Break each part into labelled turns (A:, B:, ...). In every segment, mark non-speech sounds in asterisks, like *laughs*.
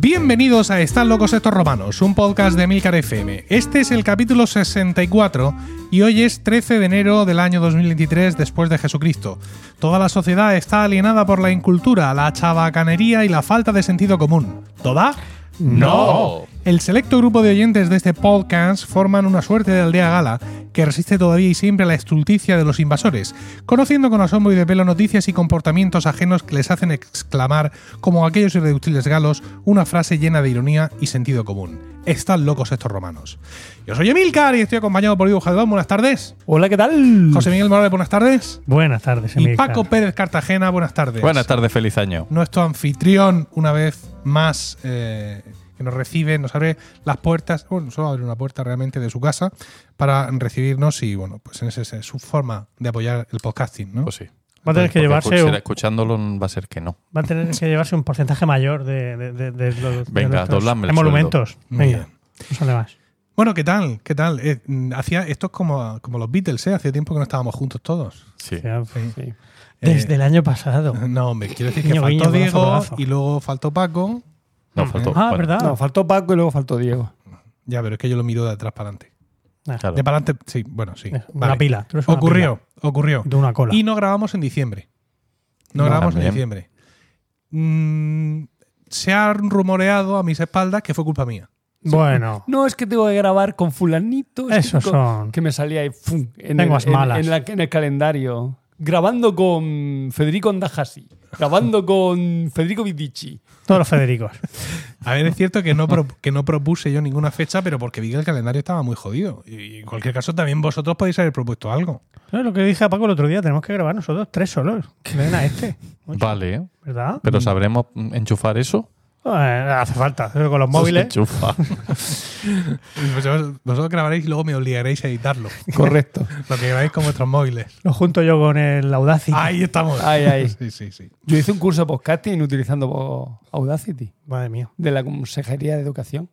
A: Bienvenidos a Están locos estos romanos, un podcast de Milcar FM. Este es el capítulo 64 y hoy es 13 de enero del año 2023 después de Jesucristo. Toda la sociedad está alienada por la incultura, la chabacanería y la falta de sentido común. ¿Toda?
B: No.
A: El selecto grupo de oyentes de este podcast forman una suerte de aldea gala que resiste todavía y siempre a la estulticia de los invasores, conociendo con asombro y de pelo noticias y comportamientos ajenos que les hacen exclamar, como aquellos irreductibles galos, una frase llena de ironía y sentido común. Están locos estos romanos. Yo soy Emilcar y estoy acompañado por Ivo Jaldón. Buenas tardes.
B: Hola, ¿qué tal?
A: José Miguel Morales, buenas tardes.
C: Buenas tardes,
A: Y
C: Emilcar.
A: Paco Pérez Cartagena, buenas tardes.
B: Buenas tardes, feliz año.
A: nuestro anfitrión una vez más eh, que nos recibe, nos abre las puertas, bueno, solo abre una puerta realmente de su casa para recibirnos y bueno, pues en esa es su forma de apoyar el podcasting, ¿no?
B: Pues sí.
C: Va a tener que
B: Porque
C: llevarse
B: escuchar-
C: un,
B: Escuchándolo va a ser que no.
C: va a tener que llevarse un porcentaje mayor de, de, de- de los de
B: Venga,
C: nuestros
B: dobladme el
C: emolumentos.
A: Muy
C: Venga,
A: bien.
C: no sale más.
A: Bueno, ¿qué tal? ¿Qué tal? Eh, mm, hacía esto es como, como los Beatles, ¿eh? Hacía tiempo que no estábamos juntos todos.
B: Sí.
C: O sea, pues, sí. Ah,
A: Eh,
C: Desde el año pasado.
A: *laughs* No, hombre, quiero decir que
C: Guiño,
A: faltó
C: guiño, brazo,
A: Diego
C: brazo.
A: y luego faltó Paco.
B: No, faltó.
C: Ah,
B: bueno,
C: ¿verdad?
D: No, faltó Paco y luego faltó Diego.
A: Ya, pero es que yo lo miro de atrás para adelante.
C: Ah,
B: claro.
A: De para adelante, sí, bueno, sí.
C: Una
A: Vale.
C: pila. tú eres una
A: Ocurrió, ocurrió.
C: pila de una cola.
A: Y no grabamos en diciembre. No,
B: No,
A: grabamos en
B: también.
A: diciembre. Mm, se ha rumoreado a mis espaldas que fue culpa mía.
C: bueno,
D: No, es que tengo que grabar con fulanito. es
C: esos
D: que,
C: son.
D: que me salía ahí fum, en,
C: Lenguas
D: el, en-
C: malas.
D: en la- en el calendario. Grabando con Federico Andajasi. Grabando con Federico Vidici.
C: Todos los Federicos.
A: A ver, es cierto que no, pro- que no propuse yo ninguna fecha, pero porque vi que el calendario estaba muy jodido. Y en cualquier caso, también vosotros podéis haber propuesto algo.
C: ¿Sabes lo que dije a Paco el otro día? Tenemos que grabar nosotros tres solos. Que le den a este. Mucho,
B: Vale, ¿eh?
C: ¿Verdad?
B: pero ¿sabremos mm, enchufar eso?
C: Eh, hace falta. Pero con los móviles.
B: Eso se *laughs*
C: *laughs*
B: enchufa.
A: Vosotros, vosotros grabaréis y luego me obligaréis a editarlo.
D: Correcto.
A: Lo que grabáis con vuestros móviles.
C: Lo junto yo con el Audacity.
A: Ahí estamos.
D: Ay,
A: *laughs*
D: ay.
A: Sí, sí, sí.
D: *laughs* Yo hice un curso de podcasting utilizando po- Audacity
C: Madre mía.
D: de la Consejería de Educación.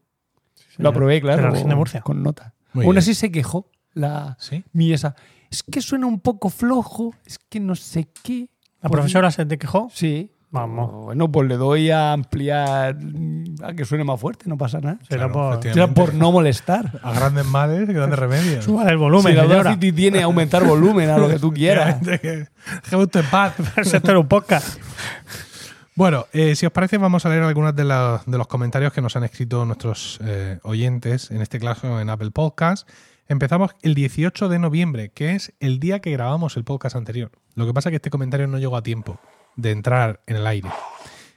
D: Lo
C: señor.
D: aprobé, claro.
C: De la región de
D: con-
C: Murcia.
D: Con nota.
A: Muy
D: Aún
A: bien.
D: así se quejó la
A: ¿Sí?
D: mi esa. Es que suena un poco flojo. Es que no sé qué.
C: La profesora se te quejó.
D: Sí.
C: Vamos.
D: Bueno, pues le doy a ampliar mm, a que suene más fuerte, no pasa nada.
C: Será
A: Claro,
C: por.
A: efectivamente.
D: Era por no molestar.
A: A grandes males, grandes remedios.
C: Suba el
D: Si
C: volumen.
D: la
C: señora.
D: Audacity tiene aumentar volumen a lo que tú
C: *laughs*
D: quieras.
A: Que que guste en paz. *laughs*
C: Ese esto era un podcast.
A: Bueno, eh, si os parece, vamos a leer algunos de, la- de los comentarios que nos han escrito nuestros eh, oyentes, en este caso en Apple Podcast. Empezamos el 18 de noviembre, que es el día que grabamos el podcast anterior. Lo que pasa es que este comentario no llegó a tiempo de entrar en el aire.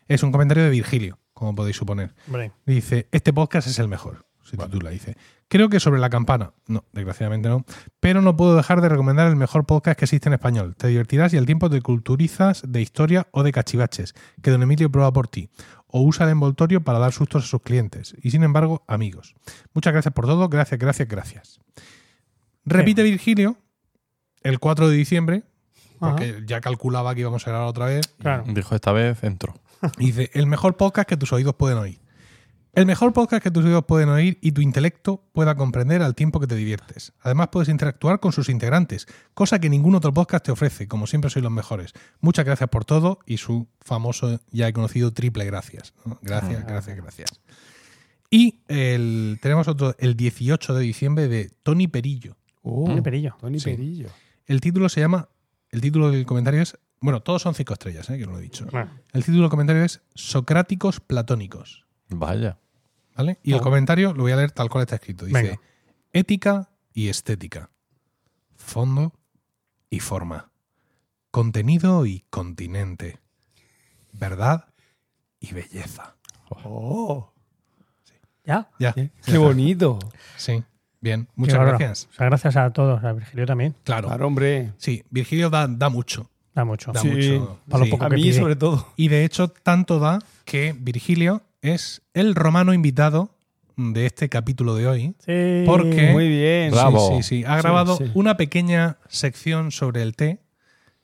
A: Es un comentario de Virgilio, como podéis suponer.
C: Hombre,
A: Dice, este podcast es el mejor. Se titula, dice. Creo que sobre la campana. No, desgraciadamente no. Pero no puedo dejar de recomendar el mejor podcast que existe en español. Te divertirás y al tiempo te culturizas de historia o de cachivaches, que don Emilio prueba por ti. O usa el envoltorio para dar sustos a sus clientes. Y sin embargo, amigos. Muchas gracias por todo. Gracias, gracias, gracias. Repite Virgilio el 4 de diciembre, porque ya calculaba que íbamos a grabar otra vez.
C: claro.
B: Dijo esta vez, entro.
A: Y Dice, el mejor podcast que tus oídos pueden oír. El mejor podcast que tus oídos pueden oír y tu intelecto pueda comprender al tiempo que te diviertes. Además puedes interactuar con sus integrantes, cosa que ningún otro podcast te ofrece. Como siempre sois los mejores. Muchas gracias por todo y su famoso, ya he conocido, triple gracias. ¿no? Gracias, gracias, gracias. Y el- tenemos otro, el 18 de diciembre de Tony Perillo.
D: Oh,
C: Tony Perillo.
D: Tony
A: Sí.
D: Perillo.
A: El título se llama, el título del comentario es, bueno, todos son cinco estrellas, ¿eh? que no lo he dicho.
C: Bueno,
A: El título del comentario es Socráticos Platónicos.
B: Vaya.
A: ¿Vale? Y el comentario lo voy a leer tal cual está escrito. Dice,
C: Venga.
A: ética y estética. Fondo y forma. Contenido y continente. Verdad y belleza.
D: Oh,
C: ya.
A: Ya.
D: qué, qué bonito.
A: Sí. Bien.
C: Qué
A: Muchas
C: bárbaro.
A: gracias.
C: O sea, gracias a todos. A Virgilio también.
A: Claro.
D: Claro, hombre.
A: Sí, Virgilio da, da mucho.
C: Da mucho.
A: Da
D: Sí.
A: mucho.
C: Para lo
A: Sí.
C: poco
D: A
C: que
D: mí
C: pide.
D: sobre todo.
A: Y de hecho, tanto da que Virgilio es el romano invitado de este capítulo de hoy.
C: Sí.
A: Porque- ¿Eh?
D: Muy bien.
B: Bravo.
A: Sí, sí, sí. Ha grabado
D: sí.
A: una pequeña sección sobre el té.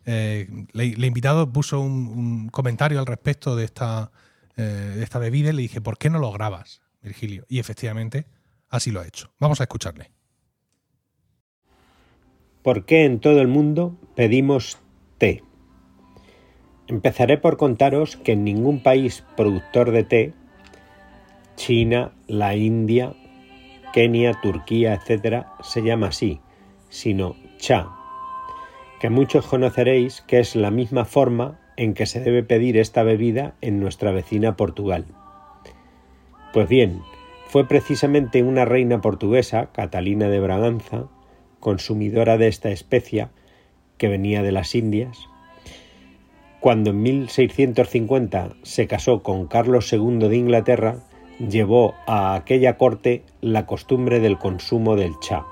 A: Eh, le, le invitado puso un, un comentario al respecto de esta, eh, de esta bebida y le dije, ¿por qué no lo grabas, Virgilio? Y efectivamente, así lo ha hecho. Vamos a escucharle.
E: ¿Por qué en todo el mundo pedimos té? Empezaré por contaros que en ningún país productor de té China, la India, Kenia, Turquía, etcétera, se llama así, sino cha, que muchos conoceréis que es la misma forma en que se debe pedir esta bebida en nuestra vecina Portugal. Pues bien, fue precisamente una reina portuguesa, Catalina de Braganza, consumidora de esta especia, que venía de las Indias, cuando en 1650 se casó con Carlos II de Inglaterra, llevó a aquella corte la costumbre del consumo del chá.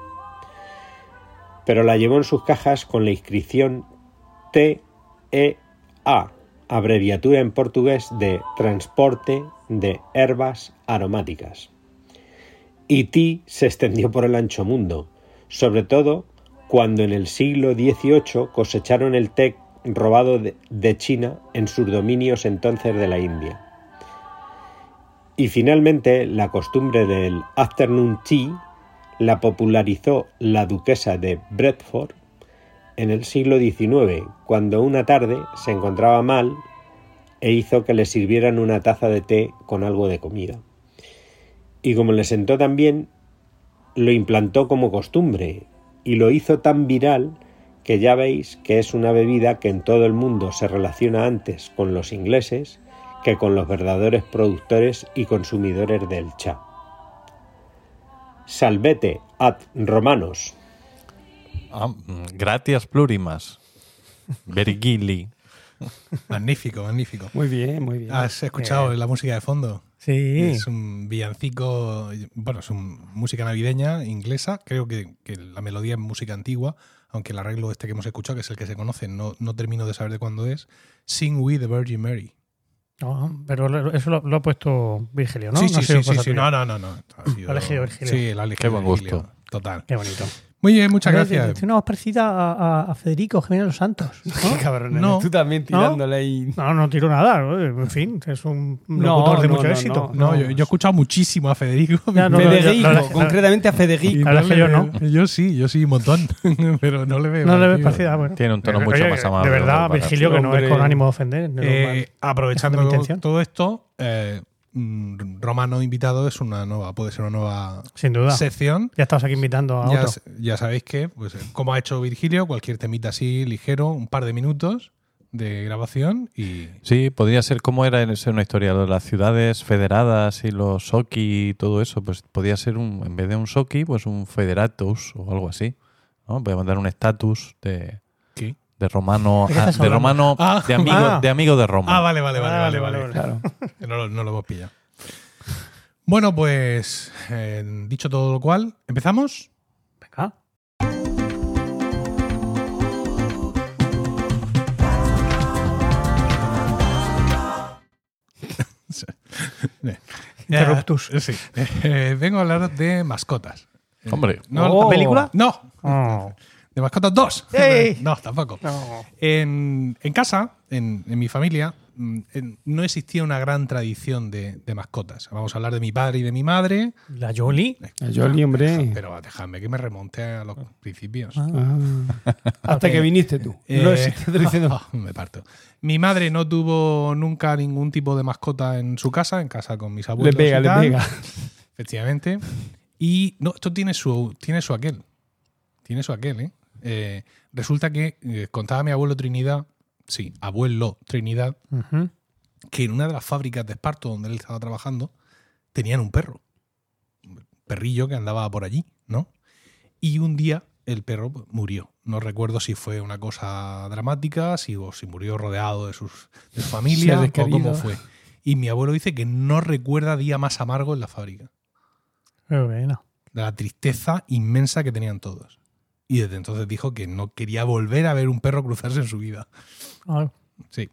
E: Pero la llevó en sus cajas con la inscripción TEA, E abreviatura en portugués de Transporte de Herbas Aromáticas. Y ti se extendió por el ancho mundo, sobre todo cuando en el siglo XVIII cosecharon el té robado de, de China en sus dominios entonces de la India. Y finalmente la costumbre del afternoon tea la popularizó la duquesa de Bradford en el siglo XIX, cuando una tarde se encontraba mal e hizo que le sirvieran una taza de té con algo de comida. Y como le sentó tan bien, lo implantó como costumbre y lo hizo tan viral que ya veis que es una bebida que en todo el mundo se relaciona antes con los ingleses que con los verdaderos productores y consumidores del chá. Salvete ad romanos.
B: Ah, mm, gratias plurimas. Vergili.
A: Magnífico, magnífico.
C: Muy bien, muy bien.
A: ¿Has escuchado la música de fondo?
C: Sí.
A: Es un villancico, bueno, es un- música navideña inglesa. Creo que, que la melodía es música antigua, aunque el arreglo este que hemos escuchado, que es el que se conoce, no, no termino de saber de cuándo es. Sing We the Virgin Mary.
C: No, pero lo- eso lo, lo ha puesto Virgilio, ¿no?
A: sí,
C: No
A: sí,
C: ha
A: sí,
C: sido
A: sí,
C: cosa
A: sí.
C: tuya.
A: No, no, no, no. Ha sido-
C: Ha elegido Virgilio.
A: Sí, la ha elegido
B: Qué buen gusto.
A: Virgilio. Total.
C: Qué bonito.
A: Muy bien, muchas gracias.
C: Tiene una voz parecida a, a- a Federico Jiménez los
A: *laughs*
C: Santos. ¿no?
D: cabrón,
A: No.
D: tú también tirándole ahí.
C: No, no tiro nada. ¿no? En fin, es un
D: No,
C: locutor de
D: no,
C: mucho
D: no,
C: éxito.
A: No, yo, yo he escuchado muchísimo a Federico. *laughs*
C: Ya, no, no,
D: Federico,
C: yo- la verdad es que-
D: concretamente a
A: Y
D: Federico.
C: la verdad es que yo
A: le veo- Yo sí, yo sí, un montón. *laughs* pero no le veo.
C: No le
A: parecido.
C: ves parecida, bueno. Eh,
B: Tiene un tono
C: Oye,
B: mucho más amable.
C: De verdad,
B: para-
C: Virgilio, que no es
D: Hombre.
C: con ánimo de ofender. ni
A: Este Eh,
C: normal.
A: aprovechando
C: Esa es mi intención.
A: todo esto, eh, mm, Romano invitado es una nueva, puede ser una nueva
C: Sin duda.
A: sección.
C: Ya estabas aquí invitando a
A: Ya,
C: otro.
A: s- ya sabéis que, pues, eh, como ha hecho Virgilio, cualquier temita así ligero, un par de minutos de grabación y
B: Sí, podría ser como era en- ser una historia lo de las ciudades federadas y los soki y todo eso. Pues podía ser un, en vez de un soki, pues un federatus o algo así. ¿no? Podríamos dar un estatus de,
A: ¿Qué?
B: de romano,
C: ¿De qué
B: ah,
C: estás
B: de romano,
A: Ah,
B: de amigo,
C: ah.
B: de amigo de Roma.
A: Ah, vale, vale, vale, vale, vale.
C: Claro.
A: Que No, lo- no lo hemos pillado. Bueno, pues eh, dicho todo lo cual, empezamos.
C: Venga. *laughs* Interruptus.
A: Sí. *laughs* Eh, vengo a hablar de mascotas. Eh,
B: Hombre,
A: No,
C: ¿La
D: Oh.
C: película?
A: no,
C: Oh,
A: de mascotas 2.
C: ¡Ey!
A: *laughs* No, tampoco.
C: no.
A: En, en casa, en, en mi familia, mm, en- no existía una gran tradición de, de mascotas. Vamos a hablar de mi padre y de mi madre,
C: La Jolie.
D: Jolly, Ah, hombre. Ah.
A: pero dejadme que me remonte a los principios.
D: Hasta que viniste tú.
A: Eh, Oh,
D: No sé, te estoy
A: *laughs*
C: *laughs* Ah,
D: diciendo.
A: me parto. Mi madre no tuvo nunca ningún tipo de mascota en su casa, en casa con mis
D: Le
A: abuelos.
D: pega,
A: y
D: le
A: tal,
D: pega.
A: Efectivamente. Y no, esto tiene su, tiene su aquel. Tiene su aquel, ¿eh? Eh, resulta que eh, contaba mi abuelo Trinidad, sí, abuelo Trinidad,
C: Ujú.
A: que en una de las fábricas de Esparto donde él estaba trabajando, tenían un perro. Un perrillo que andaba por allí, ¿no? Y un día el perro pues, murió. No recuerdo si fue una cosa dramática, si, o si murió rodeado de, sus, de su familia,
D: Seres
A: o cómo
D: queridos.
A: fue. Y mi abuelo dice que no recuerda día más amargo en la fábrica,
C: Qué bueno.
A: de la tristeza inmensa que tenían todos. Y desde entonces dijo que no quería volver a ver un perro cruzarse en su vida.
C: Ah,
A: Sí.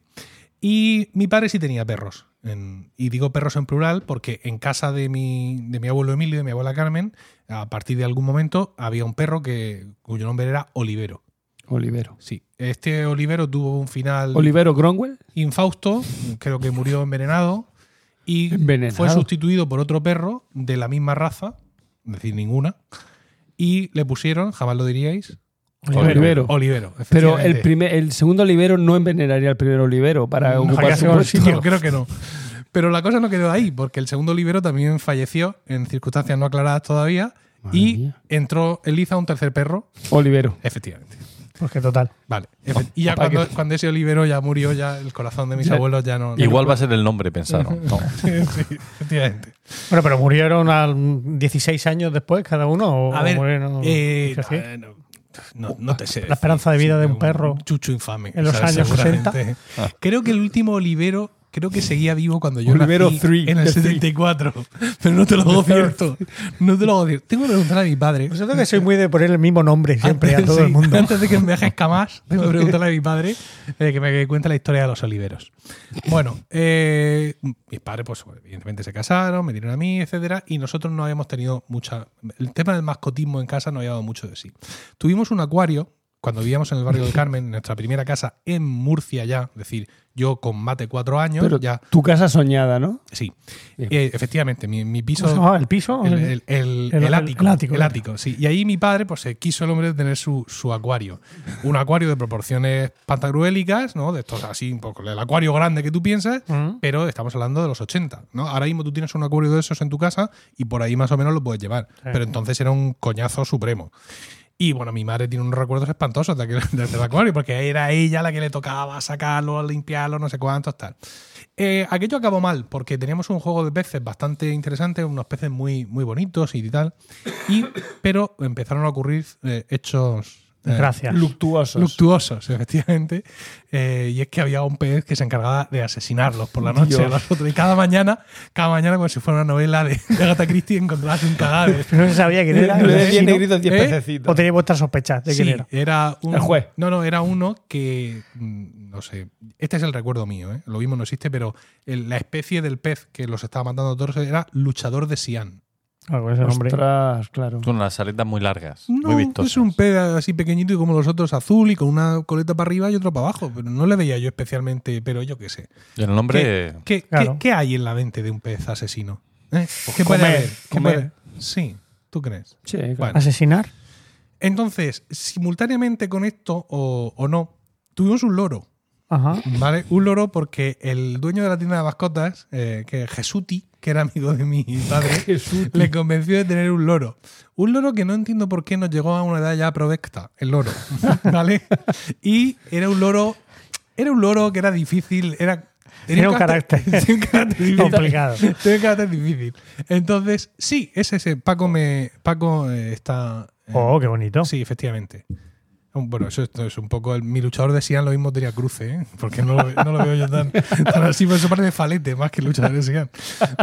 A: Y mi padre sí tenía perros. En- y digo perros en plural porque en casa de mi, de mi abuelo Emilio y de mi abuela Carmen, a partir de algún momento había un perro que, cuyo nombre era Olivero.
D: Olivero.
A: Sí, este Olivero tuvo un final
D: Olivero Cromwell.
A: infausto, creo que murió envenenado, y
D: Envenenado.
A: fue sustituido por otro perro de la misma raza, es decir, ninguna, y le pusieron, jamás lo diríais,
C: Olivero.
D: Olivero.
A: Olivero.
D: Pero el,
A: efectivamente.
D: primer, el segundo Olivero no envenenaría al primer Olivero para
A: No,
D: ocupar
A: ya
D: su
A: se va al
D: puesto.
A: sitio, creo que no. Pero la cosa no quedó ahí, porque el segundo libero también falleció en circunstancias no aclaradas todavía.
D: Madre
A: y
D: mía.
A: entró Eliza, un tercer perro.
D: Olivero.
A: Efectivamente.
C: Porque pues total.
A: Vale. Efe- y ya
D: papá,
A: cuando,
D: que-
A: cuando ese Olivero ya murió, ya el corazón de mis
D: Ya-
A: abuelos ya no.
B: Igual va a ser el
A: *laughs*
B: nombre, pensaron. No.
A: sí, efectivamente.
C: Bueno, pero murieron al 16 años después cada uno. O
A: A ver,
C: murieron-
A: eh,
C: ¿Es así?
A: a ver, no, no- no te sé.
C: La esperanza de vida
A: Sí,
C: de un perro
A: Chucho infame.
C: en los años
A: seguramente.
D: Ah.
A: Creo que el último Olivero, creo que seguía vivo cuando yo
D: Olivero
A: nací
D: three,
A: en el
D: the three.
A: 74. Pero no te
D: *laughs*
A: lo hago cierto. No te lo hago cierto. Tengo que preguntar a mi padre.
C: Vosotros que soy muy de poner el mismo nombre siempre a
A: Antes-
C: todo el
A: sí,
C: *laughs* mundo.
A: Antes de que me envejezca más, tengo que preguntarle a mi padre eh, que me cuente la historia de los oliveros. Bueno, eh, mis padres, pues evidentemente se casaron, me dieron a mí, etcétera, y nosotros no habíamos tenido mucha. El tema del mascotismo en casa no había dado mucho de sí. Tuvimos un acuario cuando vivíamos en el barrio del Carmen, en nuestra primera casa en Murcia ya, es decir, yo con más de cuatro años,
D: Pero
A: ya,
D: tu casa soñada, ¿no?
A: sí.
D: Bien.
A: Eh, efectivamente, mi, mi piso
C: ¿Cómo se llamaba? ¿El piso?
A: el, el- el-
C: El-
A: el ático.
C: el ático,
A: el
C: claro.
A: ático, sí. Y ahí mi padre, pues se quiso el hombre tener su, su acuario. Un acuario de proporciones pantagruélicas, ¿no? De estos así, un poco, el acuario grande que tú piensas,
C: Mm.
A: pero estamos hablando de los 80, ¿no? Ahora mismo tú tienes un acuario de esos en tu casa y por ahí más o menos lo puedes llevar. Pero entonces era un coñazo supremo. Y bueno, mi madre tiene unos recuerdos espantosos de aquel, *laughs* de- del acuario, porque era ella la que le tocaba sacarlo, limpiarlo, no sé cuántos, tal. Eh, aquello acabó mal, porque teníamos un juego de peces bastante interesante, unos peces muy, muy bonitos y tal. Y, *coughs* pero empezaron a ocurrir eh, hechos. eh,
C: Gracias.
D: Luctuosos.
A: Luctuosos, efectivamente. Eh, y es que había un pez que se encargaba de asesinarlos por la noche
D: Dios.
A: a las otras. Y cada mañana, cada mañana, como si fuera una novela de, de Agatha Christie, encontrabas un cadáver.
C: No se sabía quién era.
D: Le-
C: ¿no?
D: le decían
C: ¿Sí, no?
D: negritos 10
A: ¿Eh?
D: pececitos.
C: O tenía vuestras sospechas de quién
A: Sí,
C: era.
A: un,
D: El juez.
A: No, no, era uno que. mm, No sé. Este es el recuerdo mío, ¿eh? Lo mismo no existe, pero el- la especie del pez que los estaba matando a todos era luchador de Siam.
C: Ah, con ese nombre.
D: Ostras, claro.
B: Con las aletas muy largas,
A: No,
B: muy vistosas.
A: es un pez así pequeñito y como los otros azul y con una coleta para arriba y otra para abajo. Pero no le veía yo especialmente, pero yo qué sé.
B: El nombre.
A: ¿Qué, qué-
C: Claro.
A: qué hay en la mente de un pez asesino? ¿Eh? ¿Qué
D: comer,
A: ¿Qué
D: comer.
A: puede- Sí, ¿tú crees?
D: Sí, claro.
A: Bueno.
C: ¿Asesinar?
A: Entonces, simultáneamente con esto o, o no, tuvimos un loro.
C: Ajá.
A: ¿Vale? Un loro porque el dueño de la tienda de mascotas, eh, que es Jesuti, que era amigo de mi
C: *laughs*
A: padre,
D: Jesús.
A: le convenció de tener un loro. Un loro que no entiendo por qué nos llegó a una edad ya provecta, el
C: *laughs*
A: loro. ¿Vale? Y era un loro. Era un loro que era difícil, era.
C: Era un
A: *laughs*
C: carácter.
A: tenía un carácter difícil.
C: Complicado.
A: Tenía un carácter difícil. Entonces, sí, es ese. Paco me. Paco eh, está. eh,
C: Oh, qué bonito.
A: Sí, efectivamente. Un- Bueno, eso, esto es un poco. el- mi luchador de Sian lo mismo tenía cruce, ¿eh? porque no lo, ve- no lo veo yo tan, tan así, pero eso parece falete más que luchador de Sian.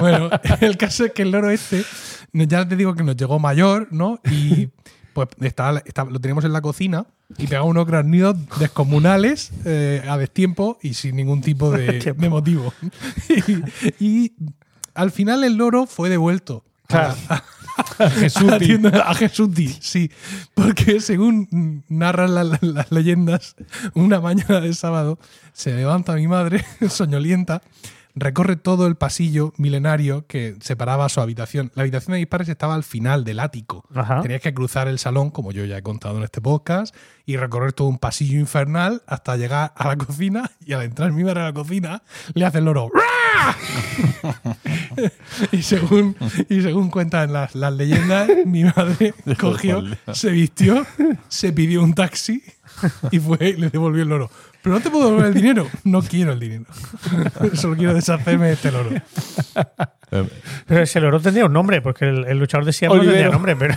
A: Bueno, *laughs* el caso es que el loro este, no- ya te digo que nos llegó mayor, ¿no? Y pues estaba, estaba- lo teníamos en la cocina y pegaba unos granidos descomunales eh, a destiempo y sin ningún tipo de, de motivo. *laughs* Y, y al final el loro fue devuelto.
D: Claro.
A: A- a *laughs* Jesuti. A Jesuti, sí. Porque según narran la- la- las leyendas, una mañana de sábado se levanta mi madre, *laughs* soñolienta, recorre todo el pasillo milenario que separaba su habitación. La habitación de mis padres estaba al final del ático.
C: Ajá.
A: Tenías que cruzar el salón, como yo ya he contado en este podcast, y recorrer todo un pasillo infernal hasta llegar a la cocina. Y al entrar mi madre a la cocina, le hace el loro. "¡Ruah!". *laughs* y, según, y según cuentan las, las
C: *laughs*
A: leyendas, mi madre cogió, se vistió, se pidió un taxi y fue y le devolvió el loro. Pero no te puedo devolver el dinero. No quiero el dinero. *laughs* Solo quiero deshacerme de este loro.
B: eh,
C: Pero ese loro tendría un nombre, porque el, el luchador de Siam no
D: Olivero.
C: tendría nombre,
D: *laughs*
C: pero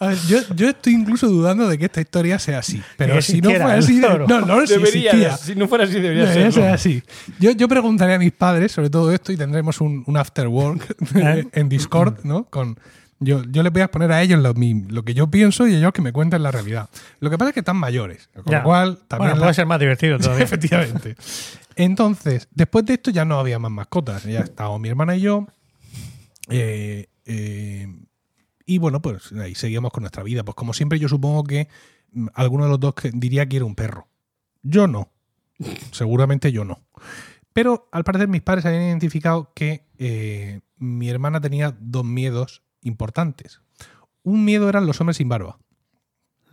A: A ver, yo, yo estoy incluso dudando de que esta historia sea así. Pero
C: Que
A: si no
C: existiera
A: fuera
C: el
A: así, de-
C: loro.
A: no, el loro sí
D: Debería,
A: existía.
D: si no fuera así, debería
A: Debería ser
D: ser.
A: así. Yo, yo preguntaré a mis padres sobre todo esto y tendremos un, un after
C: *laughs*
A: work *laughs* en Discord, ¿no? Con, yo, yo les voy a exponer a ellos lo, mi- lo que yo pienso y ellos que me cuenten la realidad. Lo que pasa es que están mayores, con
C: Ya.
A: lo cual también
C: bueno,
A: la-
C: puede ser más
D: *laughs*
C: divertido *laughs* todavía.
A: *laughs* Efectivamente. Entonces, después de esto ya no había más mascotas. Ya estábamos mi hermana y yo. Eh, eh, y bueno, pues ahí seguíamos con nuestra vida. Pues como siempre, yo supongo que mm, alguno de los dos que- diría que era un perro. Yo no. Seguramente yo no. Pero al parecer mis padres habían identificado que eh, mi hermana tenía dos miedos importantes. Un miedo eran los hombres sin barba.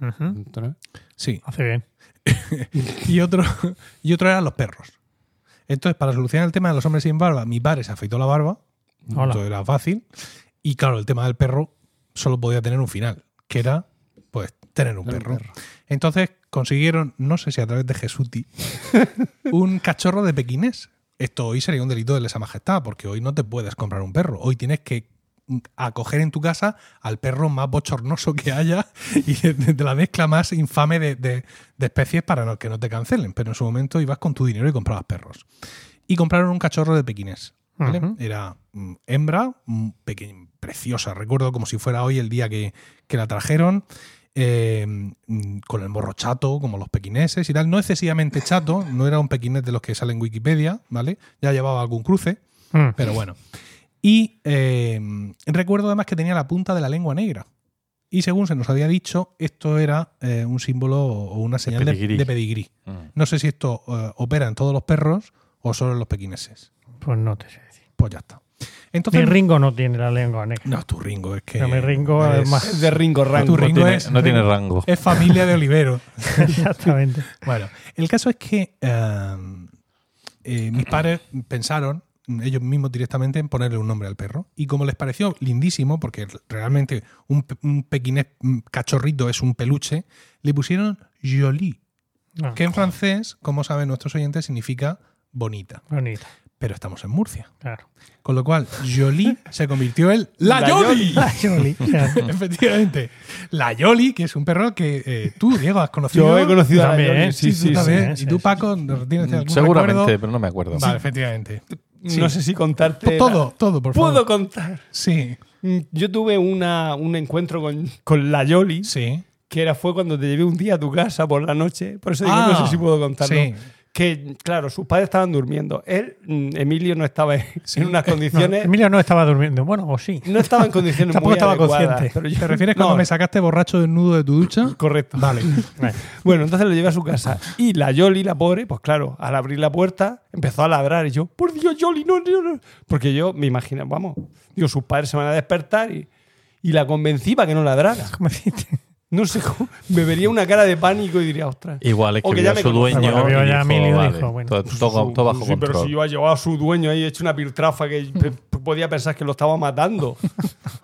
C: Ujú.
D: Ujú.
A: Sí.
C: Hace bien.
A: y, otro, *laughs* y otro eran los perros. Entonces, para solucionar el tema de los hombres sin barba, mi padre se afeitó la barba.
C: Hola.
A: Todo era fácil. Y claro, el tema del perro solo podía tener un final, que era, pues, tener un perro. Entonces consiguieron, no sé si a través de *laughs* Jesuti, un cachorro de pequinés. Esto hoy sería un delito de lesa majestad, porque hoy no te puedes comprar un perro. Hoy tienes que acoger en tu casa al perro más bochornoso que haya *laughs* y de, de la mezcla más infame de, de- de especies para no- que no te cancelen. Pero en su momento ibas con tu dinero y comprabas perros. Y compraron un cachorro de pequinés. ¿vale?
C: Ujú.
A: Era mm, hembra, mm, peque- preciosa. Recuerdo como si fuera hoy el día que, que la trajeron. eh, mm, con el morro chato, como los pequineses y tal. No excesivamente *laughs* chato, no era un pequinés de los que sale en Wikipedia, ¿vale? Ya llevaba algún cruce,
C: Mm.
A: *laughs* pero bueno. Y eh, recuerdo además que tenía la punta de la lengua negra. Y según se nos había dicho, esto era eh, un símbolo o una señal de de
B: pedigrí.
A: pedigrí.
B: Mm.
A: No sé si esto eh, opera en todos los perros o solo en los pequineses.
C: Pues no te sé decir.
A: Pues ya está.
C: Mi
A: Entonces,
C: Ringo no tiene la lengua
D: *laughs*
C: negra.
A: no, tu Ringo es que.
C: No, mi Ringo es más-
D: De Ringo Rango.
A: Tu
B: No
A: Ringo
B: tiene,
A: es-
B: no tiene rango.
A: Es familia de Olivero.
C: *laughs* Exactamente.
A: Bueno, el caso es que eh, eh, mis padres pensaron ellos mismos directamente en ponerle un nombre al perro. Y como les pareció lindísimo, porque realmente un, pe- un pequinés un cachorrito es un peluche, le pusieron Jolie,
C: No,
A: que en francés, como saben nuestros oyentes, significa bonita.
C: Bonita,
A: Pero estamos en Murcia.
D: *laughs*
C: claro.
A: Con lo cual, Jolie se convirtió en La,
D: La
A: Jolie.
C: La Jolie. o sea,
A: *laughs* Efectivamente. La Yoli, que es un perro que eh, tú, Diego, has conocido.
D: Yo he conocido a la
C: También,
D: Yoli,
C: ¿eh?
D: sí,
A: Sí,
D: sí,
A: tú
D: sí.
A: también.
C: sí,
A: y tú,
C: sí,
A: Paco, tienes algún
B: Seguramente,
A: recuerdo?
B: pero no me acuerdo.
A: Vale, efectivamente.
D: No
A: Sí.
D: sé si contarte.
A: Todo, todo, por
D: ¿Puedo
A: favor.
D: contar?
A: Sí,
D: Mm, Yo tuve una, un encuentro con, con la Yoli,
A: sí.
D: que era, fue cuando te llevé un día a tu casa por la noche. Por eso digo,
A: Ah,
D: no sé si puedo contarlo.
A: sí.
D: Que, claro, sus padres estaban durmiendo. Él, mm, Emilio, no estaba en, en *laughs* unas
C: no,
D: condiciones.
C: Emilio no estaba durmiendo. Bueno, o sí.
D: no estaba en condiciones
C: Tampoco
D: muy
C: estaba
D: adecuadas,
C: consciente.
D: pero yo-
A: ¿Te refieres cuando
D: No,
A: me sacaste borracho desnudo de tu ducha?
D: Correcto.
A: Vale.
D: *laughs* Bueno, entonces lo llevé a su casa. Y la Yoli, la pobre, pues claro, al abrir la puerta empezó a ladrar. Y yo, por Dios, Yoli, no, no, no. Porque yo me imagino, vamos, digo, sus padres se van a despertar y, y la convencí para que no ladrara.
C: ¿Cómo dijiste?
D: No sé cómo. Me vería una cara de pánico y diría, ostras.
B: Igual es
D: O
B: que
D: que
B: vio
D: ya
B: a
D: me
B: su
D: conoce.
B: dueño.
C: Bueno, vio
B: y
C: ya a Emilio y
B: vale,
C: dijo, bueno.
A: pues
B: todo, todo- todo bajo
D: sí, pero
B: control.
D: si yo ha llevado a su dueño ahí, he hecho una piltrafa que pe- podía pensar que lo estaba matando.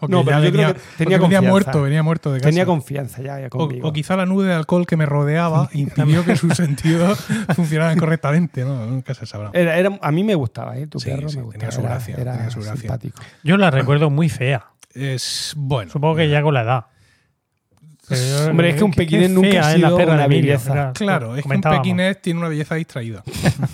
A: O que
D: no, pero
A: ya
D: yo
A: venía-
D: creo que tenía
A: o que venía
D: confianza.
A: muerto, venía muerto de casa.
D: Tenía confianza ya, ya
A: o,
D: conmigo.
A: o quizá la nube de alcohol que me rodeaba impidió que sus
D: *laughs*
A: sentidos funcionaran correctamente, ¿no? Nunca se sabrá.
D: Era- era- a mí me gustaba, ¿eh? Tu
A: Sí,
D: perro
A: sí,
D: me
A: tenía
D: gustaba.
A: su
D: era-
A: gracia,
D: era
A: tenía su gracia.
D: simpático.
C: Yo la recuerdo muy fea.
D: Eh,
A: Es bueno.
C: Supongo que ya con la edad. Pero-
D: Hombre, es que un
C: qué
D: pequinés nunca
C: fea
D: ha
C: es la
D: sido
C: perra
D: una
C: de Emilio,
D: belleza.
C: era-
A: Claro, es que un
C: comentábamos.
A: pequinés tiene una belleza distraída.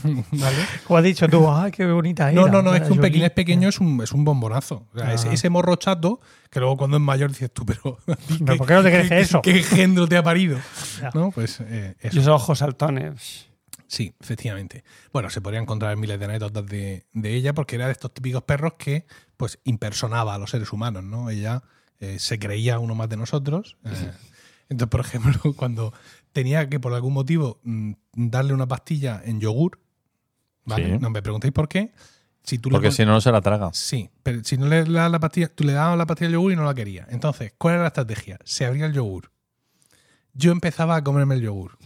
A: ¿Vale?
C: Como has dicho tú, ¡ay, qué bonita
A: No,
C: era,
A: no, no, es
C: la
A: que un
C: Jolie".
A: pequinés pequeño es un, es un bombonazo. O sea,
C: Ah.
A: ese, ese morro chato, que luego cuando es mayor dices tú, pero.
C: Pero, ¿por qué no te crece eso?
A: *laughs* ¿Qué engendro te ha parido?
C: Ya.
A: ¿No? Pues eh, eso.
D: Y esos ojos saltones.
A: Sí, efectivamente. Bueno, se podrían encontrar miles de anécdotas de, de ella porque era de estos típicos perros que pues impersonaba a los seres humanos, ¿no? Ella eh, se creía uno más de nosotros. eh. entonces, por ejemplo, *laughs* cuando tenía que por algún motivo mm, darle una pastilla en yogur, ¿vale?
B: Sí.
A: No me preguntéis por qué. Si tú le
B: Porque
A: pon-
B: si no, no se la traga.
A: Sí, pero si no le dabas la pastilla, tú le dabas la pastilla de yogur y no la quería. Entonces, ¿cuál era la estrategia? Se abría el yogur. Yo empezaba a comerme el yogur.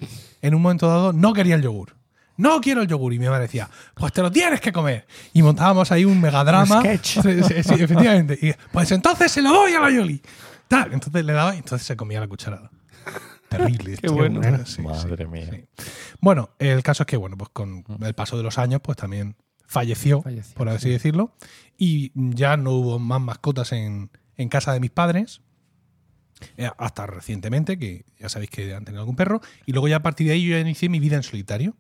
A: En un momento dado no quería el yogur. No quiero el yogur. Y mi madre decía, pues te lo tienes que comer. Y montábamos ahí un megadrama.
C: Un sketch.
A: *laughs* Sí, sí, sí, efectivamente. Y, pues entonces se lo doy a la Yoli. Tal. Entonces le daba y entonces se comía la cucharada. Terrible. esto.
D: bueno.
A: Sí, sí.
B: Madre mía.
A: sí. Bueno, el caso es que, bueno, pues con el paso de los años, pues también falleció,
D: Falleció,
A: por así decirlo. Y ya no hubo más mascotas en, en casa de mis padres. eh, Hasta recientemente, que ya sabéis que han tenido algún perro. Y luego ya a partir de ahí yo ya inicié mi vida en solitario.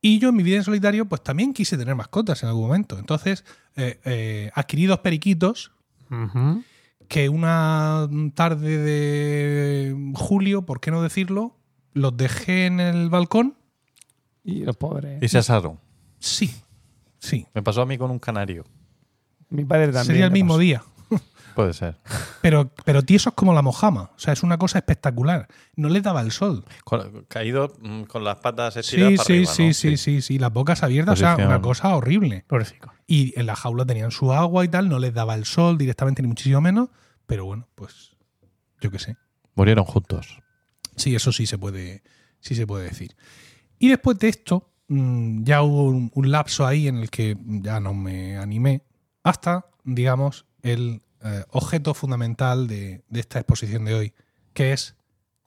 A: Y yo en mi vida en solitario, pues también quise tener mascotas en algún momento. Entonces, eh, eh, adquirí dos periquitos
C: Ujú.
A: que una tarde de julio, ¿por qué no decirlo? Los dejé en el balcón.
D: Y los pobres. ¿eh?
B: Y se asaron.
A: Sí, sí.
B: Me pasó a mí con un canario.
D: Mi padre también.
A: Sería el
D: le
A: mismo
D: pasó.
A: día.
B: Puede ser.
A: Pero, pero tieso es como la mojama. O sea, es una cosa espectacular. No le daba el sol.
B: Con- caído mm, con las patas
A: Sí,
B: estiradas para
A: sí,
B: arriba, ¿no?
A: sí, sí, sí, sí. Las bocas abiertas. O sea,
B: Posición.
A: una cosa horrible.
C: Pobrecito.
A: Y en la jaula tenían su agua y tal. No les daba el sol directamente, ni muchísimo menos. Pero bueno, pues yo qué sé.
B: Murieron juntos.
A: Sí, eso sí se puede, si se puede decir. Y después de esto, mm, ya hubo un, un lapso ahí en el que ya no me animé, hasta, digamos, el eh, objeto fundamental de, de esta exposición de hoy, que es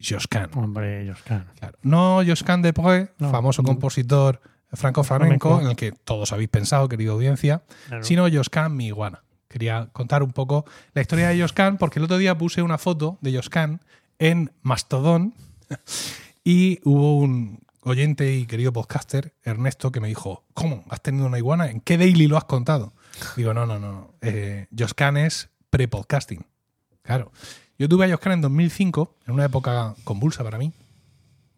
A: Josquin.
C: Hombre, ellos, claro.
A: Claro. No Josquin de Poe,
C: Ah. No. Mm.
A: famoso compositor franco-flamenco,
C: Flamenco.
A: en el que todos habéis pensado, querida audiencia,
C: Claro.
A: sino Josquin mi iguana. Quería contar un poco la historia de Josquin, porque el otro día puse una foto de Josquin en Mastodon *laughs* y hubo un oyente y querido podcaster, Ernesto, que me dijo, ¿cómo? ¿Has tenido una iguana? ¿En qué daily lo has contado? Digo, no, no, no. no. Eh, Josquin es pre-podcasting. Claro. Yo tuve a Josquin en 2005, en una época convulsa para mí.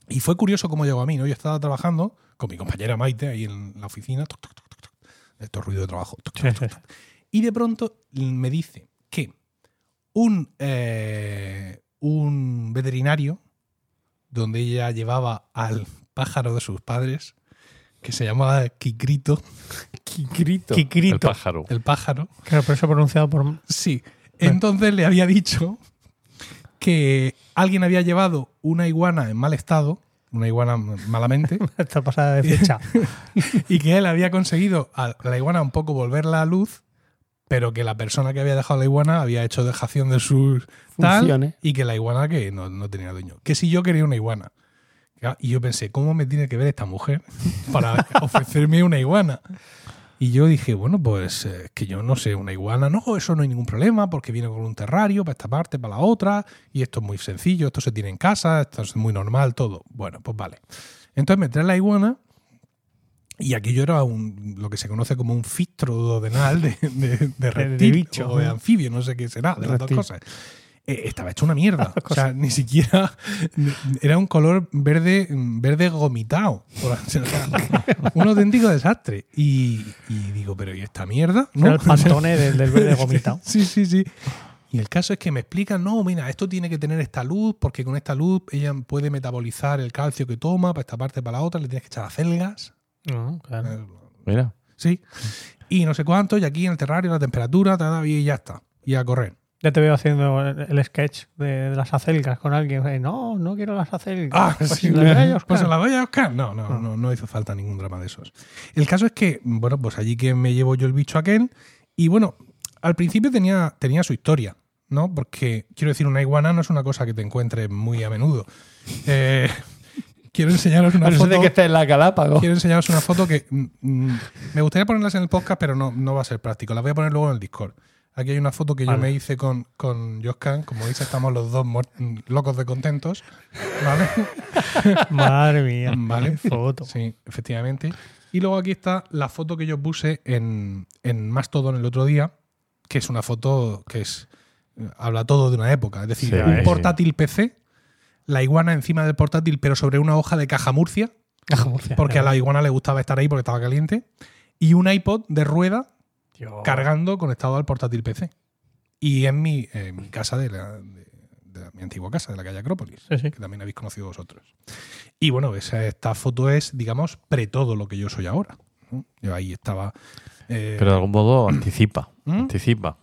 A: Y fue curioso cómo llegó a mí, ¿no? Yo estaba trabajando con mi compañera Maite ahí en la oficina, toc, toc, toc, toc, toc, esto ruido de trabajo. toc, toc,
C: Sí,
A: toc, *laughs*
C: sí,
A: toc. Y de pronto me dice que un, eh, un veterinario, donde ella llevaba al pájaro de sus padres, que se llamaba Kikrito,
D: Kikrito.
B: El
C: Kikirito.
B: pájaro.
A: el pájaro,
C: Claro, pero eso pronunciado por.
A: Sí. Entonces le había dicho que alguien había llevado una iguana en mal estado, una iguana malamente,
C: Esta pasada
A: *laughs*
C: de fecha.
A: y que él había conseguido a la iguana un poco volverla a luz, pero que la persona que había dejado la iguana había hecho dejación de sus tal
D: Funciones.
A: y que la iguana que no, no tenía dueño. Que si yo quería una iguana. Y yo pensé, ¿cómo me tiene que ver esta mujer para *laughs* ofrecerme una iguana? Y yo dije, bueno, pues eh, que yo no sé, una iguana, no, eso no hay ningún problema porque viene con un terrario para esta parte, para la otra, y esto es muy sencillo, esto se tiene en casa, esto es muy normal, todo. Bueno, pues vale. Entonces me trae la iguana y aquello era un, lo que se conoce como un filtro duodenal de, de, de reptil
C: bicho,
A: o de
C: ¿no?
A: anfibio, no sé qué será, de las dos
C: Reptil.
A: cosas. Eh, estaba hecho una
C: *laughs*
A: mierda. O sea, ni siquiera. *laughs* Era un color verde, verde gomitado. *laughs* O sea, un auténtico desastre. Y, y digo, pero ¿y esta mierda?
C: Era
A: *laughs*
C: el pantone del, del verde gomitado.
A: Sí, sí, sí. Y el caso es que me explican, no, mira, esto tiene que tener esta luz, porque con esta luz ella puede metabolizar el calcio que toma para esta parte, para la otra, le tienes que echar acelgas.
C: No, claro.
A: Eh,
B: Mira.
A: Sí. Y no sé cuánto, y aquí en el terrario, la temperatura, ta, ta, y ya está. Y a correr.
C: Ya te veo haciendo el el sketch de, de las acelgas con alguien. Eh, No, no quiero las acelgas.
A: Ah,
C: Pues
A: sí,
C: si las
A: *laughs*
C: veo,
A: pues
C: claro.
A: se la voy a Ah. buscar. No, no, no, no hizo falta ningún drama de esos. El caso es que, bueno, pues allí que me llevo yo el bicho aquel. Y bueno, al principio tenía, tenía su historia, ¿no? Porque quiero decir, una iguana no es una cosa que te encuentres muy a menudo. Eh, *laughs* quiero enseñaros
D: A
A: una
D: no ser de
A: foto.
D: que esté en la Galápagos.
A: Quiero enseñaros una foto que mm, mm, me gustaría ponerlas en el podcast, pero no, no va a ser práctico. Las voy a poner luego en el Discord. Aquí hay una foto que yo me hice con, con Joscan. Como dice, estamos los dos muer- mm, locos de contentos. ¿Vale?
C: Madre mía.
A: *laughs* Vale.
C: qué Foto.
A: Sí, efectivamente. Y luego aquí está la foto que yo puse en, en Mastodon el otro día, que es una foto que es eh, habla todo de una época. Es decir,
B: Sí,
A: un
B: sí.
A: portátil PC, la iguana encima del portátil, pero sobre una hoja de caja Murcia, porque a la iguana le gustaba estar ahí porque estaba caliente, y un iPod de rueda
C: Dios.
A: cargando conectado al portátil PC. Y en mi, en mi casa, de, la, de- de la- mi antigua casa, de la calle Acrópolis,
C: Sí, sí.
A: que también habéis conocido vosotros. Y bueno, esa, esta foto es, digamos, pre todo lo que yo soy ahora. ¿no? Yo ahí estaba. eh,
B: Pero de algún modo anticipa.
A: ¿Mm?
B: Anticipa.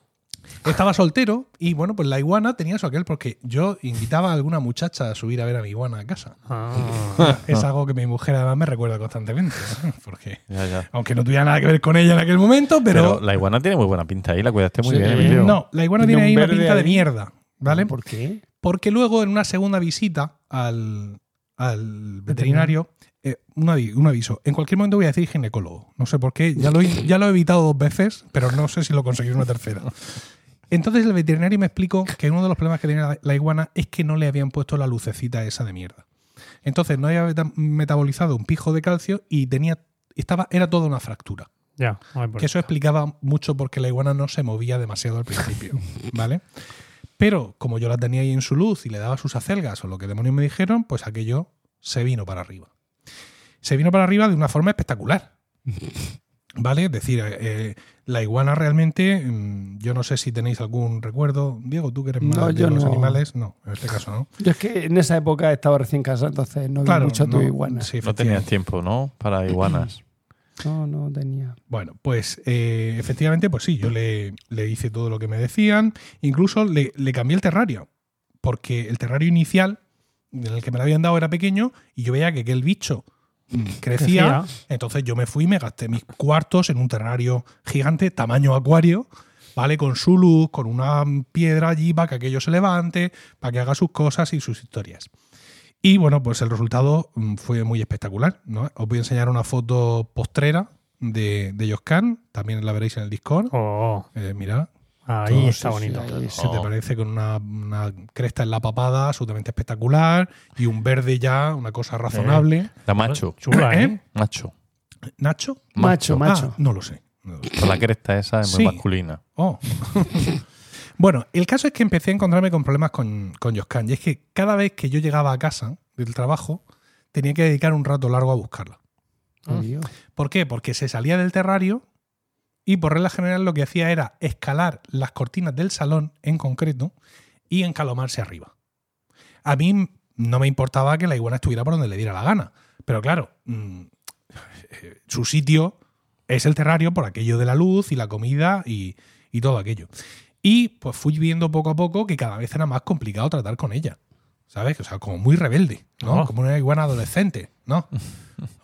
A: estaba soltero y bueno, pues la iguana tenía eso aquel, porque yo invitaba a alguna muchacha a subir a ver a mi iguana a casa.
C: *laughs* Ah,
A: Es algo que mi mujer además me recuerda constantemente. ¿no? Porque,
B: Ya, ya.
A: aunque no tuviera nada que ver con ella en aquel momento,
B: Pero, la iguana tiene muy buena pinta ahí, la cuidaste muy
D: Sí.
B: bien, Emilio.
A: No, la iguana tiene
D: Tiene
A: ahí
D: un
A: una
D: verde
A: pinta de
D: ahí.
A: mierda, ¿vale?
D: ¿Por qué?
A: Porque luego en una segunda visita al, al veterinario, eh, un, avi- un aviso, en cualquier momento voy a decir ginecólogo. No sé por qué, ya lo, he, ya lo he evitado dos veces, pero no sé si lo conseguiré una tercera. Entonces el veterinario me explicó que uno de los problemas que tenía la, la iguana es que no le habían puesto la lucecita esa de mierda. Entonces no había meta- metabolizado un pijo de calcio y tenía estaba era toda una fractura.
C: Ya, ay, por
A: Que eso explicaba mucho porque la iguana no se movía demasiado al principio, ¿vale? Pero como yo la tenía ahí en su luz y le daba sus acelgas o lo que demonios me dijeron, pues aquello se vino para arriba. Se vino para arriba de una forma espectacular. ¿Vale? Es decir, eh, eh, la iguana realmente, mm, yo no sé si tenéis algún recuerdo. Diego, tú que eres más
D: No,
A: de
D: yo
A: los
D: no.
A: animales. No, en este caso no.
D: Yo es que en esa época estaba recién casado, entonces no vi mucho
A: no,
D: tu iguana.
A: sí,
B: No tenías
A: efectivamente.
B: tiempo, ¿no? Para iguanas.
D: No, no tenía.
A: Bueno, pues eh, efectivamente, pues sí, yo le, le hice todo lo que me decían. Incluso le, le cambié el terrario, porque el terrario inicial en el que me lo habían dado era pequeño y yo veía que aquel bicho mm, crecía.
C: Crecía.
A: Entonces yo me fui y me gasté mis cuartos en un terrario gigante, tamaño acuario, ¿vale? Con su luz, con una piedra allí para que aquello se levante, para que haga sus cosas y sus historias. Y bueno, pues el resultado mm, fue muy espectacular. ¿no? Os voy a enseñar una foto postrera de, de Yoscan, también la veréis en el Discord.
C: Oh,
A: Eh, mirad,
C: ahí
A: todo,
C: está
A: sí,
C: bonito. Oh.
A: sí, ahí se te parece con una, una cresta en la papada absolutamente espectacular y un verde ya, una cosa razonable.
B: La macho.
C: Chula, ¿eh?
A: ¿Eh?
B: Macho.
A: ¿Nacho?
D: Macho,
A: Ah,
D: macho.
A: no lo sé. No lo sé.
B: Con la cresta esa es
A: Sí.
B: muy masculina.
A: Oh. *laughs* bueno, el caso es que empecé a encontrarme con problemas con, con Yoscan. Y es que cada vez que yo llegaba a casa del trabajo, tenía que dedicar un rato largo a buscarla. Ah,
D: Oh, Dios.
A: ¿Por qué? Porque se salía del terrario y por regla general lo que hacía era escalar las cortinas del salón en concreto y encalomarse arriba. A mí no me importaba que la iguana estuviera por donde le diera la gana, pero claro, mm, *laughs* eh, su sitio es el terrario por aquello de la luz y la comida y, y todo aquello. Y pues fui viendo poco a poco que cada vez era más complicado tratar con ella. ¿Sabes? O sea, como muy rebelde, ¿no?
C: Oh.
A: Como una iguana adolescente, ¿no?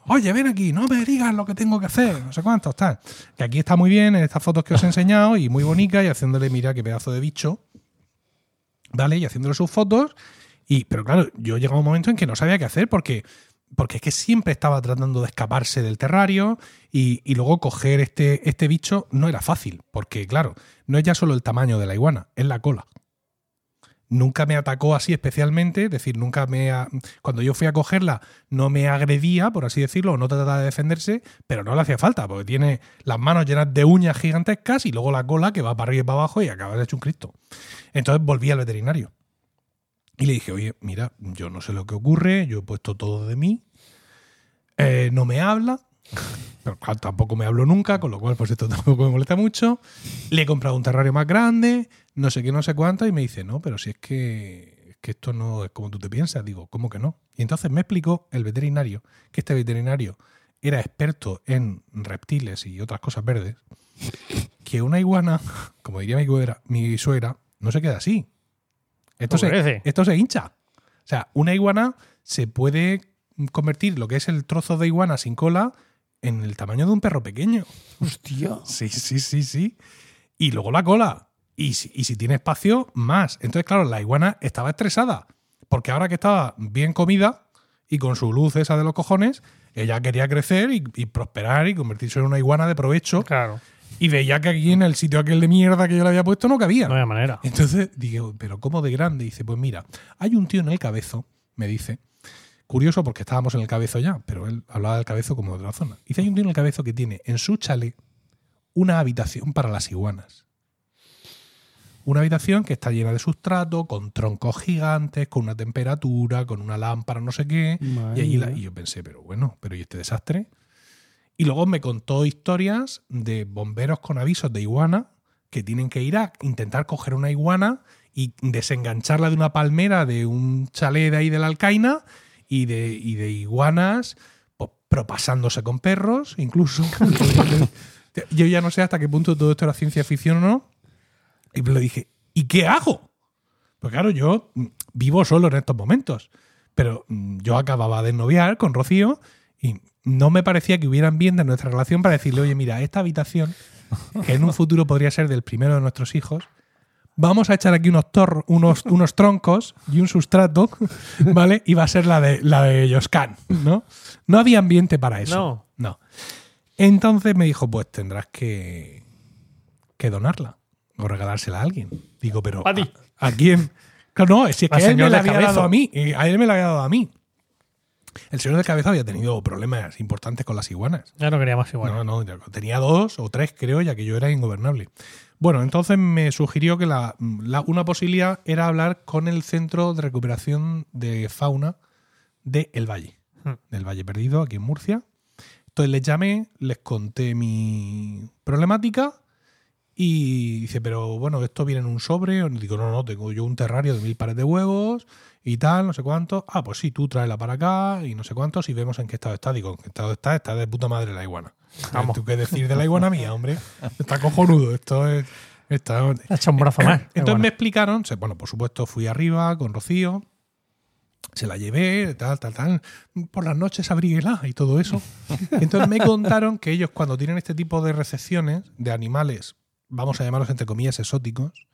A: Oye, ven aquí, no me digas lo que tengo que hacer, no sé cuánto, tal. Que aquí está muy bien en estas fotos que os he enseñado y muy bonita y haciéndole, mira qué pedazo de bicho, ¿vale? Y haciéndole sus fotos. Y, pero claro, yo llegaba un momento en que no sabía qué hacer porque, porque es que siempre estaba tratando de escaparse del terrario y, y luego coger este, este bicho no era fácil, porque claro, no es ya solo el tamaño de la iguana, es la cola. Nunca me atacó así especialmente, es decir, nunca me... a- Cuando yo fui a cogerla no me agredía, por así decirlo, o no trataba de defenderse, pero no le hacía falta, porque tiene las manos llenas de uñas gigantescas y luego la cola que va para arriba y para abajo y acabas hecho un cristo. Entonces volví al veterinario. Y le dije, oye, mira, yo no sé lo que ocurre, yo he puesto todo de mí, eh, no me habla, *laughs* pero claro, tampoco me hablo nunca, con lo cual pues esto *laughs* tampoco me molesta mucho. Le he comprado un terrario más grande, no sé qué, no sé cuánto, y me dice, no, pero si es que, es que esto no es como tú te piensas, digo, ¿cómo que no? Y entonces me explicó el veterinario, que este veterinario era experto en reptiles y otras cosas verdes, que una iguana, como diría mi suegra, mi suegra no se queda así. Esto se,
C: Pobrece.
A: esto se hincha. O sea, una iguana se puede convertir lo que es el trozo de iguana sin cola en el tamaño de un perro pequeño.
D: Hostia.
A: Sí, sí, sí, sí. Y luego la cola. Y si, y si tiene espacio, más. Entonces, claro, la iguana estaba estresada. Porque ahora que estaba bien comida y con su luz esa de los cojones, ella quería crecer y, y prosperar y convertirse en una iguana de provecho.
C: Claro,
A: Y veía que aquí en el sitio aquel de mierda que yo le había puesto no cabía.
C: no hay manera.
A: Entonces digo, ¿pero cómo de grande? dice, pues mira, hay un tío en el cabezo, me dice. Curioso porque estábamos en el cabezo ya, pero él hablaba del cabezo como de otra zona. Dice, hay un tío en el cabezo que tiene en su chalet una habitación para las iguanas. Una habitación que está llena de sustrato, con troncos gigantes, con una temperatura, con una lámpara, no sé qué. Y,
D: Madre
A: allí la-
D: mía.
A: y yo pensé, pero bueno, pero ¿y este desastre? Y luego me contó historias de bomberos con avisos de iguana que tienen que ir a intentar coger una iguana y desengancharla de una palmera de un chalet de ahí de la alcaina y de, y de iguanas pues, propasándose con perros, incluso. Yo ya no sé hasta qué punto todo esto era ciencia ficción o no. Y le dije, ¿y qué hago? Pues claro, yo mm, vivo solo en estos momentos. Pero mm, yo acababa de noviar con Rocío y no me parecía que hubiera ambiente en nuestra relación para decirle, oye, mira, esta habitación, que en un futuro podría ser del primero de nuestros hijos, vamos a echar aquí unos, tor- unos, unos troncos y un sustrato, ¿vale? Y va a ser la de, la de Yoscan, ¿no? No había ambiente para eso.
C: No.
A: No. Entonces me dijo, pues tendrás que, que donarla o regalársela a alguien. Digo, pero
C: A ti.
A: ¿a quién? Claro, no, si es que
C: Al
A: él me
C: señor
A: la
C: del
A: había dado
C: cabezo.
A: a mí. eh, A él me la había dado a mí. El señor del cabeza había tenido problemas importantes con las iguanas.
C: Ya no quería más igual.
A: No, no, ya- tenía dos o tres, creo, ya que yo era ingobernable. Bueno, entonces me sugirió que la, la- una posibilidad era hablar con el Centro de Recuperación de Fauna de El Valle,
C: Hmm.
A: del Valle Perdido, aquí en Murcia. Entonces les llamé, les conté mi problemática y dice, pero bueno, esto viene en un sobre. Y digo, no, no, tengo yo un terrario de mil pares de huevos y tal, no sé cuánto. Ah, pues sí, tú tráela para acá y no sé cuántos y vemos en qué estado está. Digo, en qué estado está, está de puta madre la iguana.
C: Vamos.
A: ¿Tú qué decir de la iguana mía, hombre? Está cojonudo, esto es... está-
C: Ha hecho un brazo
A: *coughs*
C: más.
A: entonces
C: Igual.
A: me explicaron, se- bueno, por supuesto fui arriba con Rocío se la llevé, tal, tal, tal, por las noches abríguela y todo eso. Entonces me contaron que ellos cuando tienen este tipo de recepciones de animales, vamos a llamarlos entre comillas exóticos,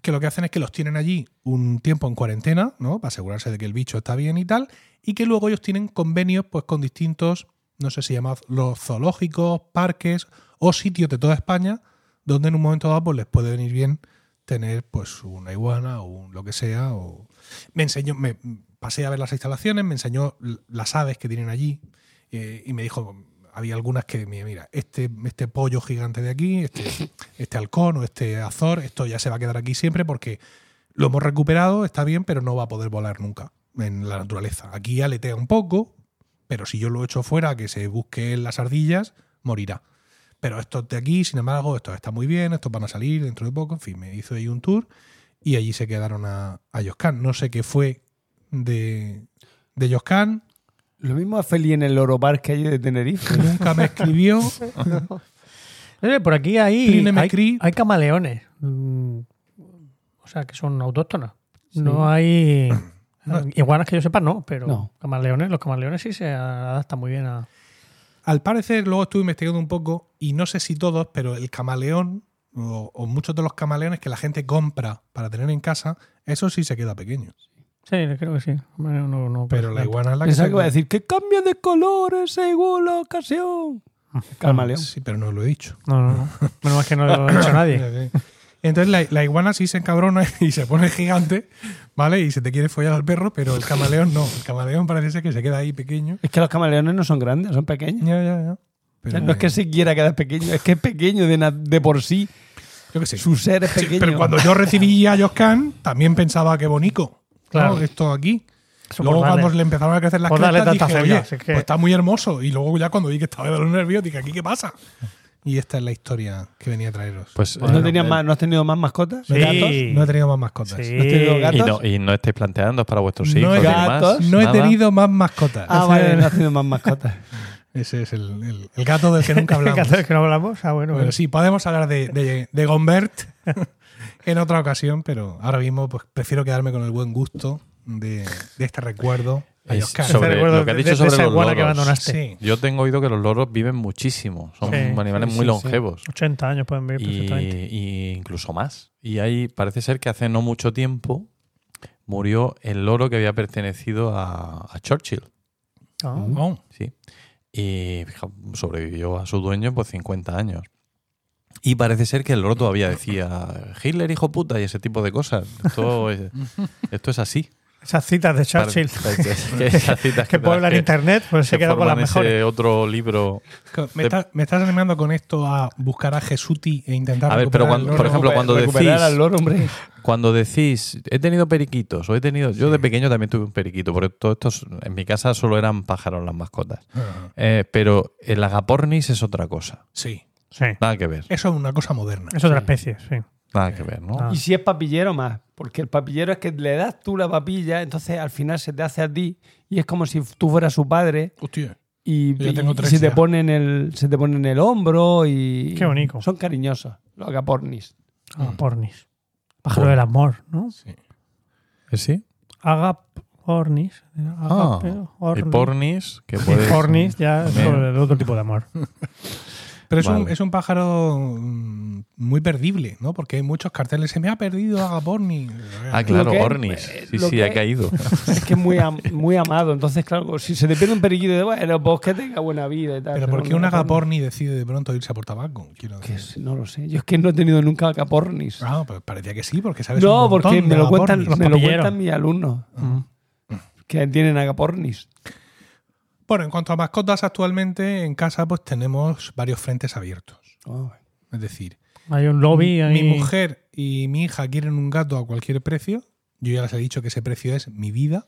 A: que lo que hacen es que los tienen allí un tiempo en cuarentena, ¿no? Para asegurarse de que el bicho está bien y tal, y que luego ellos tienen convenios pues con distintos, no sé si llamados los zoológicos, parques o sitios de toda España, donde en un momento dado pues les puede venir bien tener pues una iguana o un lo que sea o me enseñó me pasé a ver las instalaciones me enseñó l- las aves que tienen allí eh, y me dijo había algunas que mira, mira este este pollo gigante de aquí este este halcón o este azor esto ya se va a quedar aquí siempre porque lo hemos recuperado está bien pero no va a poder volar nunca en la naturaleza aquí aletea un poco pero si yo lo echo fuera a que se busque en las ardillas morirá pero estos de aquí, sin embargo, estos están muy bien, estos van a salir dentro de poco, en fin, me hizo ahí un tour y allí se quedaron a, a Yoscan. No sé qué fue de, de Yoscan,
D: Lo mismo a Feli en el Oro Bar que hay de Tenerife.
A: nunca me escribió,
C: Eh, Por aquí hay,
A: Pline me
C: hay,
A: cri.
C: hay camaleones. mm, O sea, que son autóctonos. No hay.
A: *coughs* No.
C: Iguanas que yo sepa, no, pero
D: No.
C: camaleones, los camaleones sí se adaptan muy bien a.
A: Al parecer, luego estuve investigando un poco, y no sé si todos, pero el camaleón, o, o muchos de los camaleones que la gente compra para tener en casa, eso sí se queda pequeño.
C: Sí, creo que sí. Hombre, no- no-
A: Pero la iguana es la que
D: Pensaba
A: se
D: que iba a decir que cambia de colores según la *laughs* ocasión. Camaleón.
A: Sí, pero no lo he dicho.
C: No, no, no. Menos mal que
A: *coughs*
C: no lo ha dicho nadie.
A: *laughs* Entonces la, la iguana sí se encabrona *laughs* y se pone gigante, ¿vale? Y se te quiere follar al perro, pero el camaleón no. El camaleón parece ser que se queda ahí pequeño.
D: Es que los camaleones no son grandes, son pequeños.
A: Ya, ya, ya.
D: O
A: Pero,
D: sea, no es que se quiera quedar pequeño, es que es pequeño de, na- de por sí.
A: yo qué sé.
D: Su ser es
A: Sí,
D: pequeño.
A: pero cuando yo recibí a Joscan, también pensaba que bonito.
C: Claro.
A: Claro. Esto aquí.
C: Eso
A: luego
C: por darle-
A: cuando le empezaron a crecer las
C: por darle
A: crestas,
C: tanta
A: dije,
C: cebra,
A: "Oye,
C: si es que-
A: pues está muy hermoso. Y luego ya cuando vi que estaba de los nervios, dije, ¿aquí qué pasa? Y esta es la historia que venía a traeros.
B: Pues,
D: ¿No,
B: eh,
D: tenías
B: eh,
D: más, ¿No has tenido más mascotas?
C: Sí.
D: ¿Gatos?
A: No he tenido más mascotas.
C: Sí.
D: ¿No has tenido
C: *laughs*
D: gatos?
B: Y no, y no estáis planteando para vuestros
A: No
B: hijos.
A: he-
B: ni
D: Gatos,
B: pues más,
A: No he
B: nada.
A: tenido más mascotas.
D: Ah, vale, no has tenido más mascotas. *laughs*
A: Ese es el, el- el gato del que nunca
C: *laughs*
A: hablamos.
C: ¿Gatos que no hablamos? Ah, bueno.
A: Pero sí, podemos hablar de, de, de Gombert *laughs* en otra ocasión, pero ahora mismo pues, prefiero quedarme con el buen gusto de, de este recuerdo. de
B: Ay,
A: Oscar.
B: sobre
C: Recuerdo
B: lo que has
C: de-
B: dicho
C: de
B: sobre
C: esa
B: los
C: iguana que
B: loros.
C: abandonaste.
A: Sí.
B: Yo tengo oído que los loros viven muchísimo. Son
C: Sí,
B: animales
D: sí,
B: muy
D: sí, sí.
B: longevos.
C: 80 años pueden vivir
B: y,
C: perfectamente.
B: y incluso más. Y ahí parece ser que hace no mucho tiempo murió el loro que había pertenecido a, a Churchill.
C: Ah.
A: Oh,
B: Sí. Y fija- sobrevivió a su dueño por 50 años. Y parece ser que el loro todavía decía Hitler, hijo puta, y ese tipo de cosas. Esto es, esto es así.
C: Esas citas de Churchill
B: Parece que *laughs* esas
C: *laughs*
B: citas
C: que pueblan
B: que-
C: internet, pues se
B: que
C: quedan con las
B: forman ese
C: mejores.
B: otro libro.
A: me, estás- me estás animando con esto a buscar a Jesuti e intentar.
B: A ver,
A: recuperar
B: pero cuando-
A: el
B: por
A: oro?
B: ejemplo, cuando
D: Recuperar
B: decís-
D: al loro, hombre.
B: Cuando decís, he tenido periquitos, o he tenido. Yo de pequeño también tuve un periquito, porque todos estos. En mi casa solo eran pájaros las mascotas.
A: Ajá.
B: Eh, pero el agapornis es otra cosa.
A: Sí,
C: Sí.
B: Nada que ver.
A: eso es una cosa moderna.
C: Es otra especie, sí.
B: Nada que ver, ¿no?
C: Ah.
D: Y si es papillero más, porque el papillero es que le das tú la papilla, entonces al final se te hace a ti y es como si tú fueras su padre
A: Hostia.
D: y,
A: Yo ya tengo
D: y
A: tres
D: se, te
A: ya.
D: pone en el, se te pone en el hombro y...
C: Qué bonito.
D: Son cariñosos, los agapornis.
C: Ah, Pornis. Pájaro del amor, ¿no?
B: ¿Eh, ¿Sí?
C: Agap Pornis. eh,
B: Ah,
C: Agape,
B: el
C: ornis.
B: pornis, pues, que
C: Y
B: puede.
C: Pornis ya es
B: Bien.
C: sobre el otro tipo de amor.
A: Pero es, un,
B: Vale.
A: es un pájaro mm, muy perdible, ¿no? Porque hay muchos carteles. Se me ha perdido Agaporni.
B: Ah, claro,
D: Lo que-
B: ornis. Sí,
D: lo
B: sí,
D: que-
B: ha caído.
D: Es que es muy, am- muy amado, entonces claro, si se te pierde un periquito, de, bueno, pues que tenga buena vida y tal.
A: Pero ¿por qué un
D: agapornis?
A: Agaporni decide de pronto irse a por tabaco? Quiero
D: Que
A: decir.
D: es- no lo sé. Yo es que no he tenido nunca agapornis.
A: Ah, pues parecía que sí, porque sabes
D: No,
A: un montón
D: porque
A: de
D: me lo, cuentan,
A: agapornis.
D: me lo
C: papilleros.
D: cuentan mis alumnos. Que tienen agapornis.
A: Bueno, en cuanto a mascotas, actualmente en casa pues tenemos varios frentes abiertos. Es decir,
C: Hay un lobby ahí.
A: mi mujer y mi hija quieren un gato a cualquier precio. Yo ya les he dicho que ese precio es mi vida.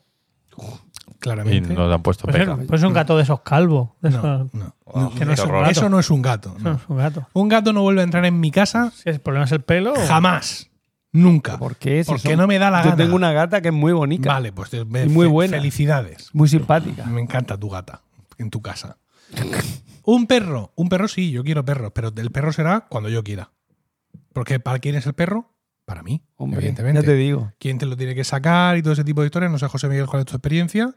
B: y
A: Claramente.
B: no le han puesto
C: Pues
B: pega.
C: es, pues es un gato de esos calvos. de
A: No,
D: Ah.
C: esos-
A: no.
B: Wow,
A: No,
B: qué
A: eso,
B: horror.
A: eso no es un gato.
C: eso
A: no.
C: es un gato.
A: Un gato no vuelve a entrar en mi casa
C: Si el problema es el pelo.
A: jamás. Nunca.
D: Oh. ¿Por qué? Si
A: porque
D: son-
A: no me da la
D: Yo
A: gana.
D: tengo una gata que es muy bonita.
A: Vale, pues te-
D: Y muy
A: fe-
D: buena.
A: felicidades.
D: Muy simpática.
A: Me encanta tu gata en tu
D: *laughs*
A: casa. Un perro, un perro sí, yo quiero perros, pero el perro será cuando yo quiera. Porque ¿para quién es el perro? Para mí,
D: Hombre,
A: evidentemente.
D: Ya te digo.
A: ¿Quién te lo tiene que sacar y todo ese tipo de historias? No sé, José Miguel, cuál es tu experiencia.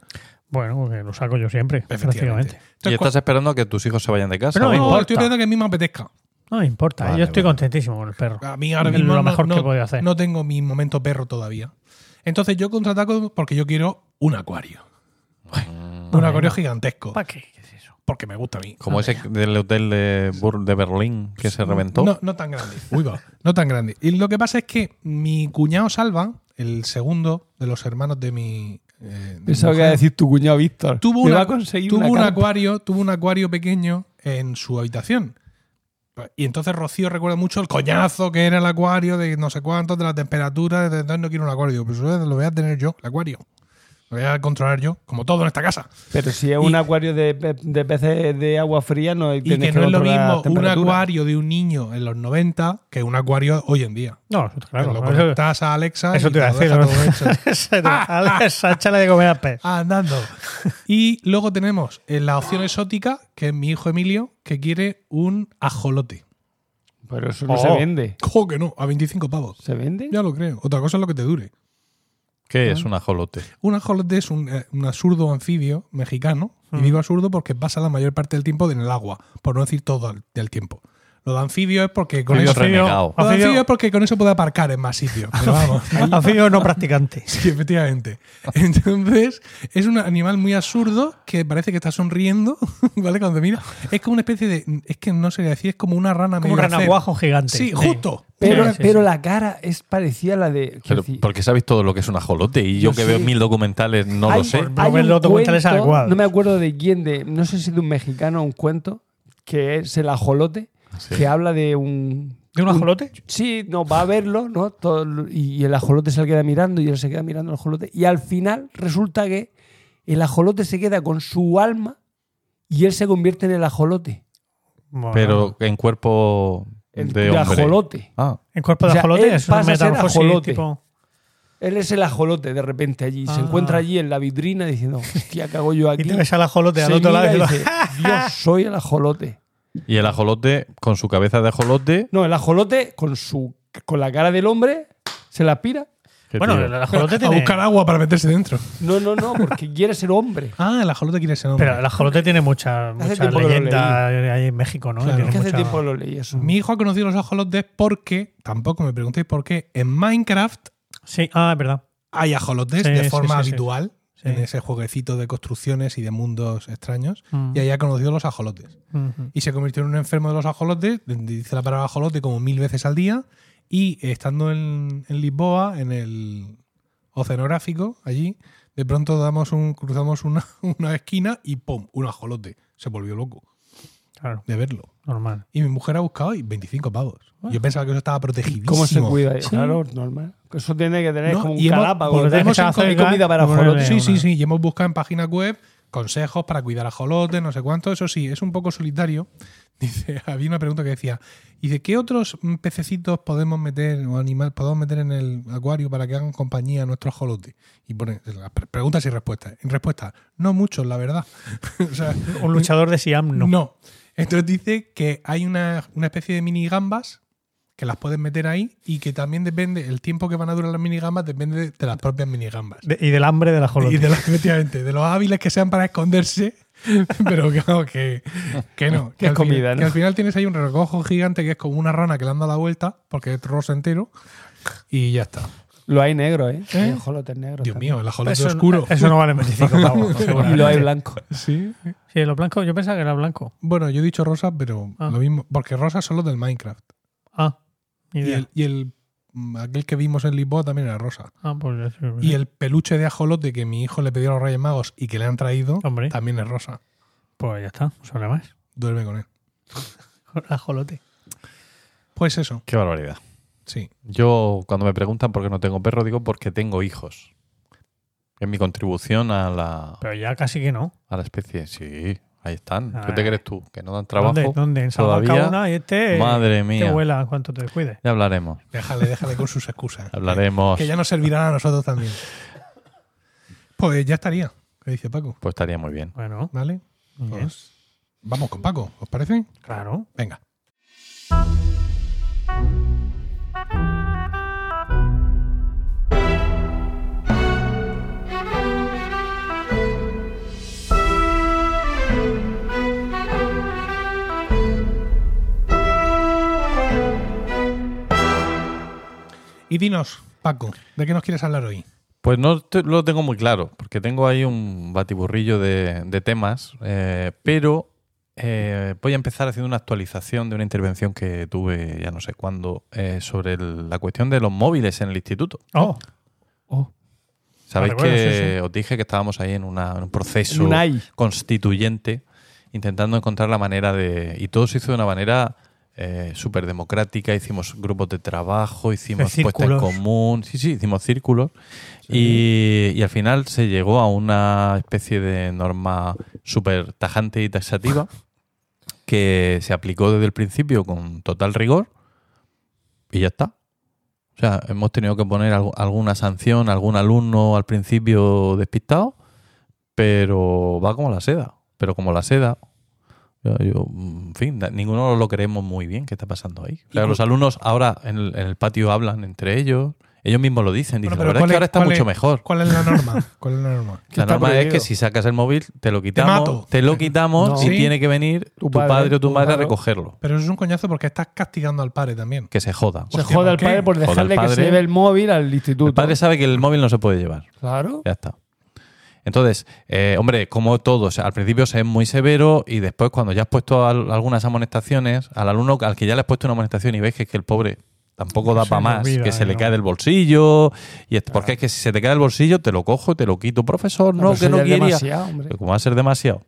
C: Bueno, porque lo saco yo siempre,
A: Efectivamente.
C: prácticamente.
B: Y
A: Entonces,
B: estás
A: cu-
B: esperando a que tus hijos se vayan de casa.
C: Pero
B: ¿no?
C: no,
A: no,
C: importa.
A: estoy viendo que a mí me apetezca.
C: No me importa,
B: Vale,
C: yo estoy
B: vale.
C: contentísimo con el perro.
A: A mí ahora
C: Es
A: mismo no-
C: lo mejor
A: no,
C: que he podido hacer.
A: no tengo mi momento perro todavía. Entonces yo contraataco porque yo quiero un acuario. un
C: Vale,
A: acuario
C: no.
A: gigantesco.
C: ¿Para qué? ¿Qué es eso?
A: Porque me gusta a mí.
B: Como ese del hotel de, Bur- de Berlín que se reventó.
A: No, no tan grande. Uy, va. No tan grande. Y lo que pasa es que mi cuñado Salva, el segundo de los hermanos de mi. eh, de mi
D: Pensaba que iba a
A: mujer,
D: decir tu cuñado Víctor.
A: tuvo
D: Me
A: una-
D: va a conseguir
A: tuvo
D: una
A: un
D: carpa.
A: acuario, tuvo un acuario pequeño en su habitación. Y entonces Rocío recuerda mucho el coñazo que era el acuario de no sé cuánto, de la temperatura, de entonces no quiero un acuario. Digo, Pues eh, lo voy a tener yo, el acuario. Lo voy a controlar yo, como todo en esta casa.
D: Pero si es un
A: Y-
D: acuario de, pe- de peces de agua fría, no
A: Y que
D: tienes
A: no es lo
D: controlar la
A: mismo un
D: temperatura.
A: acuario de un niño en los 90 que un acuario hoy en día.
C: No, eso, claro.
A: lo
C: eso-
A: conectas a Alexa
C: eso
A: y
C: te iba a
A: lo
C: decir.
A: deja
C: ¿no?
A: todo hecho. Ah,
C: *laughs* Ese te- Alex,
D: *laughs*
C: échale de comer al pez.
A: andando. Y luego tenemos eh, la opción exótica, que es mi hijo Emilio, que quiere un ajolote.
D: Pero eso no
C: Oh.
D: se vende.
A: ¿Cómo que no? A 25 pavos.
D: ¿Se vende?
A: Ya lo creo. Otra cosa es lo que te dure.
B: ¿Qué es un ajolote?
A: Un ajolote es un, eh, un absurdo anfibio mexicano. Y digo absurdo porque pasa la mayor parte del tiempo en el agua, por no decir todo el, del tiempo. Lo de anfibio es porque con
B: Anfibio
A: eso.
B: renegado.
A: Lo de anfibio
C: Anfibio,
A: es porque con eso puede aparcar en más sitios. Pero vamos.
C: anfibio no practicante.
D: *laughs*
A: Sí, efectivamente. Entonces, es un animal muy absurdo que parece que está sonriendo, *laughs* ¿vale? Cuando te mira. Es como una especie de. Es que no sé decir, es como una rana
C: Como un
A: medio hacer.
C: ranaguajo gigante.
A: Sí, justo.
D: Pero,
C: Sí, sí,
D: pero
C: sí.
D: la cara es parecida a la de. quiero
B: Pero,
D: decir,
B: porque sabéis todo lo que es un ajolote y yo,
D: Yo
B: que
D: sí.
B: veo mil documentales no
D: hay-
B: lo sé.
C: por- ver
D: un
C: los documentales
D: cuento,
C: adecuados.
D: No me acuerdo de quién, de, no sé si de un mexicano o un cuento, que es el ajolote,
B: Sí.
D: que habla de un.
C: ¿De un ajolote?
D: Sí, no, va a verlo, ¿no? Todo lo- y, y el ajolote se le queda mirando y él se queda mirando al ajolote. Y al final resulta que el ajolote se queda con su alma y él se convierte en el ajolote.
C: Bueno,
B: Pero en cuerpo
D: El
B: de
D: de
B: hombre.
D: ajolote.
B: Ah,
C: En cuerpo
D: O
C: de
D: sea,
C: ajolote
D: él
C: es una
D: pasa a ser
C: metamorfosis
D: ajolote.
C: tipo.
D: Él es el ajolote de repente allí. Se
C: Ah.
D: encuentra allí en la vitrina diciendo, hostia, ¿qué hago yo aquí?
C: Y te ves al ajolote al
D: Se
C: otro lado
D: mira
C: y
D: y
C: dices,
D: dice, yo soy el ajolote.
B: y el ajolote con su cabeza de ajolote.
D: No, el ajolote con su con la cara del hombre se la aspira.
B: que
C: Bueno,
B: tío,
C: el ajolote
A: A
C: tiene.
A: buscar agua para meterse dentro.
D: No, no, no, porque quiere ser hombre.
A: Ah, el ajolote quiere ser hombre.
C: Pero el ajolote tiene mucha,
D: Hace
C: mucha
D: tiempo que lo
C: leyenda ahí en México, ¿no?
A: Claro.
C: Tiene
D: Es que hace
C: mucha-
D: tiempo lo leí eso.
A: Mi hijo ha conocido los ajolotes porque, tampoco me preguntéis por qué, en Minecraft
C: Sí, ah, es verdad.
A: hay ajolotes
C: Sí,
A: de
C: sí,
A: forma
C: sí, sí.
A: habitual
C: Sí.
A: en ese jueguecito de construcciones y de mundos extraños.
C: Mm.
A: Y ahí ha conocido los ajolotes.
C: Ujú.
A: y se convirtió en un enfermo de los ajolotes, dice la palabra ajolote como mil veces al día, y estando en, en Lisboa, en el oceanográfico, allí, de pronto damos un, cruzamos una, *laughs* una esquina y ¡pum! Un ajolote. Se volvió loco
C: Claro,
A: de verlo.
C: normal.
A: Y mi mujer ha buscado y 25 pavos. Yo pensaba que eso estaba protegidísimo.
D: ¿Cómo se cuida?
A: Sí.
D: Claro, normal. Eso tiene que tener
A: No,
D: como
A: y
D: un
A: hemos-
D: calápago.
A: porque
D: ¿verdad?
A: hemos
D: Hay
C: encontrado-
D: comida para
C: Bueno,
D: ajolotes.
A: Sí,
C: una-
A: sí, sí. Y hemos buscado en páginas web consejos para cuidar ajolotes, no sé cuánto. Eso sí, es un poco solitario. *laughs* Dice, había una pregunta que decía, dice, ¿qué otros mm, pececitos podemos meter o animal podemos meter en el acuario para que hagan compañía a nuestro ajolote? Y pone las pre- preguntas y respuestas. En respuesta, no muchos, la verdad. *laughs* o sea,
C: Un luchador de Siam no.
A: no. Entonces dice que hay una, una especie de mini gambas que las puedes meter ahí y que también depende, el tiempo que van a durar las minigambas depende de, de las propias minigambas.
C: De- y del hambre del ajolote.
A: Y de los, efectivamente, de los hábiles que sean para esconderse, *laughs* pero que, no, que, que
C: *laughs*
A: no.
D: Que es
A: al final-
D: comida, ¿no?
A: que al final tienes ahí un recojo gigante que es como una rana que le han dado la vuelta, porque es rosa entero, y ya está.
D: Lo hay negro, ¿eh?
A: ¿Eh?
D: Hay ajolotes negros.
A: Dios
D: también.
A: mío, el ajolote
C: eso,
A: oscuro.
C: eso no vale 25
D: *laughs*
C: pavos. seguramente.
D: Y lo hay blanco.
A: *laughs* Sí.
C: Sí, lo blanco, yo pensaba que era blanco.
A: Bueno, yo he dicho rosa, pero
C: Ah.
A: lo mismo, porque rosa solo del Minecraft.
C: Ah, ni
A: Y
C: idea.
A: el, y el- mm, aquel que vimos en Lisboa también era rosa.
C: ah, pues, sí,
A: Y el peluche de ajolote que mi hijo le pidió a los Reyes Magos y que le han traído
C: Hombre.
A: también es rosa.
C: pues ya está, no sobre más.
A: Duerme con él.
C: Ajolote.
A: Pues eso,
B: Qué barbaridad.
A: sí.
B: Yo, cuando me preguntan por qué no tengo perro, digo porque tengo hijos. Es mi contribución a la,
C: Pero ya casi que no.
B: a la especie. Sí, ahí están. ¿Qué
C: Ah.
B: te crees tú? Que no dan trabajo.
C: ¿Dónde? ¿Dónde? En
B: todavía.
C: Salamanca una y este.
B: Madre
C: Te
B: mía.
C: vuela cuanto te descuides.
B: Ya hablaremos.
A: Déjale, déjale con sus excusas.
C: *laughs*
B: Hablaremos.
A: Que ya nos servirán a nosotros también. Pues ya estaría, que dice Paco.
B: Pues estaría muy bien.
C: Bueno,
A: ¿Vale?
C: Muy bien.
A: Pues vamos con Paco, ¿os parece?
C: claro.
A: Venga. Y dinos, Paco, ¿de qué nos quieres hablar hoy?
B: Pues no te- lo tengo muy claro, porque tengo ahí un batiburrillo de, de temas, eh, pero eh, voy a empezar haciendo una actualización de una intervención que tuve ya no sé cuándo eh, sobre el- la cuestión de los móviles en el instituto.
C: Oh,
B: Sabéis
C: Vale, bueno,
B: que
C: sí, sí.
B: os dije que estábamos ahí en, una- en un proceso
D: En un ay.
B: constituyente intentando encontrar la manera de... Y todo se hizo de una manera eh, súper democrática, hicimos grupos de trabajo, hicimos
C: Eh,
B: puestas en
C: círculos.
B: común, sí, sí, hicimos círculos. Y, y al final se llegó a una especie de norma súper tajante y taxativa que se aplicó desde el principio con total rigor y ya está. O sea, hemos tenido que poner algu- alguna sanción, algún alumno al principio despistado, pero va como la seda. Pero como la seda, yo- yo, mm, en fin, da- ninguno lo creemos muy bien qué está pasando ahí. O sea, los alumnos ahora en el, en el patio hablan entre ellos, ellos mismos lo dicen, dicen,
A: Bueno, pero
B: la verdad es que
A: ¿cuál
B: ahora está
A: cuál
B: mucho mejor.
A: ¿Cuál es la
B: *laughs*
A: norma? ¿Cuál es la norma?
D: ¿Qué
B: La
D: está
B: norma es que
D: prohibido?
B: si sacas el móvil, te lo quitamos,
A: mato.
B: te lo quitamos
D: No.
B: y
A: Sí.
B: tiene que venir tu, padre, o tu madre a recogerlo.
A: Pero eso es un coñazo porque estás castigando al padre también.
B: Que se joda.
D: Se
A: Hostia,
D: jode
A: ¿por
D: al
A: qué?
D: padre por
B: Joder, el
D: dejarle que se
B: padre.
D: lleve el móvil al instituto.
B: El padre sabe que el móvil no se puede llevar.
D: Claro.
B: Ya está. Entonces, eh, hombre, como todo, o sea, al principio se es muy severo y después cuando ya has puesto al- algunas amonestaciones, al alumno al que ya le has puesto una amonestación y ves que, es que el pobre tampoco da
C: Se
B: para
C: le
B: más,
C: olvida,
B: que se le
C: ¿no?
B: cae del bolsillo, y es- porque es que si se te cae del bolsillo te lo cojo, te lo quito, profesor, no,
D: Pero eso
B: que no
D: ya es
B: quería.
D: demasiado, ¿eh? hombre.
B: Pero como va a ser demasiado.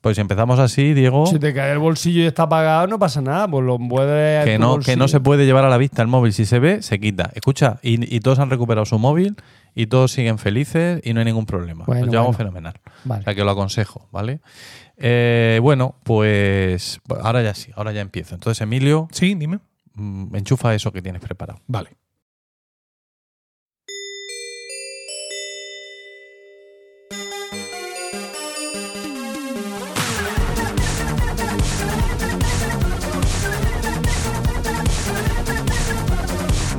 B: Pues si empezamos así, Diego,
D: Si te cae el bolsillo y está apagado, no pasa nada. Pues lo puedes.
B: que no, que no se puede llevar a la vista el móvil, si se ve, se quita. Escucha, y, y todos han recuperado su móvil y todos siguen felices y no hay ningún problema.
D: Bueno,
B: Nos llevamos
D: bueno.
B: fenomenal. O sea
D: Vale.
B: que lo aconsejo, ¿vale? Eh, bueno, pues ahora ya sí, ahora ya empiezo. Entonces, Emilio,
A: Sí, dime.
B: mm, enchufa eso que tienes preparado.
A: Vale.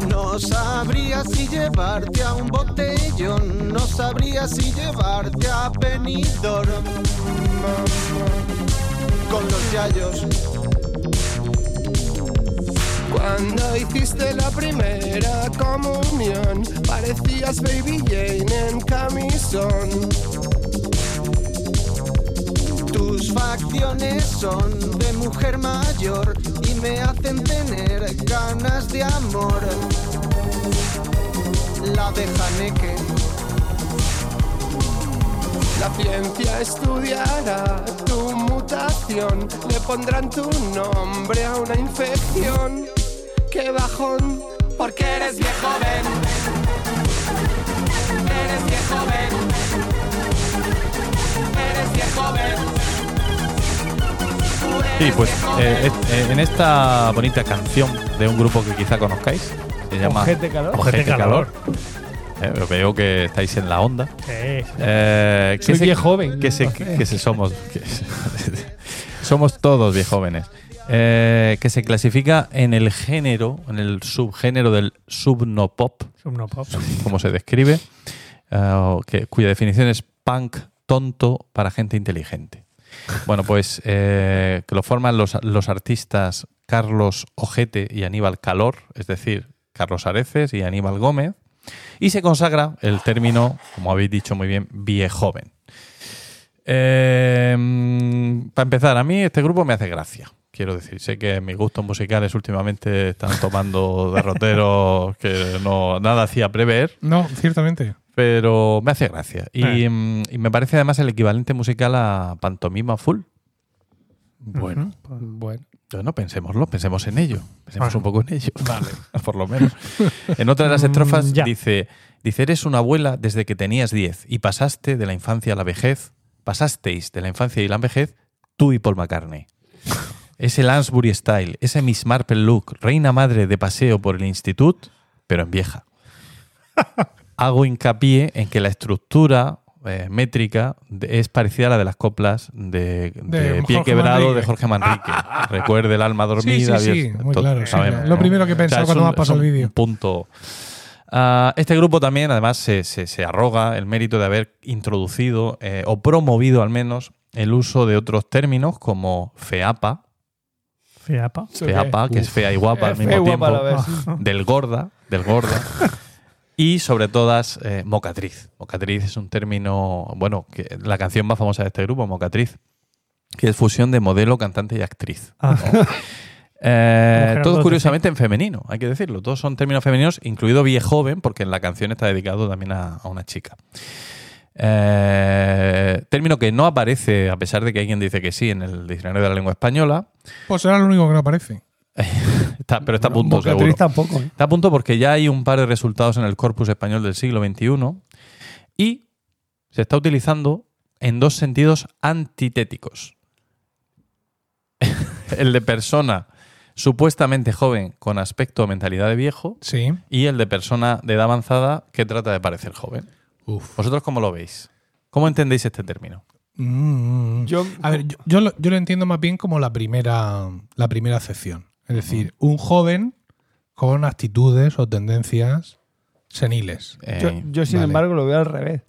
F: No sabría si llevarte a un botellón, no sabría si llevarte a Benidorm. Con los yayos. Cuando hiciste la primera comunión, parecías Baby Jane en camisón. Tus facciones son de mujer mayor y me hacen tener ganas de amor. La de Haneke. La ciencia estudiará tu mutación, le pondrán tu nombre a una infección. ¡Qué bajón! Porque eres viejo, ven. Eres viejo, ven. Eres viejo, ven.
B: Y pues eh, es- eh, en esta bonita canción de un grupo que quizá conozcáis, se llama
D: Ojete Calor.
B: Ojete
C: Ojete
B: Calor. Eh, veo que estáis en la onda.
C: sí, sí.
B: Eh, que
D: Soy
B: se-
D: viejo joven.
B: Que se, que se somos. que se- *laughs* somos todos viejo jóvenes. Eh, que se clasifica en el género, en el subgénero del subnopop,
C: Subnopop.
B: como se describe, eh, o que, cuya definición es punk tonto para gente inteligente. Bueno, pues eh, que lo forman los, los artistas Carlos Ojete y Aníbal Calor, es decir, Carlos Areces y Aníbal Gómez, y se consagra el término, como habéis dicho muy bien, viejoven. Eh, mm, para empezar, a mí este grupo me hace gracia. Quiero decir, sé que mis gustos musicales últimamente están tomando derroteros que no, nada hacía prever,
A: No, ciertamente.
B: pero me hace gracia. Y,
C: Eh.
B: mm, y me parece además el equivalente musical a Pantomima Full. Bueno,
D: Bueno.
B: entonces, no pensémoslo, pensemos en ello. Pensemos
C: Ah.
B: un poco en ello. Vale. *laughs* Por lo menos. En otra de las estrofas
C: Mm, ya.
B: dice, dice, eres una abuela desde que tenías 10 y pasaste de la infancia a la vejez, pasasteis de la infancia y la vejez, tú y Paul McCartney. Ese Lansbury Style, ese Miss Marple look, reina madre de paseo por el instituto, pero
A: *laughs*
B: en vieja. Hago hincapié en que la estructura eh, métrica de- es parecida a la de las coplas de, de
A: De
B: Pie
A: Jorge
B: Quebrado de
A: Manrique.
B: Jorge Manrique.
A: *laughs*
B: Recuerde el alma
A: Sí,
B: dormida.
A: sí, sí.
B: bien,
A: Muy
B: todo-
A: claro. sí,
B: sabemos,
A: claro. Lo
B: ¿no?
A: primero que he
B: O sea,
A: pensado
B: es
A: cuando me
B: un-
A: ha pasado
B: es
A: el
B: un
A: vídeo.
B: Punto. Ah, este grupo también, además, se, se- se arroga el mérito de haber introducido eh, o promovido al menos el uso de otros términos como feapa,
C: Fiapa.
B: feapa que es fea y guapa al
D: Uf.
B: mismo
D: Fea y
B: tiempo,
D: guapa a la vez,
B: *laughs* del gorda, del gordo. Y sobre todas, eh, mocatriz. Mocatriz es un término, bueno, que la canción más famosa de este grupo, mocatriz, que es fusión de modelo, cantante y actriz.
C: Ah.
B: ¿no? Eh,
C: Mujer
B: todos
C: adolescente.
B: curiosamente en femenino, hay que decirlo. Todos son términos femeninos, incluido viejoven, porque en la canción está dedicado también a, a una chica. Eh, término que no aparece, a pesar de que alguien dice que sí, en el diccionario de la lengua española,
A: Pues será lo único que no aparece.
B: Está- pero está a punto,
D: Mocatriz
B: seguro.
D: tampoco. ¿eh?
B: Está a punto porque ya hay un par de resultados en el corpus español del siglo XXI y se está utilizando en dos sentidos antitéticos. *laughs* el de persona supuestamente joven con aspecto o mentalidad de viejo
A: Sí.
B: y el de persona de edad avanzada que trata de parecer joven.
A: Uf.
B: ¿Vosotros cómo lo veis? ¿Cómo entendéis este término?
A: Mm, mm.
D: Yo,
A: A ver, yo, yo lo, yo lo entiendo más bien como la primera, la primera acepción. Es decir, un joven con actitudes o tendencias seniles.
B: Eh,
D: yo, yo, sin
A: vale.
D: embargo, lo veo al revés.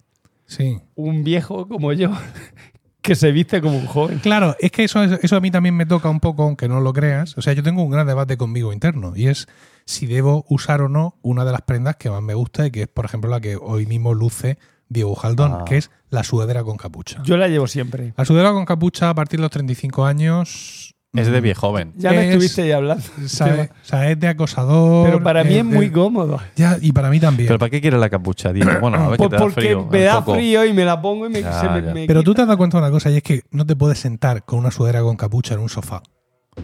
A: Sí.
D: Un viejo como yo *laughs* que se viste como un joven.
A: Claro, es que eso, es- eso a mí también me toca un poco, aunque no lo creas. O sea, yo tengo un gran debate conmigo interno y es si debo usar o no una de las prendas que más me gusta y que es, por ejemplo, la que hoy mismo luce Diego Jaldón,
B: Ah.
A: que es la sudadera con capucha.
D: Yo la llevo siempre.
A: La sudadera con capucha a partir de los 35 años
B: es de viejoven.
D: Ya me
A: Es-
D: estuviste ahí hablando.
A: ¿sabes? O sea, es de acosador.
D: *laughs* Pero para mí es
A: de-
D: muy cómodo.
A: Ya, y para mí también.
B: ¿Pero
A: Pero,
B: para qué quiere la capucha? Dime, bueno, a ver que
D: Pues
B: te da
D: porque
B: frío.
D: me
B: un
D: da
B: poco.
D: frío y me la pongo y me,
B: Ya,
D: se me-
B: ya.
D: me
A: tú te
D: quita.
A: has dado cuenta de una cosa y es que no te puedes sentar con una sudadera con capucha en un sofá.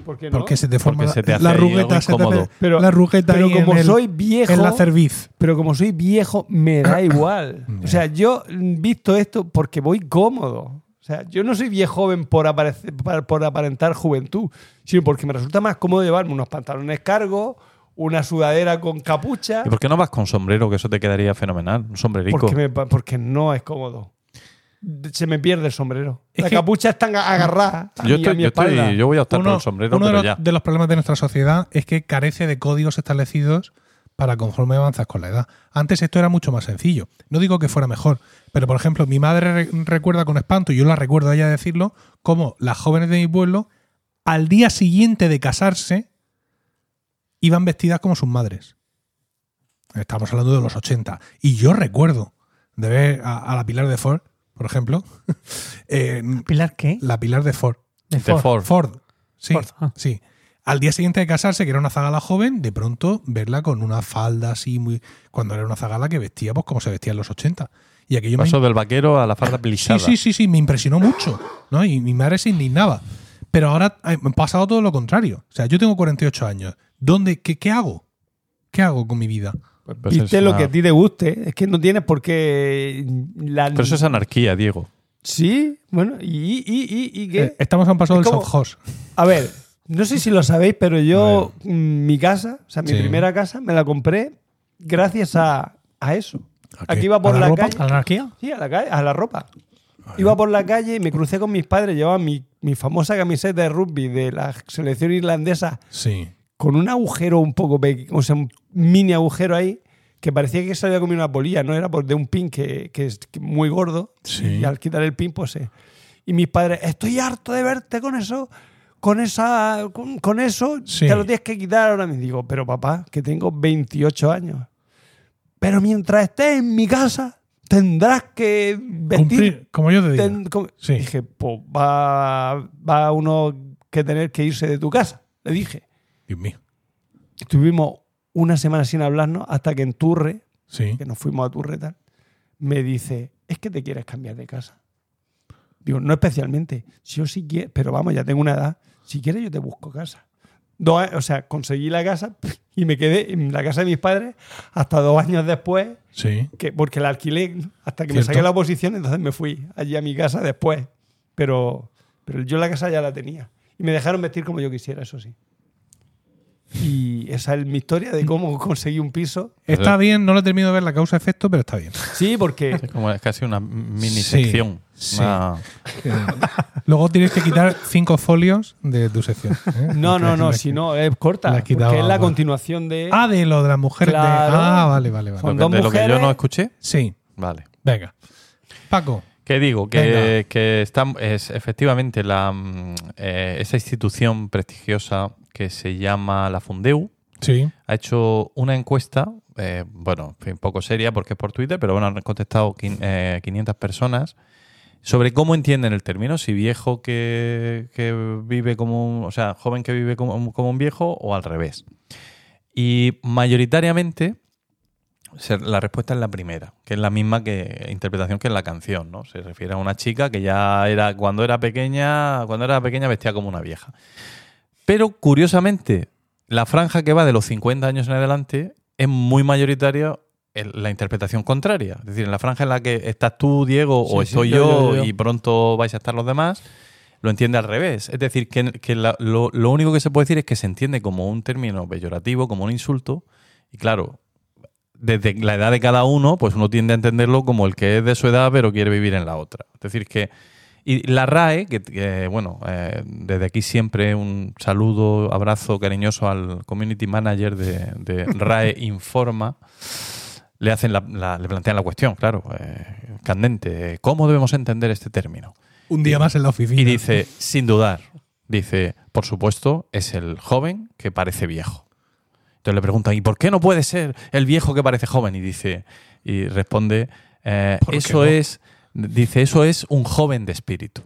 D: ¿Por qué no?
A: Porque se te forma
B: Porque se te
A: la-
B: hace
A: la
B: ahí
A: rugeta.
B: algo
A: Se te
B: incómodo.
A: hace,
D: Pero-
A: la rugeta
D: pero
A: ahí
D: como
A: en el-
D: soy viejo,
A: en la cerviz.
D: pero como soy viejo, me
B: *coughs*
D: da igual. O sea, yo mm, visto esto porque voy cómodo. O sea, yo no soy viejo joven por, aparecer- par- por aparentar juventud, sino porque me resulta más cómodo llevarme unos pantalones cargos, una sudadera con capucha,
B: ¿Y por qué no vas con sombrero? Que eso te quedaría fenomenal. Un sombrerico.
D: porque, me- porque no es cómodo. Se me pierde el sombrero.
A: Es
D: La
A: que-
D: capucha está agarrada a
B: yo,
D: mi- a
B: estoy,
D: mi
B: yo, estoy-
D: espalda.
B: yo voy a optar por
A: Uno,
B: el sombrero,
A: uno de,
B: pero
A: los,
B: ya.
A: de los problemas de nuestra sociedad es que carece de códigos establecidos para conforme avanzas con la edad. Antes esto era mucho más sencillo. No digo que fuera mejor, pero por ejemplo, mi madre re- recuerda con espanto, y yo la recuerdo a ella decirlo, como las jóvenes de mi pueblo, al día siguiente de casarse, iban vestidas como sus madres. Estamos hablando de los 80. Y yo recuerdo de ver a, a la Pilar de Ford, por ejemplo, *laughs* eh,
C: *laughs* ¿Pilar qué?
A: la Pilar de Ford.
C: De
B: De
C: Ford.
B: Ford.
A: Ford. Sí,
C: Ford, ah.
A: sí. Al día siguiente de casarse, que era una zagala joven, de pronto verla con una falda así muy. Cuando era una zagala que vestía pues como se vestía en los 80. Y aquello me.
B: Paso del vaquero a la farda
A: Sí,
B: plisada.
A: sí, sí, sí, me impresionó mucho. ¿no? Y mi madre se indignaba. Pero ahora ha ha pasado todo lo contrario. O sea, yo tengo 48 años. ¿Dónde, qué, ¿Qué hago? ¿Qué hago con mi vida?
B: Pues
D: Viste
B: es
D: lo
B: una-
D: que a ti te guste. Es que no tienes por qué. La...
B: Pero eso es anarquía, Diego.
D: Sí, bueno, ¿y, y, y, y qué?
A: Eh, Estamos a un paso
D: Es
A: del
D: como-
A: soft
D: A ver, no sé si lo sabéis, pero yo mm, mi casa, o sea, mi
A: Sí.
D: primera casa, me la compré gracias a, a eso. Aquí iba por
A: ¿A la
D: la,
A: ropa?
D: calle.
C: ¿A la anarquía?
D: Sí, a la, calle, a la ropa. Iba por la calle y me crucé con mis padres, llevaba mi, mi famosa camiseta de rugby de la selección irlandesa
A: Sí.
D: con un agujero un poco pequeño, o sea, un mini agujero ahí, que parecía que se había comido una bolilla, ¿no? Era por- de un pin que, que es muy gordo.
A: Sí.
D: Y al quitar el pin, pues se. Y mis padres, estoy harto de verte con eso, con esa con, con eso,
A: Sí.
D: te lo tienes que quitar ahora. Me digo, pero papá, que tengo 28 años. Pero mientras estés en mi casa, tendrás que vestir.
A: Cumplir, como yo te digo.
D: Ten- com-
A: Sí.
D: Dije, pues va, va uno que tener que irse de tu casa. Le dije.
A: Dios mío.
D: Estuvimos una semana sin hablarnos hasta que en Turre,
A: Sí.
D: que nos fuimos a Turre tal, me dice, es que te quieres cambiar de casa. Digo, no especialmente. Si yo sí quiero, pero vamos, ya tengo una edad. Si quieres, yo te busco casa. Dos a- o sea, conseguí la casa *laughs* y me quedé en la casa de mis padres hasta dos años después,
A: Sí.
D: que, porque la alquilé ¿no? hasta que me
A: Cierto.
D: saqué la oposición, entonces me fui allí a mi casa después. Pero, pero yo la casa ya la tenía. Y me dejaron vestir como yo quisiera, eso sí. Y esa es mi historia de cómo *laughs* conseguí un piso.
C: Pues eh.
A: Está bien, no lo he terminado de ver la causa-efecto, pero está bien.
D: Sí, *laughs* porque
B: Es como es casi una mini
A: Sí,
B: sección.
A: sí.
B: Una-
A: Eh, Luego tienes que quitar cinco folios de tu sección. ¿eh?
D: No, no, no,
A: La-
D: si no, es corta.
A: la
D: porque
A: quitaba,
D: es la
A: vale.
D: continuación de.
A: Ah, de lo de las mujeres. de-
D: Claro.
A: Ah, vale, vale, vale.
D: Son
B: lo
D: dos
B: que- de lo que yo
D: mujeres.
B: no escuché.
A: Sí,
B: Vale.
A: venga. Paco,
B: ¿Qué digo? Que,
A: Venga.
B: que está- es efectivamente la, mm, eh, esa institución prestigiosa que se llama la Fundeu,
A: Sí.
B: ha hecho una encuesta, eh, bueno, en fin, poco seria porque es por Twitter, pero bueno, han contestado quin- eh, 500 personas sobre cómo entienden el término, si viejo que, que vive como un, o sea, joven que vive como, un- como un viejo o al revés. Y mayoritariamente se- la respuesta es la primera, que es la misma que interpretación que en la canción, ¿no? Se refiere a una chica que ya era cuando era pequeña, cuando era pequeña vestía como una vieja. Pero curiosamente, la franja que va de los 50 años en adelante es muy mayoritaria en la interpretación contraria. Es decir, en la franja en la que estás tú, Diego, o
D: Sí, sí,
B: estoy
D: yo,
B: yo,
D: yo, yo.
B: y pronto vais a estar los demás, lo entiende al revés. Es decir, que, que la- lo, lo único que se puede decir es que se entiende como un término peyorativo, como un insulto. Y claro, desde la edad de cada uno, pues uno tiende a entenderlo como el que es de su edad pero quiere vivir en la otra. Es decir, que... Y la RAE, que, que, bueno, eh, desde aquí siempre un saludo, abrazo cariñoso al community manager de, de RAE Informa, le, hacen la- la- le plantean la cuestión, claro, eh, candente, eh, ¿cómo debemos entender este término?
A: Un día más en la oficina.
B: Y dice, sin dudar, dice, por supuesto, es el joven que parece viejo. Entonces le preguntan, ¿y por qué no puede ser el viejo que parece joven? Y dice, y responde, eh,
A: ¿Por qué
B: eso
A: no?
B: es, dice, eso es un joven de espíritu.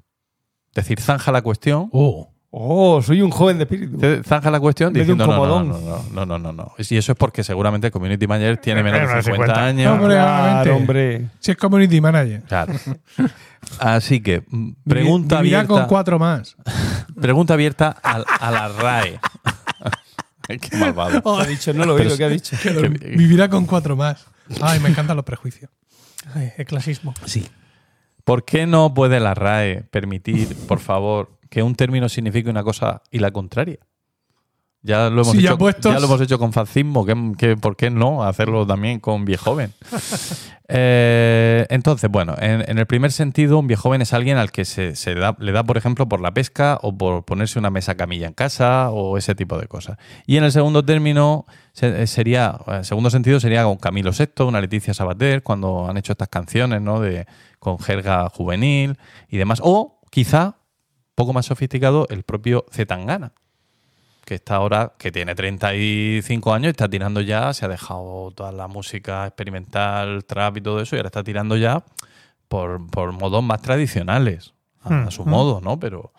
B: Es decir, zanja la cuestión.
A: Oh.
D: Oh, soy un joven de espíritu.
B: Te zanja la cuestión
D: En vez de un
B: diciendo no, no,
D: comodón".
B: no, no, no, no, no, no. Y eso es porque seguramente el community manager tiene menos de 50, años.
A: Hombre, obviamente.
D: Claro, hombre.
A: Si es community manager.
B: Claro. Así que, mm, pregunta
A: Vivirá
B: abierta.
A: con cuatro
B: *laughs*
A: más.
B: Pregunta abierta a, a la *laughs* RAE. Qué malvado.
D: ¿Qué ha dicho? *laughs* No lo he oído,
B: Pero-
D: ¿qué ha dicho?
A: Vivirá con cuatro más. Ay, me encantan los prejuicios.
C: Ay, el clasismo.
B: ¿Por qué no puede la RAE permitir, por favor, que un término signifique una cosa y la contraria? Ya lo hemos,
A: Sí, ya
B: hecho,
A: puestos.
B: ya lo hemos hecho con fascismo. ¿qué- qué- por qué no hacerlo también con viejoven? Eh, entonces, bueno, en, en el primer sentido, un viejoven es alguien al que se, se da- le da, por ejemplo, por la pesca o por ponerse una mesa camilla en casa o ese tipo de cosas. Y en el segundo término, se- eh, sería, en segundo sentido, sería con Camilo VI, una Leticia Sabater, cuando han hecho estas canciones, ¿no? De, con jerga juvenil y demás. O quizá, poco más sofisticado, el propio Zetangana que está ahora, que tiene 35 años, está tirando ya, se ha dejado toda la música experimental, trap y todo eso, y ahora está tirando ya por, por modos más tradicionales, a,
A: Hmm.
B: a su modo, ¿no? Pero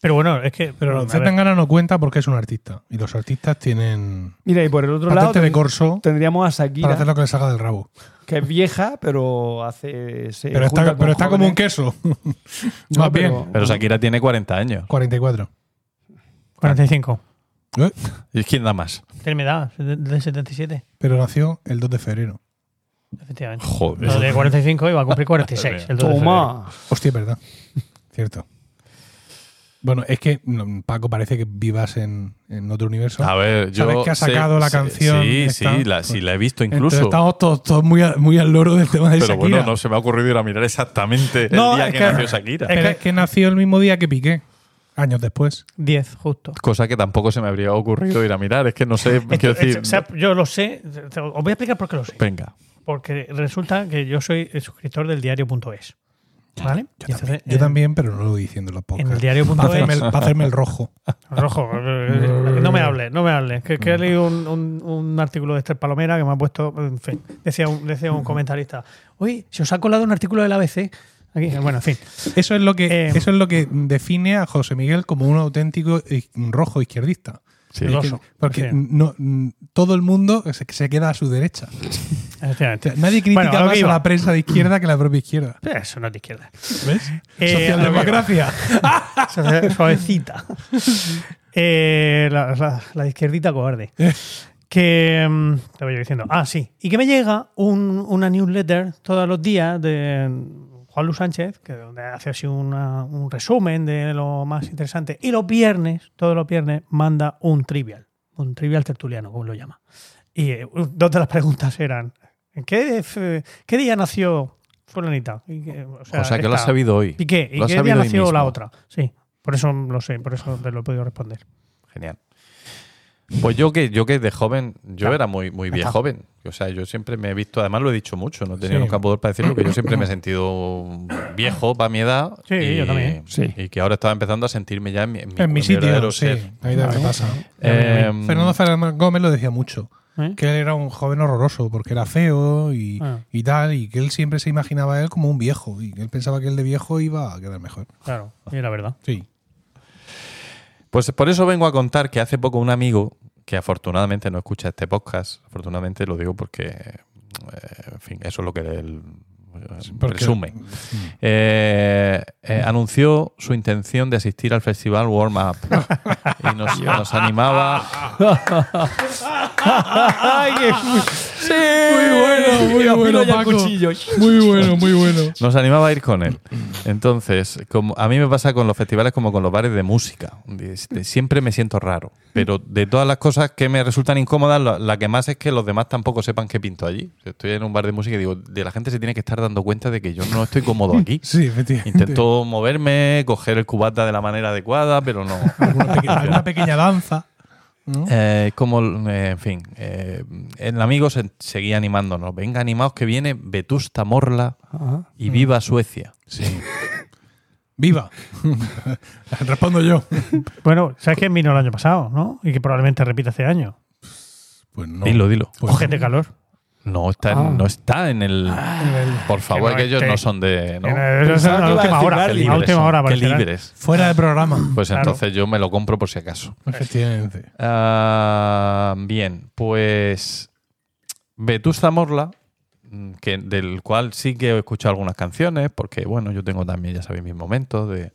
C: Pero bueno, es que.
A: Pero
C: a ver,
A: Zetangana no cuenta porque es un artista. Y los artistas tienen
D: Mira, y por el otro lado
A: patente de
D: ten-
A: corso
D: tendríamos a
A: para hacer
D: Shakira,
A: lo que le salga del rabo.
D: que es vieja, pero hace... se
A: Pero
D: junta
A: está,
D: con
A: pero está como un
D: jóvenes.
A: queso. *laughs*
D: No,
A: Más
D: pero-
A: bien.
B: pero Shakira tiene 40 años.
A: 44.
C: 45.
A: ¿Eh?
B: ¿Y quién da más?
C: Tiene mi edad, sete- del 77.
A: Pero nació el 2 de febrero.
C: Efectivamente.
B: Joder.
C: Lo de 45 iba a cumplir 46. el dos de febrero.
D: Toma.
A: Hostia, es verdad. *laughs* Cierto. Bueno, es que no, Paco parece que vivas en, en otro universo.
B: A ver, yo.
A: Sabes que ha
B: sé-
A: sacado la
B: sé-
A: canción
B: Sí,
A: esta.
B: sí, la, sí, la he visto
A: Entonces
B: incluso.
A: estamos todos, todos muy, a- muy al loro del tema de
B: Pero
A: Shakira.
B: bueno, no se me ha ocurrido ir a mirar exactamente el
A: No,
B: día
A: es
B: que,
A: que-
B: nació Shakira.
A: Pero es que nació el mismo día que Piqué, años después.
C: 10, justo.
B: Cosa que tampoco se me habría ocurrido ir a mirar. Es que no sé,
C: Esto-
B: quiero decir.
C: esto- o sea, yo lo sé. te- Os voy a explicar por qué lo sé.
B: Venga.
C: Porque resulta que yo soy el suscriptor del diario.es. ¿Vale?
A: Yo,
C: Y
A: también,
C: entonces, eh,
A: yo también, pero no lo voy diciendo en los
C: En, en el
A: podcasts. Para hacerme, el,
C: diario.es.
A: pa' hacerme el
C: *laughs*
A: rojo.
C: Rojo.
A: *laughs*
C: eh, No me hables, no me hables. Que, que
A: Mm.
C: he leído un, un- un artículo de Esther Palomera que me ha puesto. En fin, decía un, decía
A: Mm.
C: un comentarista. Oye, se os ha colado un artículo del ABC. Aquí, bueno, en fin.
A: Eso es lo que
C: Eh,
A: eso es lo que define a José Miguel como un auténtico i- rojo izquierdista.
B: Sí.
A: Es que-
C: Rojo,
A: porque
C: sí.
A: no, mm, todo el mundo se, se queda a su derecha. O
C: Efectivamente.
A: sea, nadie critica
C: Bueno, a lo
A: más
C: que
A: a
C: iba.
A: la prensa de izquierda que la propia izquierda.
C: Eh, Eso no es de izquierda.
A: ¿Ves?
C: Eh,
A: Socialdemocracia.
C: Suave- Suavecita. Eh, la, la- la izquierdita cobarde. Que. mm, Te voy yo diciendo. Ah, sí. Y que me llega un- una newsletter todos los días de Juan Luis Sánchez, que donde hace así una- un resumen de lo más interesante. Y los viernes, todos los viernes, manda un trivial. Un trivial tertuliano, como lo llama. Y eh, dos de las preguntas eran: ¿en ¿Qué, f- qué día nació Fulanita? Y que,
B: O sea, que lo has
C: esta-
B: sabido hoy.
C: ¿Y qué? ¿Y
B: Lo has
C: qué día
B: sabido hoy
C: nació la
B: mismo.
C: otra? Sí, por eso lo sé, por eso te lo he podido responder.
B: Genial. Pues yo que, yo que de joven, yo era muy, muy bien
D: está.
B: joven. O sea, yo siempre me he visto, además lo he dicho mucho, no he tenido
A: Sí.
B: nunca poder para decirlo, que yo siempre me he sentido viejo para mi edad.
C: Sí,
B: y,
C: yo también.
D: Sí.
B: Y que ahora estaba empezando a sentirme ya en mi, en mi-
A: En mi
B: verdadero
A: sitio, sí. Mm.
B: ser.
A: A mí también me pasa.
B: Eh,
A: Fernando Fernández Gómez lo decía mucho.
C: ¿Eh?
A: Que él era un joven horroroso porque era feo y,
C: Ah.
A: y tal, y que él siempre se imaginaba a él como un viejo y que él pensaba que el de viejo iba a quedar mejor.
C: Claro, y la verdad.
A: Sí.
B: Pues por eso vengo a contar que hace poco un amigo, que afortunadamente no escucha este podcast, afortunadamente lo digo porque, eh, en fin, eso es lo que él eh,
A: porque-
B: presume. Eh, eh, anunció su intención de asistir al festival Warm Up y nos, nos animaba
D: ¡Ay, qué- ¡Sí!
A: Muy
D: *laughs*
A: bueno, muy
D: Y afilo
A: bueno,
D: ya el
A: Paco.
D: cuchillo.
A: Muy bueno, muy bueno.
B: Nos animaba a ir con él. Entonces, como a mí me pasa con los festivales como con los bares de música. De- de- siempre me siento raro. Pero de todas las cosas que me resultan incómodas, la, la que más es que los demás tampoco sepan qué pinto allí. Estoy en un bar de música y digo, de la gente se tiene que estar dando cuenta de que yo no estoy cómodo aquí.
A: *laughs* Sí, efectivamente. *laughs*
B: Intento moverme, coger el cubata de la manera adecuada,
A: *laughs*
B: pero no.
A: Alguna, peque- alguna pequeña danza. ¿no?
B: Eh, como, eh, en fin, eh, el amigo se- seguía animándonos. Venga, animaos que viene Vetusta Morla
D: Ajá.
B: y viva Suecia.
A: ¡Viva! *laughs* Respondo yo.
C: Bueno, sabes que vino el año pasado, ¿no? Y que probablemente repita este año.
A: Pues no.
B: Dilo, dilo.
A: Pues
C: Ojete calor.
B: No está, en-
D: Ah.
B: no está en el. Por favor,
C: Ah, no
B: que ellos
C: esté.
B: no son de. ¿no?
C: Que no- Esa
D: Pensaba
C: es
D: que
C: la
D: iba a
C: última hora.
D: decir
B: Qué
D: Barbie.
B: libres
C: La última
B: son,
C: hora
B: qué
C: aparecerá.
B: libres.
A: Fuera de programa.
B: Pues
C: Claro.
B: entonces yo me lo compro por si acaso.
A: Efectivamente.
B: Ah, bien, pues. Vetusta Morla, mm, que, del cual sí que he escuchado algunas canciones, porque bueno, yo tengo también, ya sabéis, mis momentos de.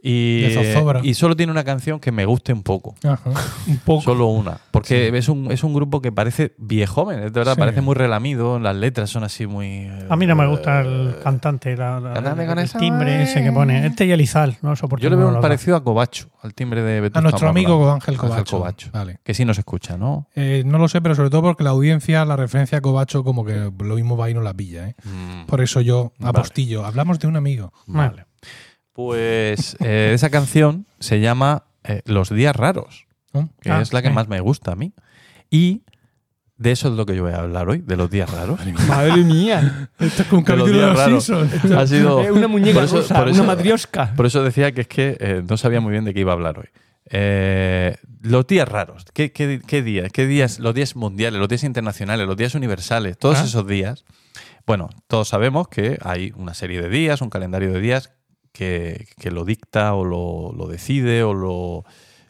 B: Y,
A: De zozobra.
B: y solo tiene una canción que me guste un poco.
A: Ajá.
D: Un poco.
B: Solo una. Porque es, un, es un grupo que parece viejoven, es de verdad,
A: Sí.
B: parece muy relamido, las letras son así muy. eh,
C: A mí no me gusta el cantante, la- la-
B: Cantante con
C: el
B: esa-
C: timbre ese que pone. Este y Elizal, no lo soporto.
B: Yo le veo
C: ninguno
B: un
C: de los dos.
B: parecido a Cobacho, al timbre de Vetusta
A: A nuestro
B: Morla.
A: amigo Ángel Cobacho.
B: Ángel Cobacho.
A: Vale.
B: Que sí nos escucha, ¿no?
A: Eh, no lo sé, pero sobre todo porque la audiencia, la referencia a Cobacho, como que lo mismo va y no la pilla. ¿eh?
B: Mm,
A: Por eso yo
B: Vale.
A: apostillo. Hablamos de un amigo.
B: vale. Pues eh, esa canción se llama eh, Los días raros,
A: ¿no?
B: que
C: Ah,
B: es la que
C: sí.
B: más me gusta a mí. Y de eso es lo que yo voy a hablar hoy, de los días *laughs* raros.
D: Madre mía.
A: Esto es un
B: De los
A: capítulo de
B: días
A: los
B: raros.
A: Simpsons.
B: *laughs* Ha sido
D: Eh, una muñeca
B: por eso-
D: rusa,
B: por eso-
D: una matriosca.
B: Por eso decía que es que eh, no sabía muy bien de qué iba a hablar hoy. Eh, los días raros. ¿Qué, qué, qué días? ¿Qué días? Los días mundiales, los días internacionales, los días universales, todos
D: Ah.
B: esos días. Bueno, todos sabemos que hay una serie de días, un calendario de días que, que lo dicta o lo, lo decide o lo,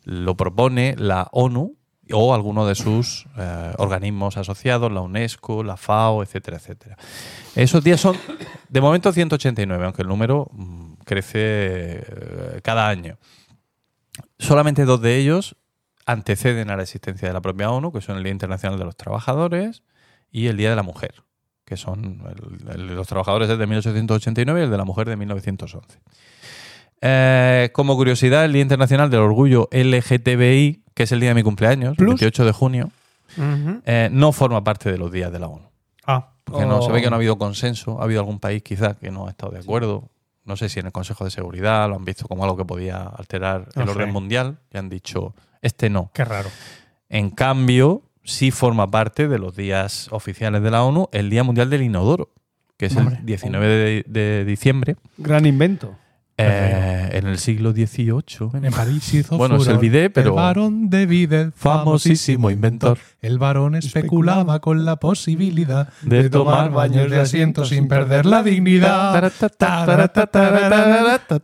B: lo propone la ONU o alguno de sus eh, organismos asociados, la UNESCO, la FAO, etcétera, etcétera. Esos días son, de momento, 189, aunque el número mm, crece eh, cada año. Solamente dos de ellos anteceden a la existencia de la propia ONU, que son el Día Internacional de los Trabajadores y el Día de la Mujer, que son el- el de los trabajadores es de 1889 y el de la mujer de 1911. Eh, como curiosidad, el Día Internacional del Orgullo LGTBI, que es el día de mi cumpleaños, el
D: Plus.
B: 28 de junio,
C: Ujú.
B: eh, no forma parte de los días de la ONU.
C: Ah,
B: Porque no, se ve
D: Oh.
B: que no ha habido consenso, ha habido algún país quizás que no ha estado de acuerdo. No sé si en el Consejo de Seguridad lo han visto como algo que podía alterar
C: No
B: el
C: sé.
B: orden mundial y han dicho, este no.
C: qué raro.
B: En cambio, sí forma parte de los días oficiales de la ONU el Día Mundial del Inodoro, que es
C: Hombre.
B: el 19 de, de diciembre,
D: Gran invento.
B: eh, en el siglo XVIII.
A: En París hizo
B: Bueno,
A: furor
B: se olvidé, pero-
A: El varón de Videl, famosísimo inventor. El varón especulaba con la posibilidad de, tomar baños de asiento sin perder la dignidad. No-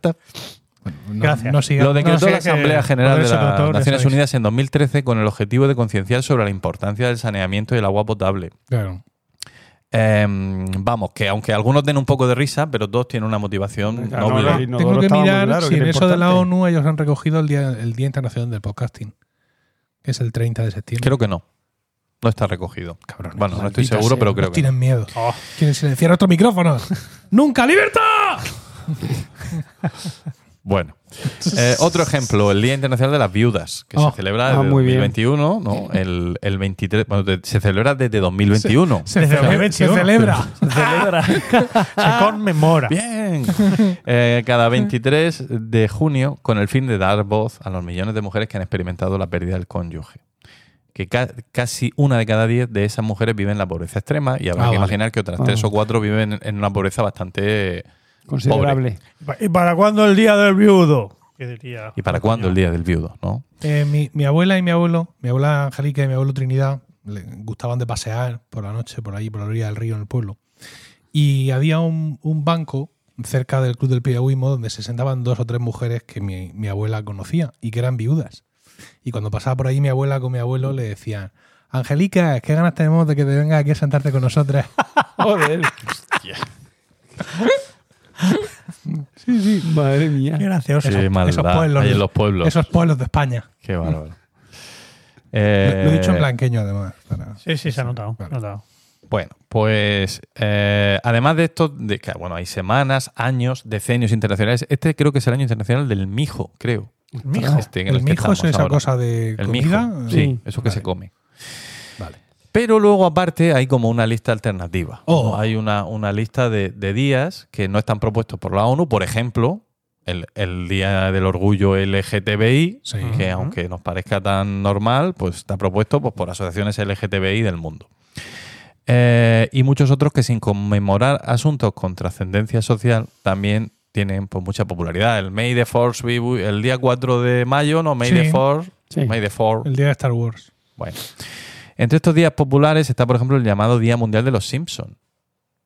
C: Gracias.
A: no siga-
B: Lo decretó
A: no siga
B: la
A: que-
B: Asamblea General de
C: poderes
B: las
C: autores
B: Naciones
C: sois.
B: Unidas en 2013 con el objetivo de concienciar sobre la importancia del saneamiento y el agua potable.
A: Claro.
B: Eh, vamos, que aunque algunos den un poco de risa, pero todos tienen una motivación
D: Claro,
B: noble.
D: no, no, no.
A: Tengo
D: Inodoro
A: que
D: estaba muy
A: mirar
D: claro,
A: si
D: que
A: en
D: era
A: eso de la
D: importante.
A: ONU ellos han recogido el Día, el día Internacional del Podcasting, que es el 30 de septiembre.
B: Creo que no. No está recogido.
A: Cabrones,
B: bueno, no estoy
A: maldita
B: seguro,
A: sea,
B: pero
A: nos
B: creo que
A: Tienen miedo. Quieren silenciar otros *laughs* micrófonos. ¡Nunca libertad!
B: Bueno, Eh, otro ejemplo, el Día Internacional de las Viudas, que
A: Oh,
B: se celebra
D: ah,
B: desde
D: muy bien.
B: 2021, ¿no? El, el 23, bueno, de- se celebra desde 2021.
A: Se,
C: Desde
A: celebra-
C: 2021.
A: se celebra.
C: *laughs* Se celebra. se conmemora.
B: *laughs* Bien. Eh, cada 23 de junio, con el fin de dar voz a los millones de mujeres que han experimentado la pérdida del cónyuge. que ca- casi una de cada diez de esas mujeres viven en la pobreza extrema y habrá
A: Ah, vale.
B: que imaginar que otras
D: Ah.
B: tres o cuatro viven en una pobreza bastante...
D: Considerable.
C: ¿Y para cuándo el día del viudo? ¿Qué diría?
B: ¿Y para cuándo el día del viudo? ¿no?
A: Eh, mi, mi abuela y mi abuelo, mi abuela Angélica y mi abuelo Trinidad, le gustaban de pasear por la noche, por ahí, por la orilla del río, en el pueblo. Y había un, un banco cerca del Club del Piragüismo donde se sentaban dos o tres mujeres que mi, mi abuela conocía y que eran viudas. Y cuando pasaba por ahí mi abuela con mi abuelo le decían, Angélica, qué ganas tenemos de que te vengas aquí a sentarte con nosotras.
D: Joder. sí, sí. Madre mía.
C: Qué gracioso.
B: Qué maldad hay en los pueblos.
A: Esos pueblos de España.
B: Qué bárbaro.
A: Lo he dicho en
B: Eh,
A: blanqueño además. para-
C: Sí, sí, se ha notado.
A: Vale.
C: notado.
B: Bueno, pues eh, además de esto, de que, bueno, hay semanas, años, decenios internacionales. Este creo que es el año internacional del mijo, creo.
C: mijo.
B: Este en
A: El
B: el que
A: mijo es
B: estamos
A: esa
B: ahora.
A: cosa de
B: El
A: comida.
B: mijo,
A: eh,
B: sí,
D: Sí.
B: eso que se come.
A: Vale.
B: Pero luego, aparte, hay como una lista alternativa.
A: Oh.
B: ¿no? Hay una, una lista de, de días que no están propuestos por la ONU. Por ejemplo, el, el Día del Orgullo LGTBI,
A: Sí.
B: que aunque nos parezca tan normal, pues está propuesto pues, por asociaciones LGTBI del mundo. Eh, y muchos otros que sin conmemorar asuntos con trascendencia social también tienen pues, mucha popularidad. El May the Force be with- el día 4 de mayo, no, May
A: Sí.
B: the Force,
D: Sí.
B: May the Fourth.
A: El día de Star Wars.
B: Bueno. Entre estos días populares está, por ejemplo, el llamado Día Mundial de los Simpson.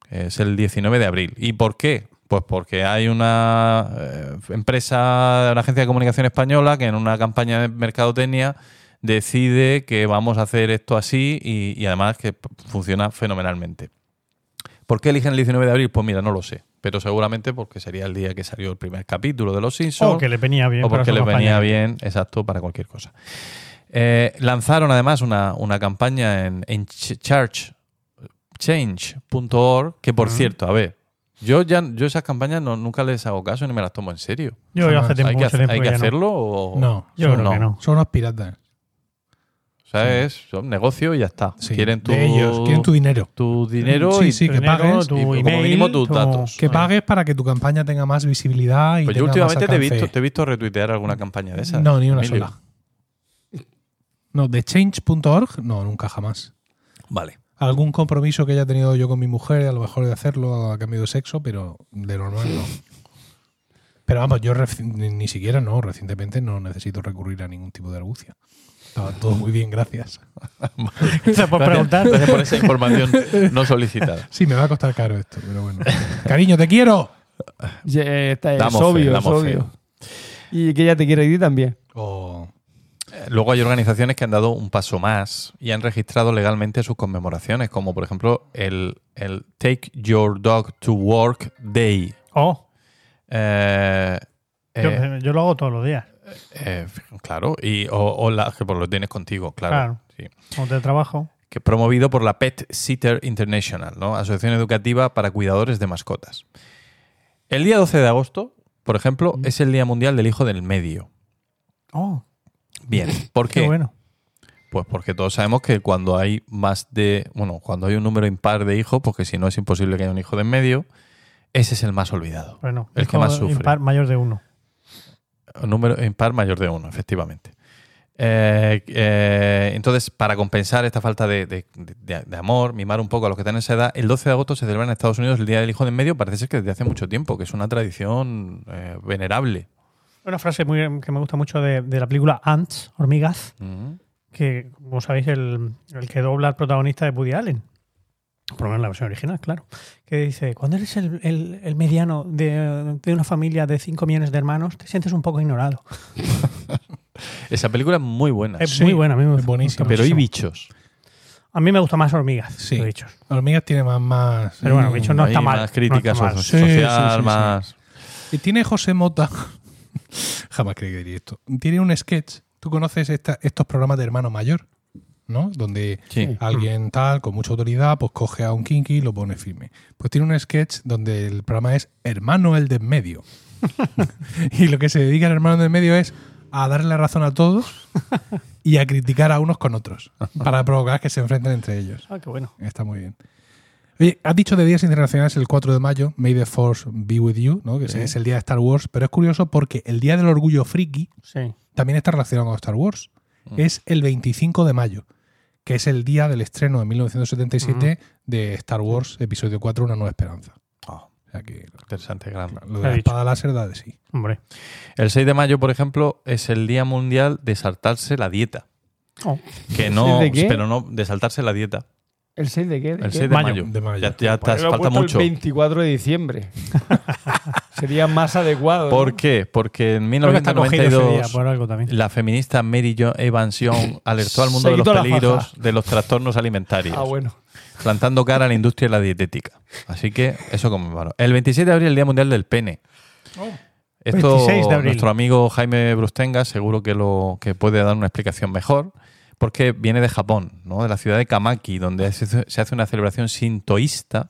B: que Es el 19 de abril. ¿Y por qué? Pues porque hay una eh, empresa, una agencia de comunicación española que en una campaña de mercadotecnia decide que vamos a hacer esto así y, y además que p- funciona fenomenalmente. ¿Por qué eligen el 19 de abril? Pues mira, no lo sé. Pero seguramente porque sería el día que salió el primer capítulo de Los Simpsons
C: O que le venía bien.
B: o
C: para
B: porque
C: su
B: les venía
C: campaña.
B: bien, exacto, para cualquier cosa. Eh, lanzaron además una, una campaña en, en ch- church- change.org, que por cierto, a ver, yo ya yo esas campañas no, nunca les hago caso ni me las tomo en serio.
C: Yo ya hace tiempo
B: ¿Hay que,
C: mucho
B: hacer-
C: tiempo
B: hay que
C: ya no.
B: hacerlo o
A: No,
C: Yo
B: o
C: creo que no.
A: Son unos piratas.
B: O sea, es son negocio y ya está.
A: Sí.
B: Quieren tu,
A: De ellos, quieren tu dinero.
B: tu dinero
A: Sí,
B: y
A: sí, que
C: Primero
A: pagues.
C: tu
B: y como
C: email,
B: mínimo tus
C: tu-
B: datos.
A: Que pagues para que tu campaña tenga más visibilidad y
B: Pues yo
A: tenga más
B: últimamente te he,
A: alcance.
B: visto, te he visto retuitear alguna campaña de esas.
A: No, ni una
B: Emilio.
A: sola. No, de change.org, no, nunca jamás.
B: Vale.
A: Algún compromiso que haya tenido yo con mi mujer, a lo mejor de hacerlo a cambio de sexo, pero de normal no. Pero vamos, yo reci- ni, ni siquiera, no, recientemente no necesito recurrir a ningún tipo de argucia. Estaba todo muy bien, gracias.
C: Gracias por preguntar. *laughs*
B: Gracias por esa información no solicitada.
A: Sí, me va a costar caro esto, pero
B: *laughs*
A: bueno. Cariño, te quiero.
D: Ya, eh, está- es
B: Damos fe,
D: obvio, es
B: damos fe.
D: obvio. Y que ella te quiere ir también.
A: O-
B: Luego hay organizaciones que han dado un paso más y han registrado legalmente sus conmemoraciones, como por ejemplo el, el Take Your Dog to Work Day.
C: Oh,
B: Eh,
C: yo,
B: eh,
C: yo lo hago todos los días.
B: eh, claro, y, o, o la, que por lo tienes contigo, claro.
C: Claro.
B: sí.
C: Cuando te trabajo.
B: Que promovido por la Pet Sitter International, ¿no? Asociación Educativa para Cuidadores de Mascotas. El día 12 de agosto, por ejemplo,
C: Mm.
B: es el Día Mundial del Hijo del Medio.
C: Oh, *laughs*
B: Bien, ¿por
C: qué,
B: qué?
C: bueno.
B: Pues porque todos sabemos que cuando hay más de. Bueno, cuando hay un número impar de hijos, porque si no es imposible que haya un hijo de en medio, ese es el más olvidado.
C: Bueno,
B: El que más
C: hijo
B: sufre.
C: impar mayor de uno.
B: Un número impar mayor de uno, efectivamente. Eh, eh, entonces, para compensar esta falta de, de- de- de amor, mimar un poco a los que están en esa edad, el 12 de agosto se celebra en Estados Unidos el Día del Hijo de en Medio, parece ser que desde hace mucho tiempo, que es una tradición eh, venerable.
C: Una frase muy, que me gusta mucho de, de la película Ants, hormigas,
B: Mm.
C: que, como sabéis, el, el que dobla al protagonista de Woody Allen. Por lo menos en la versión original, claro. Que dice, cuando eres el, el- el mediano de, de una familia de 5 millones de hermanos, te sientes un poco ignorado.
B: Esa película es muy buena.
C: Es
A: Sí,
C: muy buena, a mí me
A: es
C: gusta
A: buenísima.
B: pero hay
C: muchísimo.
B: bichos.
C: A mí me gusta más hormigas,
A: Sí.
C: que bichos.
A: Hormigas tiene más. más
C: Pero bueno, bichos no
B: Hay
C: está mal.
B: Más críticas
C: no está mal.
B: so-
A: Sí, sí,
B: social,
A: sí, sí.
B: más.
A: Y tiene José Mota. *laughs* Jamás creí que diría esto. Tiene un sketch. Tú conoces esta- estos programas de hermano mayor, ¿no? Donde
B: Sí.
C: Mm.
A: alguien tal, con mucha autoridad, pues coge a un kinky y lo pone firme. Pues tiene un sketch donde el programa es Hermano el de en
C: *laughs*
A: medio. *laughs* y lo que se dedica el hermano de en medio es a darle la razón a
C: *laughs*
A: todos y a criticar a unos con otros para provocar que se enfrenten entre ellos.
C: Ah, qué bueno.
A: Está muy bien. Oye, has dicho de días internacionales el 4 de mayo, May the Force be with you, ¿no? que es- es el día de Star Wars, pero es curioso porque el día del orgullo friki
C: Sí.
B: Mm.
A: también está relacionado con Star Wars. Es el 25 de mayo. que es el día del estreno de 1977
B: Mm.
A: de Star Wars Episodio 4, Una Nueva Esperanza.
B: Ah.
A: O sea que
B: Interesante, gran.
A: claro, lo de
C: Ha
A: la
C: dicho.
A: espada láser da de sí.
C: Hombre.
B: El 6 de mayo, por ejemplo, es el Día Mundial de saltarse la dieta.
C: Oh.
B: Que no,
D: ¿De qué?
B: pero no, de saltarse la dieta.
D: ¿El 6 de qué? ¿De
B: El
D: qué?
B: 6 de mayo.
A: De mayo.
B: Ya, ya te-
D: Pues lo he
B: falta
D: puesto
B: mucho.
D: El 24 de diciembre. *laughs* Sería más adecuado. ¿no?
B: ¿Por qué? Porque en
C: Creo que está cogido ese día
B: 1992
C: por algo también.
B: la feminista Mary Jo Evans Young alertó al mundo
D: Se
B: de los
D: quitó la
B: peligros
D: faja.
B: de los trastornos alimentarios,
D: Ah, bueno.
B: plantando cara a la industria de la dietética. Así que eso como malo. El 27 de abril, el Día Mundial del Pene. Esto
C: 26 de abril.
B: nuestro amigo Jaime Brustenga seguro que lo que puede dar una explicación mejor, porque viene de Japón, ¿no? de la ciudad de Kamaki, donde se hace- se hace una celebración sintoísta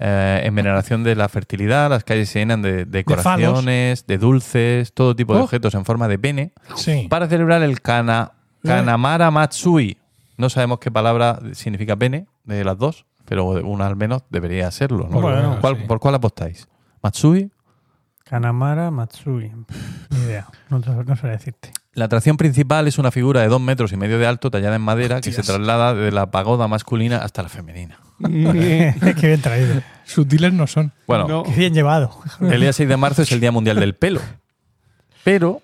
B: eh, en veneración de la fertilidad. Las calles se llenan de decoraciones, de, dulces, todo tipo de
A: Oh.
B: objetos en forma de pene,
A: Sí.
B: para celebrar el kana, Kanamara Matsui. No sabemos qué palabra significa pene de las dos, pero una al menos debería serlo. ¿no?
A: Por lo menos,
B: ¿Cuál-
A: sí.
B: ¿Por cuál apostáis? ¿Matsui
C: Kanamara Matsui. Pff, Ni idea. No, te- no sabría decirte.
B: La atracción principal es una figura de dos metros y medio de alto tallada en madera que se traslada de la pagoda masculina hasta la femenina.
C: *laughs* Qué bien traído.
A: Sutiles no son.
B: Bueno,
D: No.
C: Qué
B: *laughs*
C: bien llevado.
B: el día 6 de marzo es el Día Mundial del Pelo. Pero,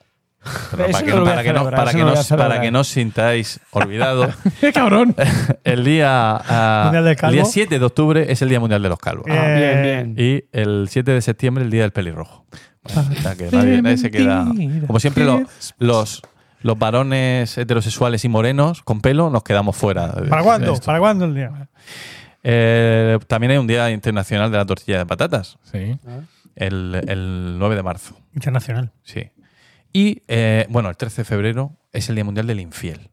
B: pero
D: Eso
B: para, que,
D: no lo voy a
B: para que no,
D: celebrar,
B: para
D: eso
B: que
D: no
B: no
D: lo voy a
B: os- para
D: celebrar.
B: que no os sintáis
D: *laughs*
B: olvidados,
A: ¡Qué cabrón!
B: el día, ah,
C: Mundial del
B: el día
C: calvo.
B: 7 de octubre es el Día Mundial de los Calvos.
C: Eh.
D: Ah, bien, bien.
B: Y el 7 de septiembre el Día del Pelirrojo. O sea que nadie, nadie se queda.
A: Mentira.
B: Como siempre, lo- los, los varones heterosexuales y morenos con pelo nos quedamos fuera. de-
C: ¿Para
B: de
C: cuándo?
B: esto.
C: ¿Para cuándo el día?
B: Eh, también hay un Día Internacional de la Tortilla de Patatas,
A: Sí.
B: el, el 9 de marzo,
C: Internacional.
B: sí. Y, eh, bueno, el 13 de febrero es el Día Mundial del Infiel.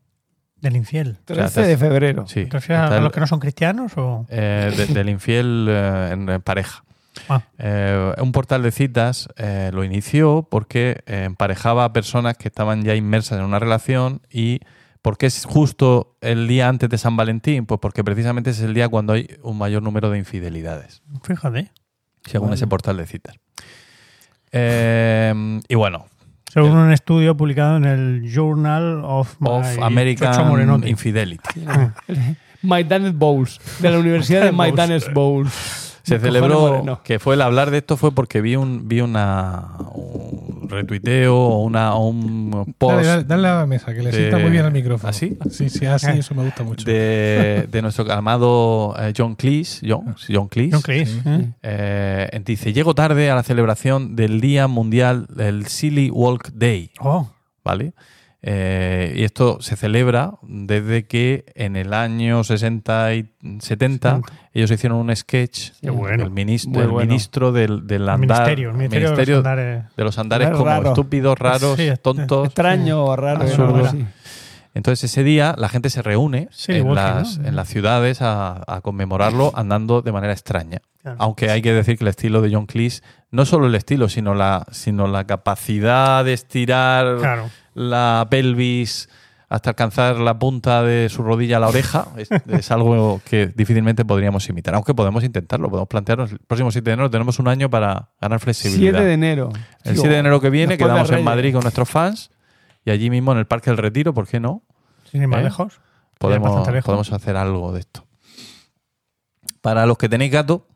C: Del infiel.
D: 13 de febrero.
B: Sí.
C: ¿Te refieres
B: Está
C: a
B: el-
C: los que no son cristianos o...?
B: eh, de- del infiel eh, en en pareja.
C: Ah.
B: Eh, un portal de citas eh, lo inició porque eh, emparejaba a personas que estaban ya inmersas en una relación y ¿por qué es justo el día antes de San Valentín? Pues porque precisamente es el día cuando hay un mayor número de infidelidades.
C: Fíjate.
B: según ese portal de citas. Eh, y bueno,
C: Según un estudio publicado en el Journal of,
B: of
C: My- Chocho
B: American
C: Morenotti.
B: Infidelity.
D: Maidanet Bowls, de la Universidad de Maidanet Bowls.
B: Se
D: Cojones
B: celebró
D: moreno.
B: que fue el hablar de esto fue porque vi un vi una un retuiteo o una o un post
A: Dale, dale, dale a la mesa, que le
B: de-
A: sienta muy bien al micrófono.
B: ¿Así?
A: Sí, sí, así, eso me gusta mucho.
B: de, de nuestro amado eh, John Cleese,
C: Ah,
B: John, John Cleese,
C: ¿No creéis? ¿Eh?
B: eh, dice llego tarde a la celebración del Día Mundial del Silly Walk Day.
C: Oh,
B: ¿vale? Eh, y esto se celebra desde que en el año 60 y 70 ellos hicieron un sketch,
C: Qué bueno.
B: el ministro,
D: Muy
B: el
D: bueno.
B: ministro del, del andar,
C: ministerio. El ministerio,
B: ministerio
C: de los andares.
B: de los andares
D: Es
B: como
D: raro.
B: estúpidos, raros,
C: Sí, es-
B: tontos.
D: Extraño o raro.
C: Absurdo.
D: algo así.
B: Entonces ese día la gente se reúne
C: Sí,
B: en,
C: igual que
B: las,
C: no.
B: en las ciudades a, a conmemorarlo andando de manera extraña.
C: Claro.
B: Aunque hay que decir que el estilo de John Cleese, no solo el estilo, sino la, sino la capacidad de estirar
C: Claro.
B: la pelvis hasta alcanzar la punta de su rodilla a la oreja, es, es *laughs* algo que difícilmente podríamos imitar. Aunque podemos intentarlo, podemos plantearnos. El próximo 7 de enero tenemos un año para ganar
D: 7
B: flexibilidad.
D: de enero.
B: el 7 de enero que viene
D: Después de
B: quedamos en
D: Reyes.
B: Madrid con nuestros fans y allí mismo en el Parque del Retiro, ¿por qué no?
C: Sin ir más
B: ¿Eh?
C: lejos.
B: Podemos,
C: bastante lejos.
B: podemos hacer algo de esto. Para los que tenéis gato,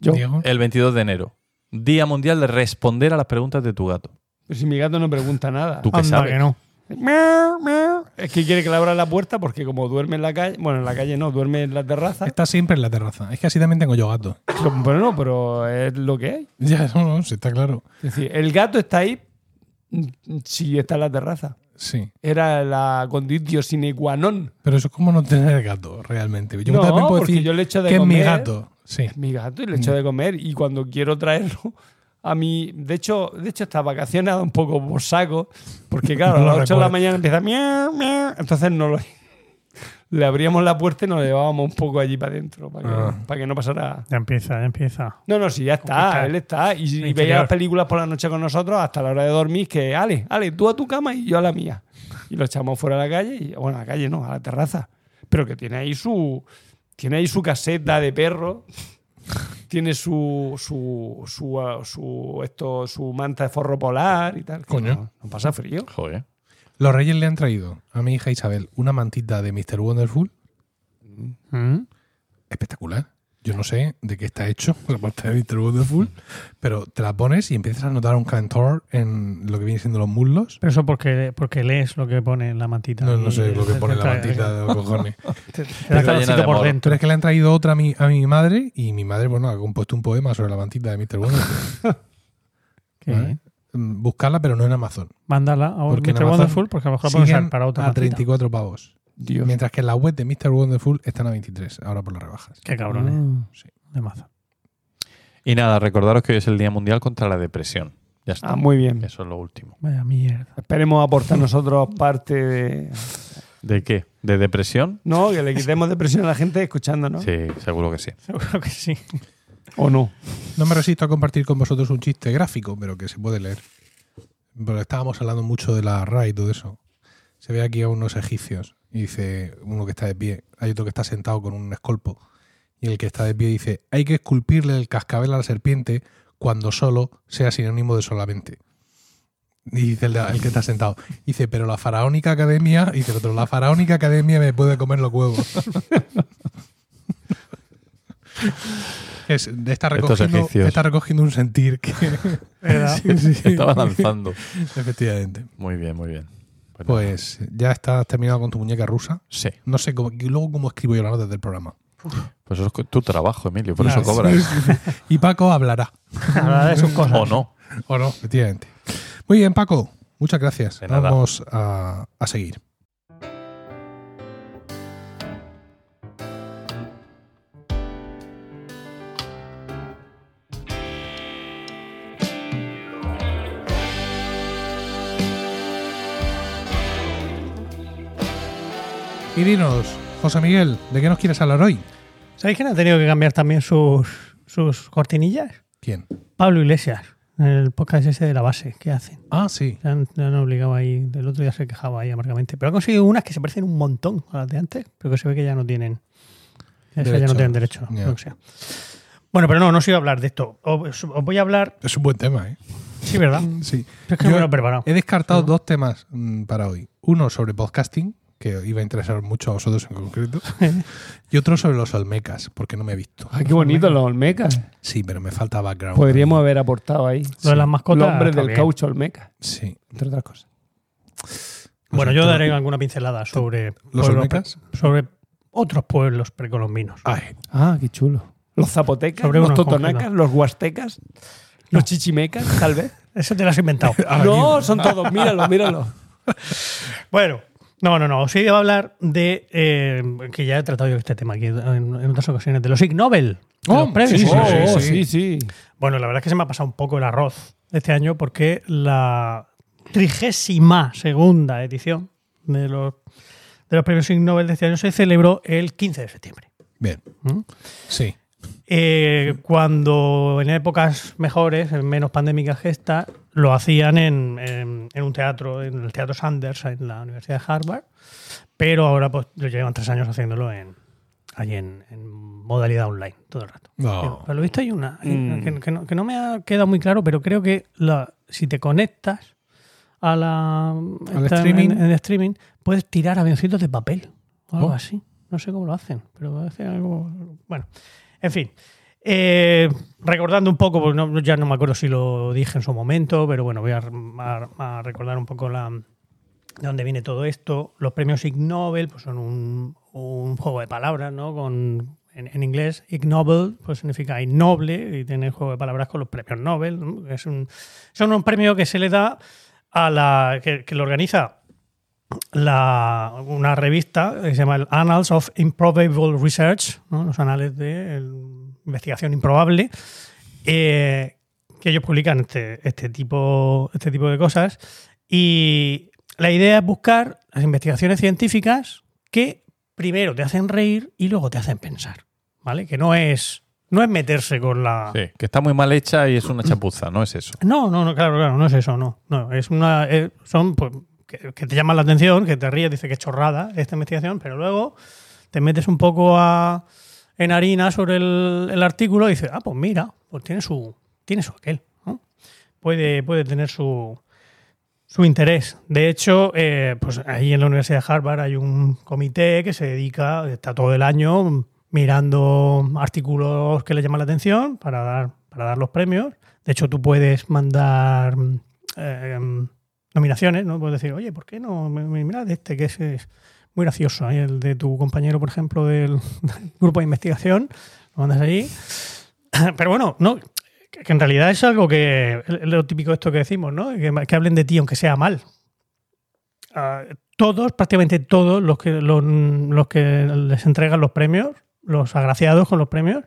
D: Yo.
A: Diego.
B: el 22 de enero, Día Mundial de Responder a las Preguntas de tu gato.
D: Pero si mi gato no pregunta nada.
B: Tú que
C: Anda,
B: sabes.
C: que no.
D: Miau, miau. Es que quiere que le abra la puerta porque como duerme en la calle, bueno, en la calle no, duerme en la terraza.
A: Está siempre en la terraza. Es que así también tengo yo gato. *laughs*
D: Pero- Pero no, pero es lo que hay.
A: Ya, no, no, sí, está claro.
D: Es decir, el gato está ahí mm, si está en la terraza.
A: Sí.
D: Era la conditio sine qua non.
A: Pero eso es como no tener gato, realmente. Yo
D: No,
A: también puedo
D: porque
A: decir
D: yo le echo de
A: que es mi
D: comer.
A: gato. Sí.
D: mi gato y le
A: Mm.
D: echo de comer. Y cuando quiero traerlo a mí, de hecho, de hecho estas vacaciones ha dado un poco por saco,
A: *laughs*
D: porque claro,
A: No
D: a
A: lo
D: las 8 de la
A: recuerdo.
D: mañana empieza miau, miau, entonces no lo *laughs* le abríamos la puerta y nos lo llevábamos un poco allí para adentro, para que,
A: Ah.
D: para que no pasara.
C: Ya empieza, ya empieza.
D: No, no, sí, ya está,
C: Está.
D: él está. Y, y
C: Interior.
D: veía las películas por la noche con nosotros hasta la hora de dormir, que Ale, Ale, tú a tu cama y yo a la mía. Y lo echamos fuera a la calle, y, bueno, a la calle no, a la terraza. Pero que tiene ahí su, tiene ahí su caseta de perro, tiene su, su, su, ah, su- esto, su manta de forro polar y tal. que
A: Coño.
D: No, no pasa frío.
B: Joder.
A: Los reyes le han traído a mi hija Isabel una mantita de Mr. Wonderful
C: Mm.
A: espectacular. Yo no sé de qué está hecho *laughs* la parte de Mr. Wonderful, pero te la pones y empiezas a notar un cantor en lo que viene siendo los muslos.
C: Pero eso porque, porque lees lo que pone en la mantita.
A: No, no
C: Y-
A: sé lo que pone la
C: Está- eh,
A: mantita de los cojones.
C: Te, te da
B: Está llena de
C: calorcito por
B: amor.
A: Pero
C: dentro.
A: es que le han traído otra a mi, a mi madre y mi madre, bueno, ha compuesto un poema sobre la mantita de Mr. Wonderful.
C: *laughs* Qué
A: ¿vale?
C: bien.
A: Mm, Buscarla, pero no en Amazon.
C: Mándala a
A: Porque en
C: Mr.
A: Amazon
C: Wonderful porque a lo mejor la puedes
A: Siguen
C: usar para otra
A: a
C: mantita.
A: 34 pavos.
D: Dios.
A: Mientras que en la web de Mr. Wonderful están a 23, ahora por las rebajas.
C: Qué cabrones.
D: Mm.
C: De mazo.
B: Y nada, recordaros que hoy es el Día Mundial contra la Depresión. Ya está.
D: Ah, muy bien.
B: Eso es lo último.
C: Vaya mierda. *laughs*
D: Esperemos aportar nosotros parte de.
B: ¿De qué? ¿De depresión?
D: No, que le quitemos depresión a la gente escuchándonos.
B: Sí, seguro que sí.
C: Seguro que sí. *laughs*
D: ¿O no?
A: No me resisto a compartir con vosotros un chiste gráfico, pero que se puede leer. Pero estábamos hablando mucho de la RAI y todo eso. Se ve aquí a unos egipcios y dice uno que está de pie, hay otro que está sentado con un escolpo. Y el que está de pie dice, hay que esculpirle el cascabel a la serpiente cuando solo sea sinónimo de solamente. Y dice el, de- el que está sentado, dice, pero la faraónica academia, dice el otro, la faraónica academia me puede comer los huevos. *laughs* Es- está,
B: Estos
A: recogiendo,
B: egipcios.
A: está recogiendo un sentir
B: *laughs*
A: que... *laughs*
C: ¿Verdad?
B: Estaba lanzando.
A: Efectivamente.
B: Muy bien, muy bien. Bueno,
A: Pues ya estás terminado con tu muñeca rusa.
B: Sí.
A: No sé cómo, y luego cómo escribo yo las notas del programa.
B: Pues eso es co- tu trabajo, Emilio.
A: Ah,
B: Por
C: Claro,
A: *laughs*
B: eso cobras.
A: Y Paco hablará.
C: Hablará de sus cosas.
B: O no.
A: ¿O no? Efectivamente. Muy bien, Paco. Muchas gracias.
B: De nada.
A: Vamos a, a seguir. Y dinos, José Miguel, ¿de qué nos quieres hablar hoy?
C: ¿Sabéis quién ha tenido que cambiar también sus, sus cortinillas?
A: ¿Quién?
C: Pablo Iglesias, en el podcast ese de la base que hacen.
A: Ah, sí.
C: Le han, le han obligado ahí, el otro día se quejaba ahí amargamente. Pero ha conseguido unas que se parecen un montón a las de antes, pero que se ve que ya no tienen. esas ya
A: Derechos.
C: no tienen derecho. ¿no?
A: Ya.
C: Lo que sea. Bueno, pero no, no os iba a hablar de esto. Os, os voy a hablar.
A: Es un buen tema, ¿eh?
C: Sí, ¿verdad?
A: Sí.
C: Es que no me lo he preparado.
A: He descartado dos temas mm, para hoy. Uno sobre podcasting, que iba a interesar mucho a vosotros en concreto. y otro sobre los olmecas, porque no me he visto.
D: Ay, Ah, qué bonito los Olmecas.
A: Sí, pero me falta background.
D: Podríamos haber aportado ahí.
C: Lo de las mascotas.
D: Los hombres
C: está
D: del
C: bien.
D: caucho Olmeca,
A: Sí.
D: entre otras cosas.
A: No
C: Bueno,
A: sé,
C: yo
A: te-
C: daré alguna pincelada sobre.
A: ¿Los
C: pueblos
A: olmecas?
C: pre- Sobre otros pueblos precolombinos.
A: Ay,
D: Ah, qué chulo. Los zapotecas,
C: Sobre
D: los
C: unos
D: totonacas,
C: congelados.
D: los huastecas,
C: No.
D: los chichimecas, tal vez.
C: Eso te lo
A: *laughs*
C: has inventado.
A: Ah,
D: no, son todos. Míralo, míralo.
C: Bueno, no, no, no. Os iba a hablar de. eh, que ya he tratado yo este tema aquí en, en otras ocasiones, de los Ig Nobel. de
A: Oh,
C: los premios.
A: sí,
D: Oh,
A: sí,
D: oh,
A: sí.
D: sí, sí.
C: Bueno, la verdad es que se me ha pasado un poco el arroz este año porque la trigésima segunda edición de los, de los premios Ig Nobel de este año se celebró el 15 de septiembre.
A: bien.
C: ¿Mm?
A: Sí.
C: Eh, cuando en épocas mejores, en menos pandémicas que esta, lo hacían en, en- en un teatro, en el Teatro Sanders, en la Universidad de Harvard, pero ahora pues lo llevan tres años haciéndolo en, allí en, en modalidad online todo el rato.
A: No.
C: Pero lo visto hay una hay una
D: Mm.
C: que, que no, que no me ha quedado muy claro, pero creo que la, si te conectas a la
A: Al
C: está en-
A: streaming.
C: en- en streaming, puedes tirar avioncitos de papel o algo
A: Oh.
C: así. No sé cómo lo hacen, pero hacen algo. Bueno, en fin. Eh, recordando un poco, porque no- ya no me acuerdo si lo dije en su momento, pero bueno, voy a, a- a recordar un poco la, de dónde viene todo esto. Los premios Ig Nobel pues son un, un juego de palabras, ¿no? Con, en, en inglés, Ig Nobel pues significa innoble y tiene el juego de palabras con los premios Nobel. ¿no? Es un, son un premio que se le da a la. que, que lo organiza la, una revista que se llama el Annals of Improbable Research, ¿no? los anales de el- investigación improbable, eh, que ellos publican este, este, tipo, este tipo de cosas. Y la idea es buscar las investigaciones científicas que primero te hacen reír y luego te hacen pensar. ¿Vale? Que no es, no es meterse con la.
B: Sí, que está muy mal hecha y es una chapuza, ¿no es eso?
C: No, no, no, claro, claro, no es eso, no. No, es una. eh, son pues, que, que te llaman la atención, que te ríes, dices que chorrada esta investigación, pero luego te metes un poco a- en harina sobre el, el artículo y dices, ah, pues mira, pues tiene su. tiene su aquel, ¿no? Puede, puede tener su. su interés. De hecho, eh, pues ahí en la Universidad de Harvard hay un comité que se dedica, está todo el año mirando artículos que le llaman la atención para dar, para dar los premios. De hecho, tú puedes mandar eh, nominaciones, ¿no? Puedes decir, oye, ¿por qué no? Mira de este que es, es muy gracioso, ¿eh? el de tu compañero, por ejemplo, del *laughs* grupo de investigación, lo mandas allí. *clears throat* Pero bueno, no, que en realidad es algo que es lo típico de esto que decimos, ¿no? Que, que hablen de ti aunque sea mal. Ah, todos, prácticamente todos los que los, los que les entregan los premios, los agraciados con los premios,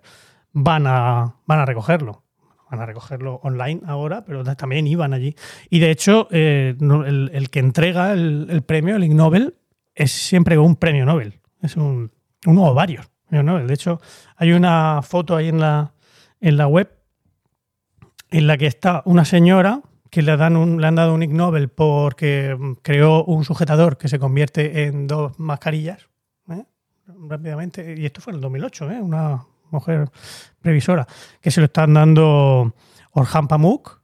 C: van a van a recogerlo. Van a recogerlo online ahora, pero también iban allí. Y de hecho, eh, no- el, el que entrega el, el premio, el Ig Nobel, es siempre un premio Nobel. Es un, uno o varios premios Nobel. De hecho, hay una foto ahí en la, en la web en la que está una señora que le, dan un- le han dado un Ig Nobel porque mm, creó un sujetador que se convierte en dos mascarillas ¿eh? rápidamente. Y esto fue en el 2008, ¿eh? una mujer previsora, que se lo están dando Orhan Pamuk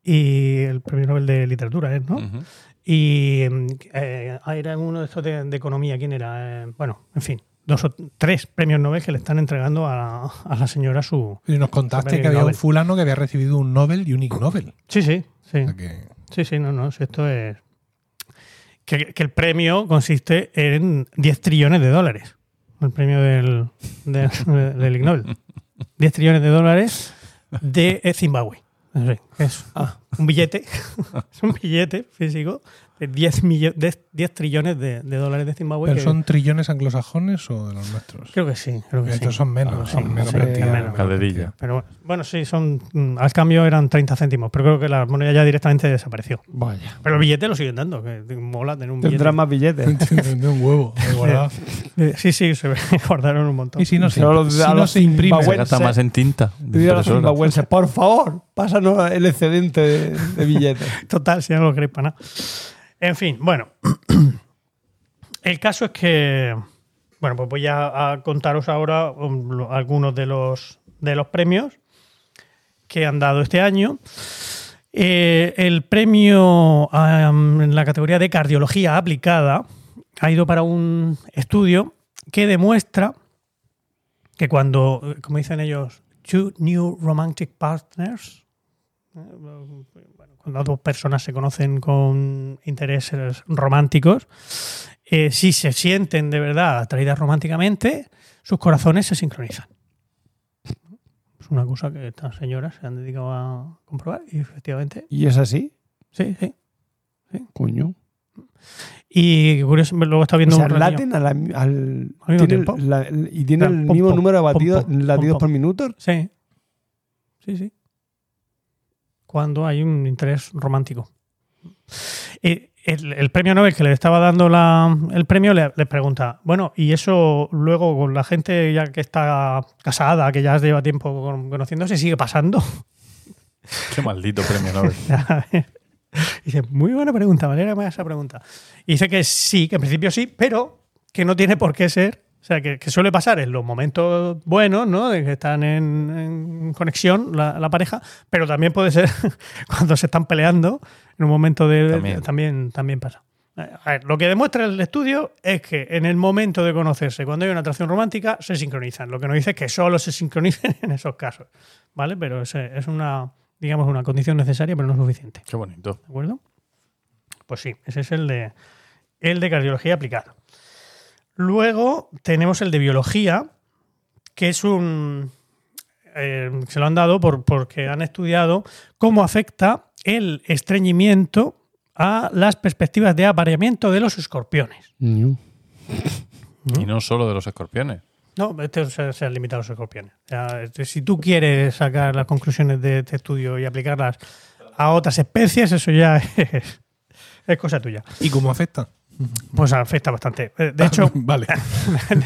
C: y el premio Nobel de Literatura, ¿eh? ¿no?
B: Ujú.
C: Y mm, eh, ah, era uno de estos de, de economía, ¿quién era? Eh, bueno, en fin, dos o tres premios Nobel que le están entregando a, a la señora su...
A: Y nos contaste
C: Premio
A: que había
C: Nobel.
A: un fulano que había recibido un Nobel y un Ig Nobel.
C: Sí, sí, sí.
A: O sea que-
C: Sí, sí, no, no, si esto es... Que, que el premio consiste en 10 trillones de dólares. El premio del, del, del *laughs* Ig Nobel. 10 trillones de dólares de eh, Zimbabue. Es decir, que es
A: Ah.
C: un billete, *laughs* es un billete físico de 10, millo- de 10 trillones de, de dólares de Zimbabue.
A: ¿Pero
C: que-
A: son trillones anglosajones o de los nuestros?
C: Creo que sí, creo que sí.
A: Estos son menos,
C: Sí,
A: son menos
C: sí,
A: cantidad,
C: menos.
A: menos
B: Calderilla.
A: cantidad.
C: Pero bueno, bueno, sí, son mm, al cambio eran 30 céntimos, pero creo que la moneda ya directamente desapareció.
D: Vaya.
C: Pero el billete lo siguen dando, que mola tener un billete.
D: Tendrán
A: *laughs*
D: más billetes.
A: De un huevo, de guardado.
C: Eh, Sí, sí, se *laughs* guardaron un montón.
A: Y si no se,
D: Solo los-
A: si
D: a
A: no
D: los
A: se imprime,
B: Se
D: Bueno,
B: gasta
D: se-
B: más en tinta. de
D: Te digo a los
B: impresora.
D: zimbabuenses, por favor, pásanos el excedente de, de billetes.
C: Total, si ya no lo queréis para nada. En fin, bueno. *clears throat* El caso es que. Bueno, pues voy a, a contaros ahora um, lo- algunos de los, de los premios que han dado este año. Eh, el premio am, en la categoría de cardiología aplicada ha ido para un estudio que demuestra que cuando, eh, como dicen ellos, two new romantic partners, cuando dos personas se conocen con intereses románticos, eh, si se sienten de verdad atraídas románticamente, sus corazones se sincronizan. Es una cosa que estas señoras se han dedicado a comprobar *laughs* y efectivamente,
D: ¿Y es así?
C: sí, sí.
D: Coño.
C: Y curioso, luego está viendo
D: o sea,
C: un ratillo.
D: laten a la- al,
C: mismo
D: tienen
C: tiempo.
D: la- y tienen
C: Pam,
D: el
C: pom,
D: mismo
C: pom,
D: número de
C: pom,
D: batidos,
C: pom,
D: latidos
C: pom,
D: por minuto.
C: Sí. Sí, sí. Cuando hay un interés romántico. Eh, el, el premio Nobel que le estaba dando la- el premio le, le pregunta, bueno, y eso luego con la gente ya que está casada, que ya lleva tiempo con- conociéndose, sigue pasando.
B: Qué maldito premio Nobel.
C: *laughs* dice, muy buena pregunta, Valera me hace esa pregunta. Y dice que sí, que en principio sí, pero que no tiene por qué ser. O sea, que, que suele pasar en los momentos buenos, ¿no? De que están en, en conexión la, la pareja, pero también puede ser *laughs* cuando se están peleando, en un momento de.
B: También.
C: También, también, pasa. A ver, lo que demuestra el estudio es que en el momento de conocerse, cuando hay una atracción romántica, se sincronizan. Lo que nos dice es que solo se sincronicen *laughs* en esos casos, ¿vale? Pero es, es una, digamos, una condición necesaria, pero no suficiente.
B: Qué bonito.
C: ¿De acuerdo? Pues sí, ese es el de, el de cardiología aplicada. Luego tenemos el de biología, que es un. eh, se lo han dado por, porque han estudiado cómo afecta el estreñimiento a las perspectivas de apareamiento de los escorpiones.
B: Y no solo de los escorpiones.
C: No, este se, se han limitado a los escorpiones. Ya, este, si tú quieres sacar las conclusiones de este estudio y aplicarlas a otras especies, eso ya *laughs* es, es cosa tuya.
A: ¿Y cómo afecta?
C: Pues afecta bastante. Eh, De *laughs* hecho,
A: *laughs* vale.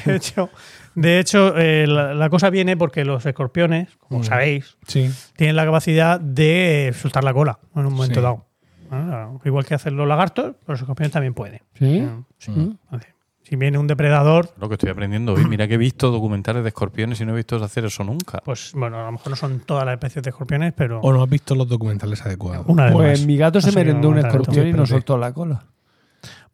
C: de hecho, de hecho eh, la, la cosa viene porque los escorpiones, como sabéis,
A: Sí.
C: tienen la capacidad de eh, soltar la cola en un
A: Sí.
C: momento dado. Ah, Igual que hacen los lagartos, los escorpiones también pueden.
D: ¿Sí?
C: Sí. Así. Si viene un depredador,
B: Lo que estoy aprendiendo hoy. Mira que he visto documentales de escorpiones y no he visto hacer eso nunca.
C: pues bueno, a lo mejor no son todas las especies de escorpiones, pero
A: O no has visto los documentales adecuados.
C: una de
D: Pues
C: más.
D: mi gato se
C: Así que
D: merendó un
C: vamos a ver,
D: escorpión y
A: espérate.
D: nos soltó la cola.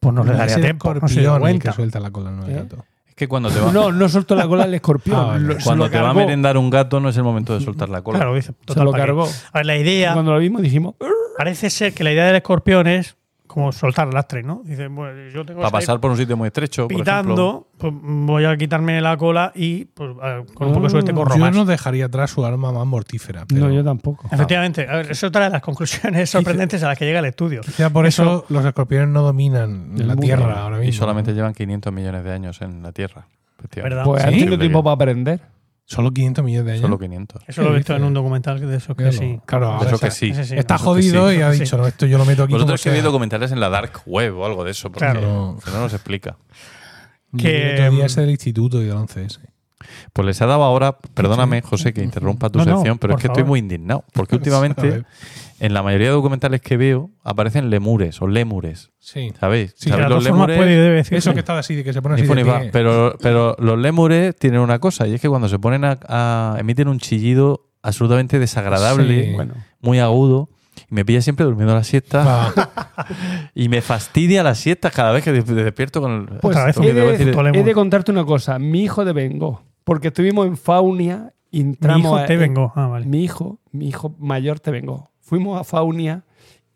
C: Pues no le
A: Es
C: daría
A: el
C: tiempo, no se dio
A: escorpión el
C: cuenta.
A: que suelta la cola, no el
D: ¿Eh?
A: gato.
B: Es que cuando te va,
D: No, no soltó la cola el escorpión.
A: Ah, vale.
D: Lo- se
B: cuando
D: lo
B: te va a
D: cargó.
B: merendar un gato no es el momento de soltar la cola.
C: Claro, dice,
D: Se
C: total,
D: lo
C: ¿para qué?
D: cargó.
C: A ver, la idea,
D: Cuando lo vimos dijimos,
C: parece ser que la idea del escorpión es como soltar lastre, ¿no? Dice, bueno, yo tengo
B: Para
C: que salir
B: pasar por un sitio muy estrecho, por ejemplo.
C: pues pitando, pues voy a quitarme la cola y pues, a- con un poco de suerte corro
A: Ah, Yo
C: más.
A: no dejaría atrás su arma más mortífera. Pero
D: no, yo tampoco.
C: Ah, Efectivamente, a ver, es otra de las conclusiones sorprendentes a las que llega el estudio.
A: Quizá por eso, los escorpiones no dominan
D: El
A: la
D: mundo.
A: Tierra ahora mismo.
B: Y solamente llevan 500 millones de años en la Tierra. efectivamente.
C: ¿Verdad?
D: Pues
A: ¿Sí?
D: han tenido
B: Increíble.
D: tiempo para aprender.
A: Solo 500 millones de años.
B: Solo 500.
C: Eso lo he visto en un documental de esos que
A: Míralo.
C: sí.
A: Claro,
B: Eso
A: ahora
B: que
A: está,
B: sí.
C: Ese sí,
A: está
C: ¿no?
B: Eso que
A: jodido
B: sí.
A: y ha
C: Sí.
A: dicho, no, esto yo lo meto aquí como
B: Vosotros que
A: sea.
B: habéis documentales en la Dark Web o algo de eso, porque
C: Claro.
B: si no nos explica.
A: Yo el
B: mm,
C: que-
A: otro día ese del instituto y del 11S.
B: Pues les ha dado ahora, perdóname José que interrumpa tu
C: No, no,
B: sección, pero es
C: por
B: que estoy
C: favor.
B: muy indignado, porque
A: A
B: últimamente
A: ver.
B: en la mayoría de documentales que veo aparecen lemures o lémures,
A: Sí.
B: ¿sabéis?
A: Sí,
B: ¿Sabéis
C: De las
B: los
C: dos formas
B: lémures?
C: puede y debe decirse.
A: Eso que estaba así, de que se pone
B: Ni
A: así
B: fu
A: de
B: ni fa.
A: pie.
B: Pero, pero los lémures tienen una cosa, y es que cuando se ponen a, a- emiten un chillido absolutamente desagradable,
A: Sí.
D: Bueno,
B: muy agudo, y me pilla siempre durmiendo la siesta.
A: Va.
B: Y me fastidia las siestas cada vez que de- de- despierto con el.
D: pues
C: Otra vez
B: Esto que
D: he,
C: un
B: debo
D: de,
B: decir-
C: puto lemur.
D: he de contarte una cosa. Mi hijo devengó. Porque estuvimos en Faunia,
C: Mi
D: entramos
C: hijo
D: a-
A: eh,
C: te vengo. Ah, vale.
D: Mi hijo, mi hijo mayor te vengó. Fuimos a Faunia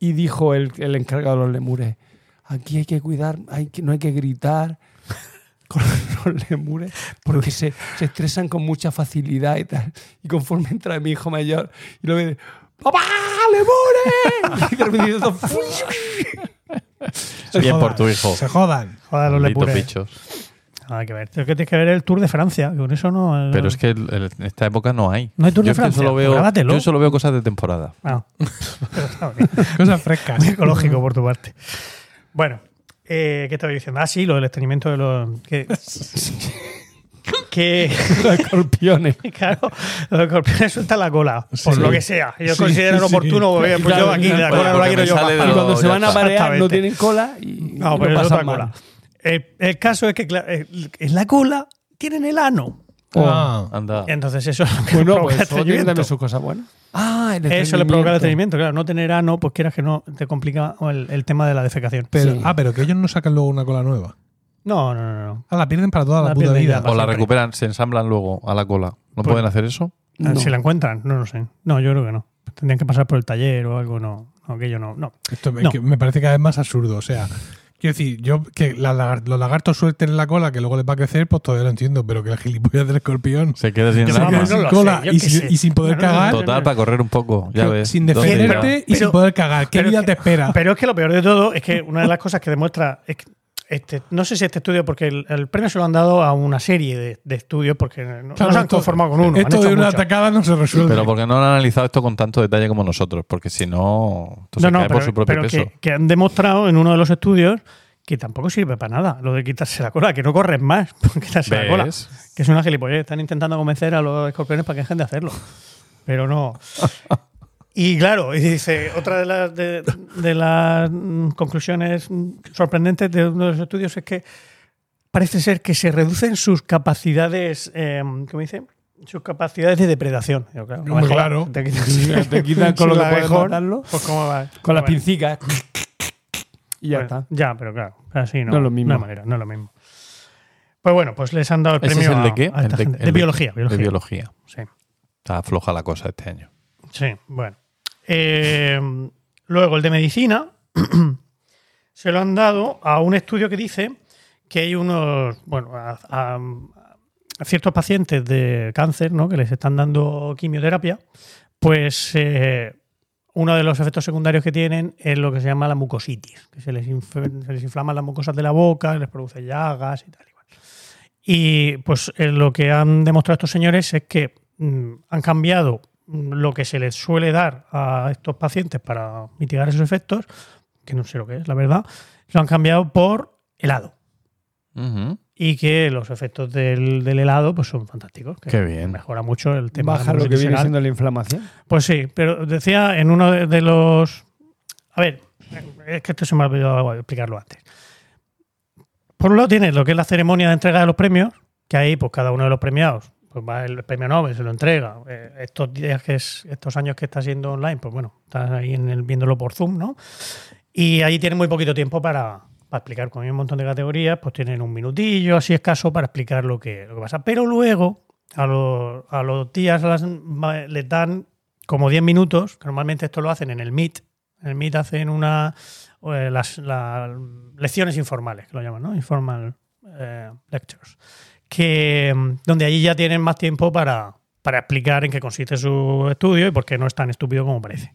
D: y dijo el, el encargado de los lemures, aquí hay que cuidar, hay que, no hay que gritar *laughs* con los lemures porque se, se estresan con mucha facilidad y tal. Y conforme entra mi hijo mayor y lo ve, ¡Papá,
C: *laughs*
D: lemures! Y de repente hizo todo, ¡fui!
C: Pues
A: Se
B: *laughs* Bien
A: jodan,
B: por tu hijo.
A: Se jodan.
C: Joder, los
B: Malditos
C: lepures.
B: bichos.
C: Nada que ver. Es que tienes que ver el Tour de Francia, que con eso no.
B: Pero es que el- el- en esta época no hay.
C: No hay Tour de
B: yo es que
C: Francia.
B: Solo veo,
C: Grábatelo.
B: yo solo veo cosas de temporada.
C: Ah. *laughs* Pero está bien.
A: Cosas
C: *laughs*
A: frescas.
C: Muy ecológico por tu parte. *laughs* Bueno, eh, ¿qué estaba diciendo? Ah, sí, lo del estreñimiento de los. Que, que
D: Los escorpiones.
C: *laughs* claro, los escorpiones sueltan la cola, por
A: Sí.
C: lo que sea. Ellos
A: Sí,
C: consideran
A: sí.
C: oportuno, porque, pues
D: Claro,
C: yo aquí la
D: claro,
C: cola no la
B: porque
C: quiero
B: me
C: yo.
B: sale
C: más.
B: de
D: Y cuando
B: No,
D: se
B: ya
D: van a
B: está.
D: parear no
C: Exactamente.
D: tienen cola y
C: No, pero
D: lo
C: es
D: pasan
C: otra
D: mal.
C: cola. El, el caso es que claro, el- en la cola tienen el ano.
D: Oh.
A: Ah.
B: Anda.
C: Entonces eso es lo que le
D: Bueno,
C: provoca
D: pues
C: el
D: eso tiene
C: estreñimiento.
D: también sus cosas buenas. Ah, el
C: Eso le provoca el
D: estreñimiento.
C: estreñimiento, claro. No tener ano, pues quieras que no, te complica el, el tema de la defecación.
A: Pero-
D: Sí.
A: Ah, pero que ellos no sacan luego una cola nueva.
C: No, no, no, no.
A: Ah, la pierden para toda la,
C: La
A: puta
C: pierden
A: vida.
C: ya.
B: O la
C: siempre.
B: recuperan, se ensamblan luego a la cola. ¿No
C: Pues-
B: pueden hacer eso?
C: Ah,
D: No.
C: Si la encuentran, no lo sé. No, yo creo que no. Tendrían que pasar por el taller o algo, no. no, Aquello no. no.
A: Esto me-
C: No.
A: que me parece cada vez más absurdo. O sea, quiero decir, yo que la lagar- los lagartos suelten la cola que luego les va a crecer, pues todavía lo entiendo, pero que la gilipollas del escorpión
B: Se queda sin
C: Yo
A: se
C: no,
A: quede
B: nada.
C: no
A: sin
C: lo sé,
A: cola
C: yo
A: y,
C: qué
A: sin-
C: sé.
A: y sin poder
C: No, no, no,
A: cagar,
B: Total, para correr un poco. Ya ves.
A: sin
B: ¿Dónde irá?
A: defenderte y sin
C: Pero-
A: poder cagar. ¿Qué
C: pero
A: vida
C: que-
A: te espera?
C: Pero es que lo peor de todo es que una de las cosas que demuestra. Es que este, no sé si este estudio, porque el, el premio se lo han dado a una serie de, de estudios, porque no,
A: Claro,
C: no se han
A: esto-
C: conformado con uno. han
A: Esto
C: hecho
A: de una
C: muchos.
A: atacada no se resuelve.
B: Pero porque no han analizado esto con tanto detalle como nosotros, porque si no, esto se
C: no, no,
B: cae
C: pero,
B: por su propio
C: pero
B: peso.
C: Que, que han demostrado en uno de los estudios que tampoco sirve para nada lo de quitarse la cola, que no corres más *laughs* por quitarse la cola.
B: ¿Ves?
C: Que es una gilipollez. Están intentando convencer a los escorpiones para que dejen de hacerlo. Pero no. Y claro, y dice, otra de las, de, de las mm, conclusiones mm, sorprendentes de uno de los estudios es que parece ser que se reducen sus capacidades, eh, ¿cómo dice? Sus capacidades de depredación. Yo, claro, no
A: Hombre,
C: me jodas,
A: claro.
C: Te quitan, *laughs*
D: Te quitan con lo que puedes matarlo.
C: Pues cómo va.
D: Con las
C: Bueno.
D: pincicas. Y ya
C: Bueno,
D: está.
C: Ya, pero claro, así no.
D: No es lo mismo.
C: No hay manera, no es lo mismo. Pues bueno, pues les han dado el
B: ¿Ese
C: premio
B: es el
C: a-
B: de qué?
C: a
B: El
C: esta
B: de,
C: gente.
B: el
C: de biología, biología.
B: De biología.
C: Sí,
B: Está floja la cosa este año.
C: sí, bueno. Eh, luego el de medicina *clears throat* se lo han dado a un estudio que dice que hay unos, bueno, a, a- a ciertos pacientes de cáncer, ¿no? Que les están dando quimioterapia, pues eh, uno de los efectos secundarios que tienen es lo que se llama la mucositis, que se les, inf- se les inflaman las mucosas de la boca, les produce llagas y tal y cual. Y pues eh, lo que han demostrado estos señores es que mm, han cambiado mm, lo que se les suele dar a estos pacientes para mitigar esos efectos, que no sé lo que es, la verdad, lo han cambiado por helado.
B: Ujú.
C: Y que los efectos del, del helado pues son fantásticos. Que
B: Qué bien.
C: Mejora mucho el tema de la
D: Baja lo que viene
C: mucositis
D: siendo la inflamación.
C: pues sí, pero decía en uno de, de los. A ver, es que esto se me ha olvidado explicarlo antes. Por un lado tienes lo que es la ceremonia de entrega de los premios, que ahí pues cada uno de los premiados, pues va el premio Nobel, se lo entrega. Eh, estos días que es, estos años que está siendo online, pues bueno, estás ahí en el- viéndolo por Zoom, ¿no? Y ahí tienen muy poquito tiempo para, para explicar, como hay un montón de categorías, pues tienen un minutillo, así escaso, para explicar lo que, lo que pasa. Pero luego, a, los- a los días a las- ma- les dan como 10 minutos, que normalmente esto lo hacen en el Meet. En el Meet hacen una eh, las, las lecciones informales, que lo llaman, ¿no? Informal eh, lectures. Que, mm, donde allí ya tienen más tiempo para, para explicar en qué consiste su estudio y por qué no es tan estúpido como parece.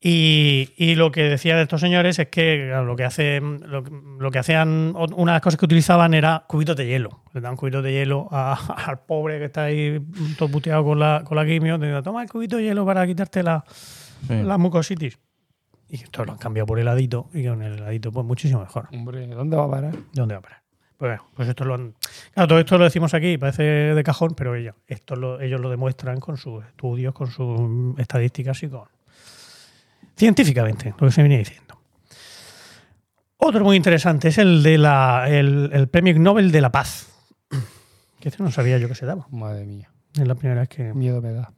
C: Y, y lo que decía de estos señores es que claro, lo que hacen, lo, que- lo que hacían, o- una de las cosas que utilizaban era cubitos de hielo. Le dan cubitos de hielo a- *laughs* al pobre que está ahí todo puteado con la, con la quimio. Te digo, toma el cubito de hielo para quitarte la,
B: Sí.
C: la mucositis. Y esto lo han cambiado por heladito y con el heladito pues muchísimo mejor.
D: Hombre, ¿dónde va a parar?
C: ¿De dónde va a parar? Pues, bueno, pues esto lo han... Claro, todo esto lo decimos aquí, parece de cajón, pero ellos, esto lo, ellos lo demuestran con sus estudios, con sus mm, estadísticas y con... Científicamente, lo que se viene diciendo. Otro muy interesante es el de la, el, el Premio Nobel de la Paz. Que este no sabía yo que se daba.
D: Madre mía,
C: Es la primera vez que...
D: miedo me da.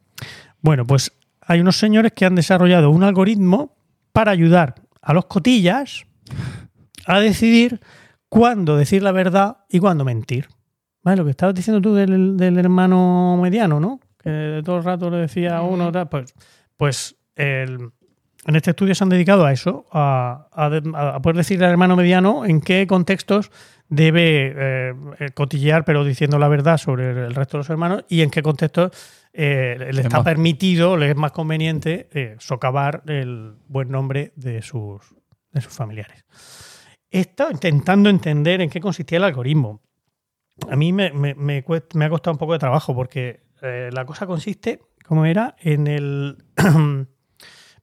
C: Bueno, pues hay unos señores que han desarrollado un algoritmo para ayudar a los cotillas a decidir cuándo decir la verdad y cuándo mentir. ¿Vale? Lo que estabas diciendo tú del, del hermano mediano, ¿no? Que todo el rato le decía a uno, tal, pues, pues el- en este estudio se han dedicado a eso, a, a de- a poder decirle al hermano mediano en qué contextos debe eh, eh, cotillear, pero diciendo la verdad sobre el- el resto de los hermanos y en qué contextos eh, le
B: Es
C: está
B: más-
C: permitido, le es más conveniente eh, socavar el buen nombre de sus, de sus familiares. He estado intentando entender en qué consistía el algoritmo. A mí me, me- me cuest- me ha costado un poco de trabajo porque eh, la cosa consiste, como era, en el... *clears throat*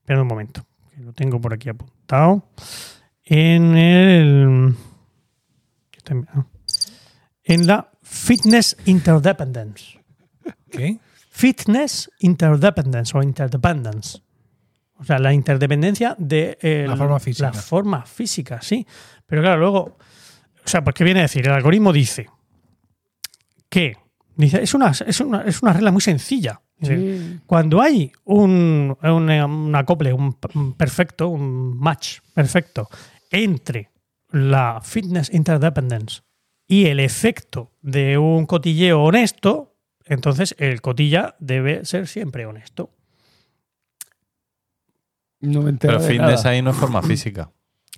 C: Espera un momento, que lo tengo por aquí apuntado. En el... Estoy- ah. En la fitness interdependence.
A: ¿Qué?
C: Fitness interdependence o interdependence. O sea, la interdependencia de eh,
A: La forma física.
C: La forma física, sí. Pero claro, luego. O sea, pues ¿qué viene a decir? El algoritmo dice que. Dice, es una, es una, es una regla muy sencilla. Dice,
D: Sí.
C: cuando hay un, un, eh, un acople, un p- un perfecto, un match perfecto entre la fitness interdependence y el efecto de un cotilleo honesto, entonces el cotilla debe ser siempre honesto.
D: No me entero
B: Pero
D: de
B: fitness
D: nada.
B: ahí no es forma física.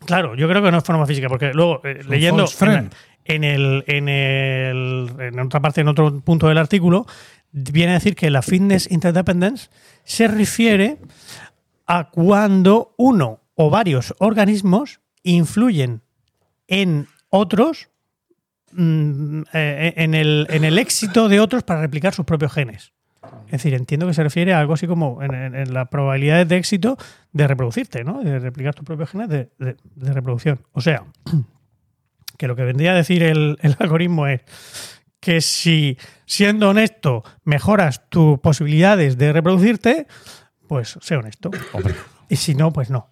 C: Claro, yo creo que no es forma física, porque luego eh,
A: un
C: leyendo
A: false friend.
C: en, el, en, el, en otra parte, en otro punto del artículo, viene a decir que la fitness interdependence se refiere a cuando uno o varios organismos influyen en otros, mm, eh, en, el, en el éxito de otros para replicar sus propios genes. Es decir, entiendo que se refiere a algo así como en, en- en las probabilidades de éxito de reproducirte, ¿no? De replicar tus propios genes de, de- de reproducción. O sea, *clears throat* que lo que vendría a decir el, el algoritmo es que si, siendo honesto, mejoras tus posibilidades de reproducirte, pues sé honesto.
B: Hombre,
C: Y si no, pues no.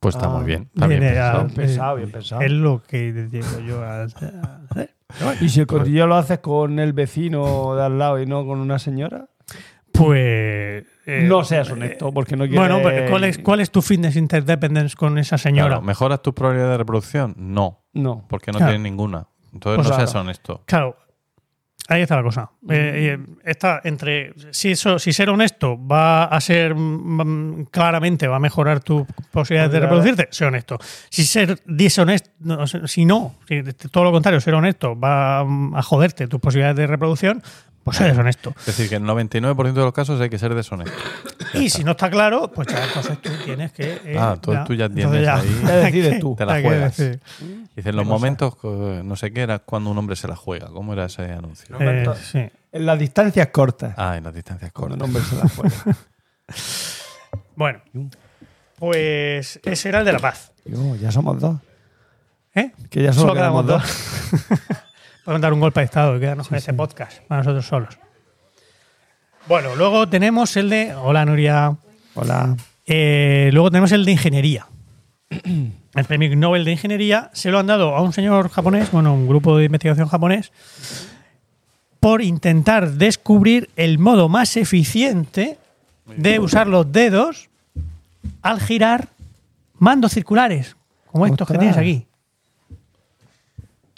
B: pues está
D: Ah,
B: muy bien. Está bien
C: viene
B: pensado.
C: a-
D: Pensado, bien pensado.
C: Es lo que entiendo yo a- a hacer.
D: Y si el cotillo lo haces con el vecino de al lado y no con una señora,
C: Pues. eh,
D: no seas honesto, porque no quieres.
C: Bueno, pues, ¿cuál es, ¿cuál es tu fitness interdependence con esa
B: Claro,
C: señora? Claro,
B: ¿Mejoras tu probabilidad de reproducción? No,
D: No.
B: porque no
C: Claro.
B: tienes ninguna. Entonces
D: Pues
B: no seas
D: claro.
B: honesto.
C: ahí está la cosa. Eh, eh, está entre. Si, eso, si ser honesto va a ser. mm, claramente va a mejorar tus posibilidades de
D: Claro.
C: reproducirte, sé honesto. Si ser deshonesto. no, si no, si todo lo contrario, ser honesto va mm, a joderte tus posibilidades de reproducción, pues eres honesto.
B: Es decir, que en el 99% de los casos hay que ser deshonesto.
C: Y si no está claro, pues ya, entonces tú tienes que. eh,
B: Ah, tú- tú ya tienes
C: entonces
D: Ya
B: ahí.
D: decides tú.
B: Te la
C: *laughs* hay que
B: juegas.
C: decir. Eh,
B: Dice, en los momentos, eh, no sé qué, era cuando un hombre se la juega. ¿Cómo era ese anuncio?
C: Eh,
D: Roberto.
C: sí.
D: En las distancias cortas.
B: Ah, en las distancias cortas.
D: Cuando un hombre se la juega.
A: *laughs*
C: Bueno, pues ese era el de la paz.
D: Yo, ya somos dos.
C: ¿Eh?
D: Que ya solo, quedamos dos.
C: *laughs* Podemos dar un golpe de estado y quedarnos con este podcast para nosotros solos. Bueno, luego tenemos el de. Hola, Nuria.
D: Hola. *clears throat*
C: Eh, luego tenemos el de ingeniería. el premio Nobel de Ingeniería se lo han dado a un señor japonés, bueno, un grupo de investigación japonés, por intentar descubrir el modo más eficiente de usar los dedos al girar mandos circulares, como estos que
D: Ostras.
C: tienes aquí.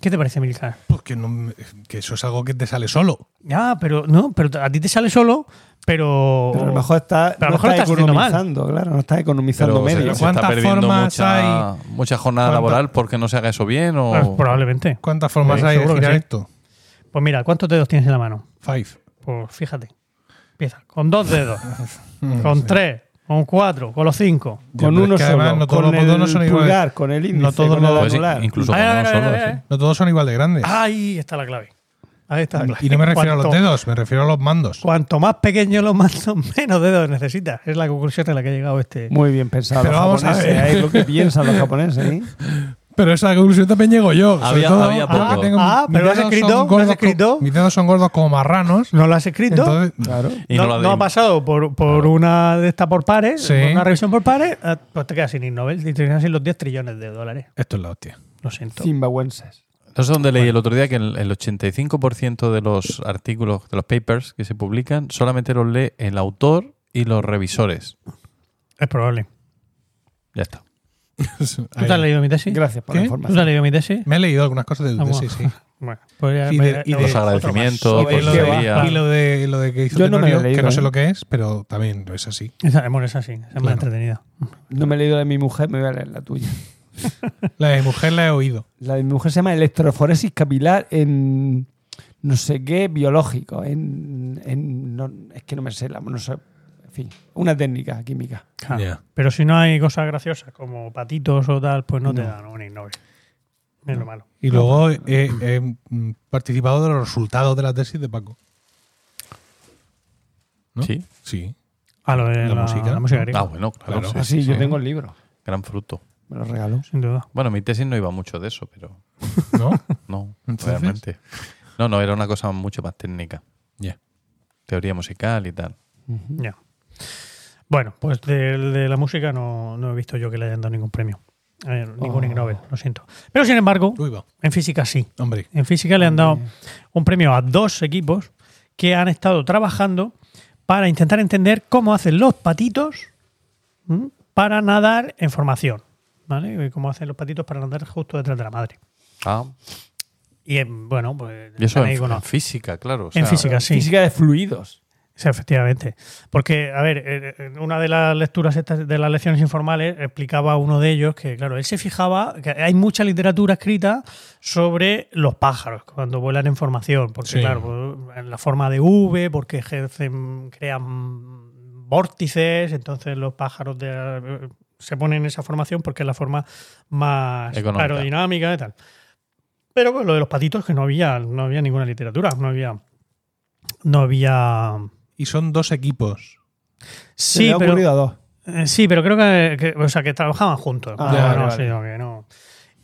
C: ¿Qué te parece, Milcar?
A: Porque no me- que eso es algo que te sale solo.
C: Ya, pero no, pero a ti te sale solo, pero.
D: Oh. Pero a lo mejor está,
C: Pero a lo
D: no
C: mejor
D: está
C: lo estás haciendo mal.
D: economizando, claro, no está economizando
B: Pero se,
D: medio.
B: se
A: ¿Cuántas
B: está perdiendo
A: formas
B: mucha, mucha jornada
A: ¿Cuántas?
B: laboral porque no se haga eso bien o
C: Pues probablemente.
A: ¿Cuántas formas
C: Sí,
A: hay de
C: seguro que
A: girar
C: sí.
A: esto?
C: Pues mira, ¿cuántos dedos tienes en la mano?
A: Five.
C: Pues fíjate. Empieza con
A: *laughs*
C: dos dedos, con tres, con cuatro, con los cinco.
A: Ya,
D: Con
A: pero
D: uno
A: es que
D: solo,
A: además no todos
D: con
A: los
D: el
A: botones son iguales.
D: pulgar, con el índice,
A: No todos
D: con el
A: los-
B: Pues in-
D: anular.
B: incluso con
C: Ay,
B: uno
C: ay,
B: solo.
C: ay,
B: sí.
C: ay.
A: No todos son igual de grandes.
C: Ahí está la clave. Ahí está la clave.
A: y no me refiero a los
C: Cuanto-
A: dedos, me refiero a los mandos.
C: Cuanto más pequeño los mandos, *laughs* menos dedos necesitas. Es la conclusión a la que ha llegado este.
D: Muy bien pensado.
A: Pero
D: los
A: vamos a
D: japoneses, ¿eh?
A: ver.
D: Es lo que piensan los japoneses. ¿eh?
A: Pero esa conclusión también llego yo. sobre
B: Había-
A: todo
B: había
A: porque
B: poco.
A: tengo-
C: Ah,
A: mis
C: pero lo has
A: dedos
C: escrito,
A: son
C: lo has
A: gordos co-
C: escrito.
A: Mis dedos son gordos como marranos.
C: ¿No lo has escrito?
A: Entonces,
D: Claro.
B: Y
C: no,
B: no la
C: no
B: de-
C: ha pasado por, por una de estas por pares,
A: Sí.
C: una revisión por pares, ah, pues te quedas sin Ig Nobel y te quedas sin los 10 trillones de dólares.
A: esto es la
C: *laughs*
A: hostia.
C: Lo siento.
D: Zimbabuenses.
B: No sé dónde leí el otro día que el, el 85% de los artículos, de los papers que se publican, solamente los lee el autor y los revisores.
C: Es probable.
B: Ya está.
C: ¿Tú te has leído mi tesis?
D: Gracias por
A: ¿Qué?
D: la
C: ¿Tú te
D: información.
C: has leído mi tesis?
A: Me he leído algunas cosas de
C: Vamos. *laughs*
A: sí, sí.
C: Bueno, pues ya
A: Y
C: me- Pues
A: de- y
C: no,
A: de-
B: Los
A: otro más.
B: agradecimientos,
D: Sobre
A: Y lo,
D: Sí,
B: cortesía.
A: de, y lo de- y lo de que hizo
D: Yo no me lo he
A: Tenorio, que
D: leído,
A: no sé
D: ¿eh?
A: lo que es, pero también es así.
C: Esa, bueno, esa sí, esa es más
A: Claro.
C: entretenida.
D: No me he leído la de mi mujer, me voy a leer la tuya.
A: La de mujer la he oído.
D: La de mi mujer se llama electroforesis capilar en no sé qué biológico. En, en- no- es que no me sé, la, no sé. En fin, una técnica química.
C: Claro.
A: Ya.
C: Pero si no hay cosas graciosas como patitos o tal, pues no, te
D: No.
C: dan un Ig Nobel. Es lo malo.
A: Y luego he, he, mm, participado de los resultados de la tesis de Paco. ¿No?
B: Sí.
A: Sí.
C: A lo de
A: ¿La
C: la,
A: música?
C: la música griega,
B: Ah, bueno, claro.
A: Claro.
B: sí,
D: Así,
B: sí,
D: yo
B: sí.
D: tengo el libro.
B: Gran fruto.
D: Me lo regaló.
C: sin duda.
B: Bueno, mi tesis no iba mucho de eso, pero
A: ¿No?
B: no,
A: ¿Entonces?
B: realmente. No, no, era una cosa mucho más técnica.
A: Ya.
B: Teoría musical y tal.
C: Ya. Bueno, pues del- de, la música no, no he visto yo que le hayan dado ningún premio. Eh, ningún Ig Nobel, lo siento. Pero sin embargo,
A: Uy, va.
C: en física sí.
A: Hombre.
C: En física le han dado un premio a dos equipos que han estado trabajando para intentar entender cómo hacen los patitos ¿m? para nadar en formación. ¿Vale? Y Cómo hacen los patitos para nadar justo detrás de la madre.
B: Ah,
C: Y eh, bueno, pues.
B: y eso
C: están
B: en,
C: ahí con
B: en
C: los-
B: física, claro. o
C: en
B: sea,
C: física, sí.
D: Física de fluidos.
C: Sí, efectivamente. Porque, a ver, eh, en una de las lecturas estas- de las lecciones informales explicaba uno de ellos que, claro, él se fijaba que hay mucha literatura escrita sobre los pájaros cuando vuelan en formación. Porque,
A: Sí.
C: claro, pues, en la forma de V, porque ejercen, crean vórtices, entonces los pájaros de- eh, se ponen en esa formación porque es la forma más
B: Económica.
C: aerodinámica y tal. Pero con lo de los patitos que no había, no había ninguna literatura, no había. No había
A: Y son dos equipos.
D: Se le
C: Sí,
D: ha
C: pero,
D: ocurrido a dos.
C: eh, sí, pero creo que, que- o sea, que trabajaban juntos.
D: Ah,
C: No,
A: vale,
C: no,
D: vale.
C: sí, no, que no.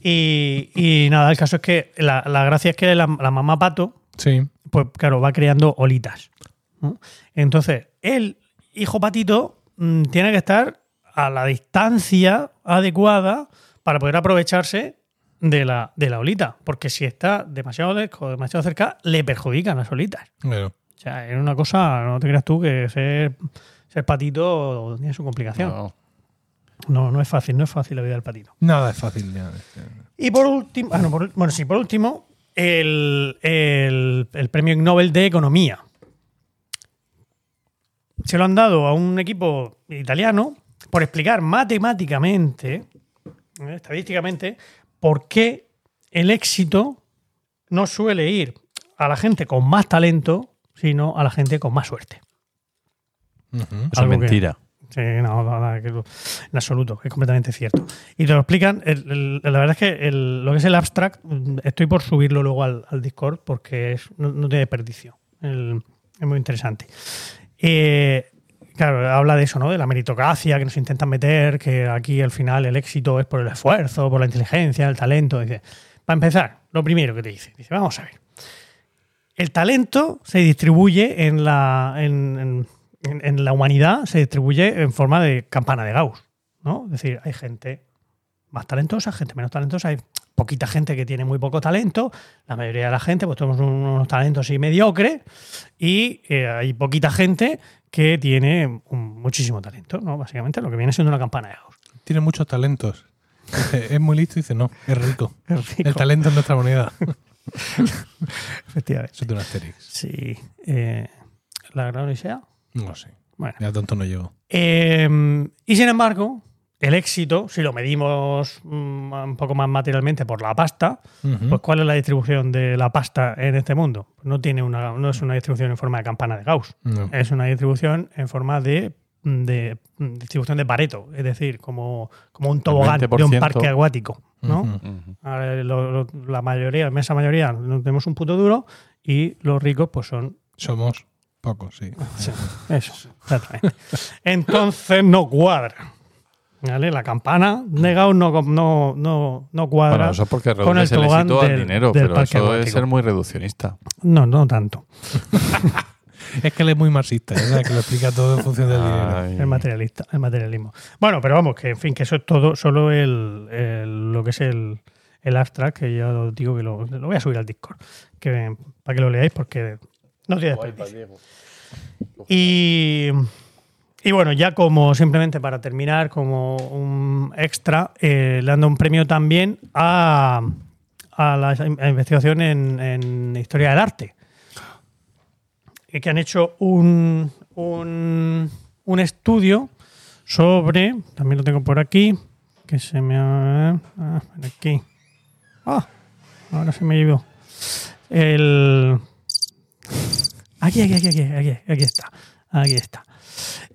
C: Y, y nada, el caso es que la, la gracia es que la, la mamá pato,
A: Sí.
C: pues claro, va creando olitas. ¿no? Entonces, el hijo patito mm, tiene que estar a la distancia adecuada para poder aprovecharse de la, de la olita. Porque si está demasiado lejos o demasiado cerca, le perjudican las olitas.
A: Bueno.
C: O sea, es una cosa, no te creas tú que ser, ser patito tiene su complicación. No.
B: no,
C: no, es fácil, no es fácil la vida del patito.
A: Nada es fácil. ya.
C: Y por último, ah, no, por- bueno, sí, por último, el, el- el premio Ig Nobel de Economía. Se lo han dado a un equipo italiano por explicar matemáticamente, eh, estadísticamente, por qué el éxito no suele ir a la gente con más talento, sino a la gente con más suerte.
A: Ujú.
B: eso es
C: Algo que-
B: mentira.
C: Sí, no, no, no, que- en absoluto, es completamente cierto. Y te lo explican, el- el- la verdad es que el- lo que es el abstract, mm, estoy por subirlo luego al, al Discord porque es, no, no tiene desperdicio, El- es muy interesante. Eh, claro, habla de eso, ¿no? De la meritocracia que nos intentan meter, que aquí al final el éxito es por el esfuerzo, por la inteligencia, el talento. Dice, para empezar, lo primero que te dice, dice, vamos a ver. El talento se distribuye en la, en, en- en- en la humanidad, se distribuye en forma de campana de Gauss, ¿no? Es decir, hay gente más talentosa, gente menos talentosa. Hay poquita gente que tiene muy poco talento. La mayoría de la gente, pues tenemos un- unos talentos y mediocres. Y eh, hay poquita gente que tiene un- muchísimo talento, ¿no? Básicamente lo que viene siendo una campana de Gauss.
A: Tiene muchos talentos. Dice, es muy listo y dice, no, es rico.
C: *laughs* Es rico.
A: El talento es nuestra moneda. *laughs*
C: Efectivamente.
A: Eso es de un Asterix.
C: Sí. eh, la gran odisea.
A: No sé.
C: Bueno.
A: Ya tonto no llego.
C: Eh, y sin embargo, el éxito, si lo medimos mm, un poco más materialmente por la pasta,
A: Ujú.
C: pues ¿cuál es la distribución de la pasta en este mundo? Pues No, tiene una, no es una distribución en forma de campana de Gauss,
A: No.
C: es una distribución en forma de, de- mm, distribución de Pareto, es decir, como, como un tobogán de un
B: 20%.
C: parque acuático. ¿no?
A: Ujú.
B: Ujú.
C: Ahora, lo- lo- la mayoría, la inmensa mayoría, no tenemos un puto duro y los ricos pues son
A: Somos pocos,
C: *laughs*
A: sí.
C: Sí, eso, exactamente. Entonces no cuadra. ¿Vale? La campana de Gauss no, no, no, no cuadra.
B: Bueno, eso es porque
C: con el
B: reduces el,
C: tobogán
B: éxito al
C: del-
B: dinero,
C: del
B: pero
C: parque
B: eso es
C: acuático.
B: ser muy reduccionista.
C: No, no tanto.
A: Es que él es muy marxista, ya sabes que lo explica todo en función del
C: Ah,
A: dinero.
B: Ay.
C: El materialista, el materialismo. Bueno, pero vamos, que en fin, que eso es todo, solo el, el- lo que es el, el abstract, que ya os digo que lo, lo voy a subir al Discord, que, para que lo leáis, porque no tiene desperdicio. Y, y bueno, ya como simplemente para terminar, como un extra, eh, le dando un premio también a, a la in- a investigación en, en historia del arte. Y que han hecho un, un, un estudio sobre, también lo tengo por aquí, que se me ha... ah, aquí. Ah, ahora se me llevó. El... Aquí, aquí, aquí, aquí, aquí, aquí está. Aquí está.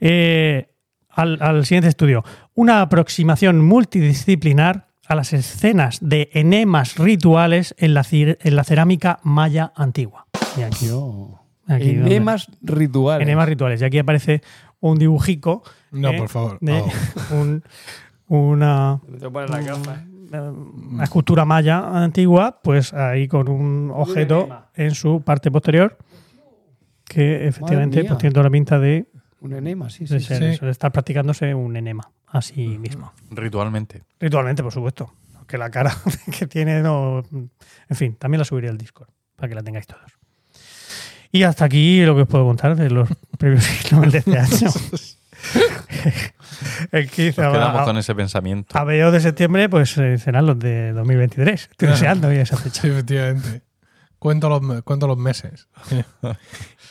C: Eh, al, al siguiente estudio. Una aproximación multidisciplinar a las escenas de enemas rituales en la, cir- en la cerámica maya antigua. Y aquí, aquí donde-
D: Enemas rituales.
C: enemas rituales. Y aquí aparece un dibujico
A: No,
C: Eh,
A: por favor.
C: de
A: Oh. *laughs*
C: *laughs* un- una, eh,
D: Te voy a poner la gafa.
C: una escultura maya antigua, pues ahí con un objeto en su parte posterior que efectivamente
D: mía.
C: pues, tiene toda la pinta de,
D: Un enema, sí,
C: de
D: sí.
C: ser
A: sí.
C: eso, de estar practicándose un enema a sí mismo.
B: Ritualmente.
C: Ritualmente, por supuesto. Que la cara *laughs* que tiene no. En fin, también la subiré al Discord para que la tengáis todos. Y hasta aquí lo que os puedo contar de los *laughs* premios Nobel de este año. *laughs* El 15
B: Nos
C: a-
B: quedamos
C: a-
B: con ese pensamiento.
C: a mediados de septiembre, pues eh, serán los de 2023. Estoy
A: Claro.
C: deseando ya esa fecha.
A: Sí, efectivamente. Cuento los, me- cuento los
C: *laughs*
A: meses. Toda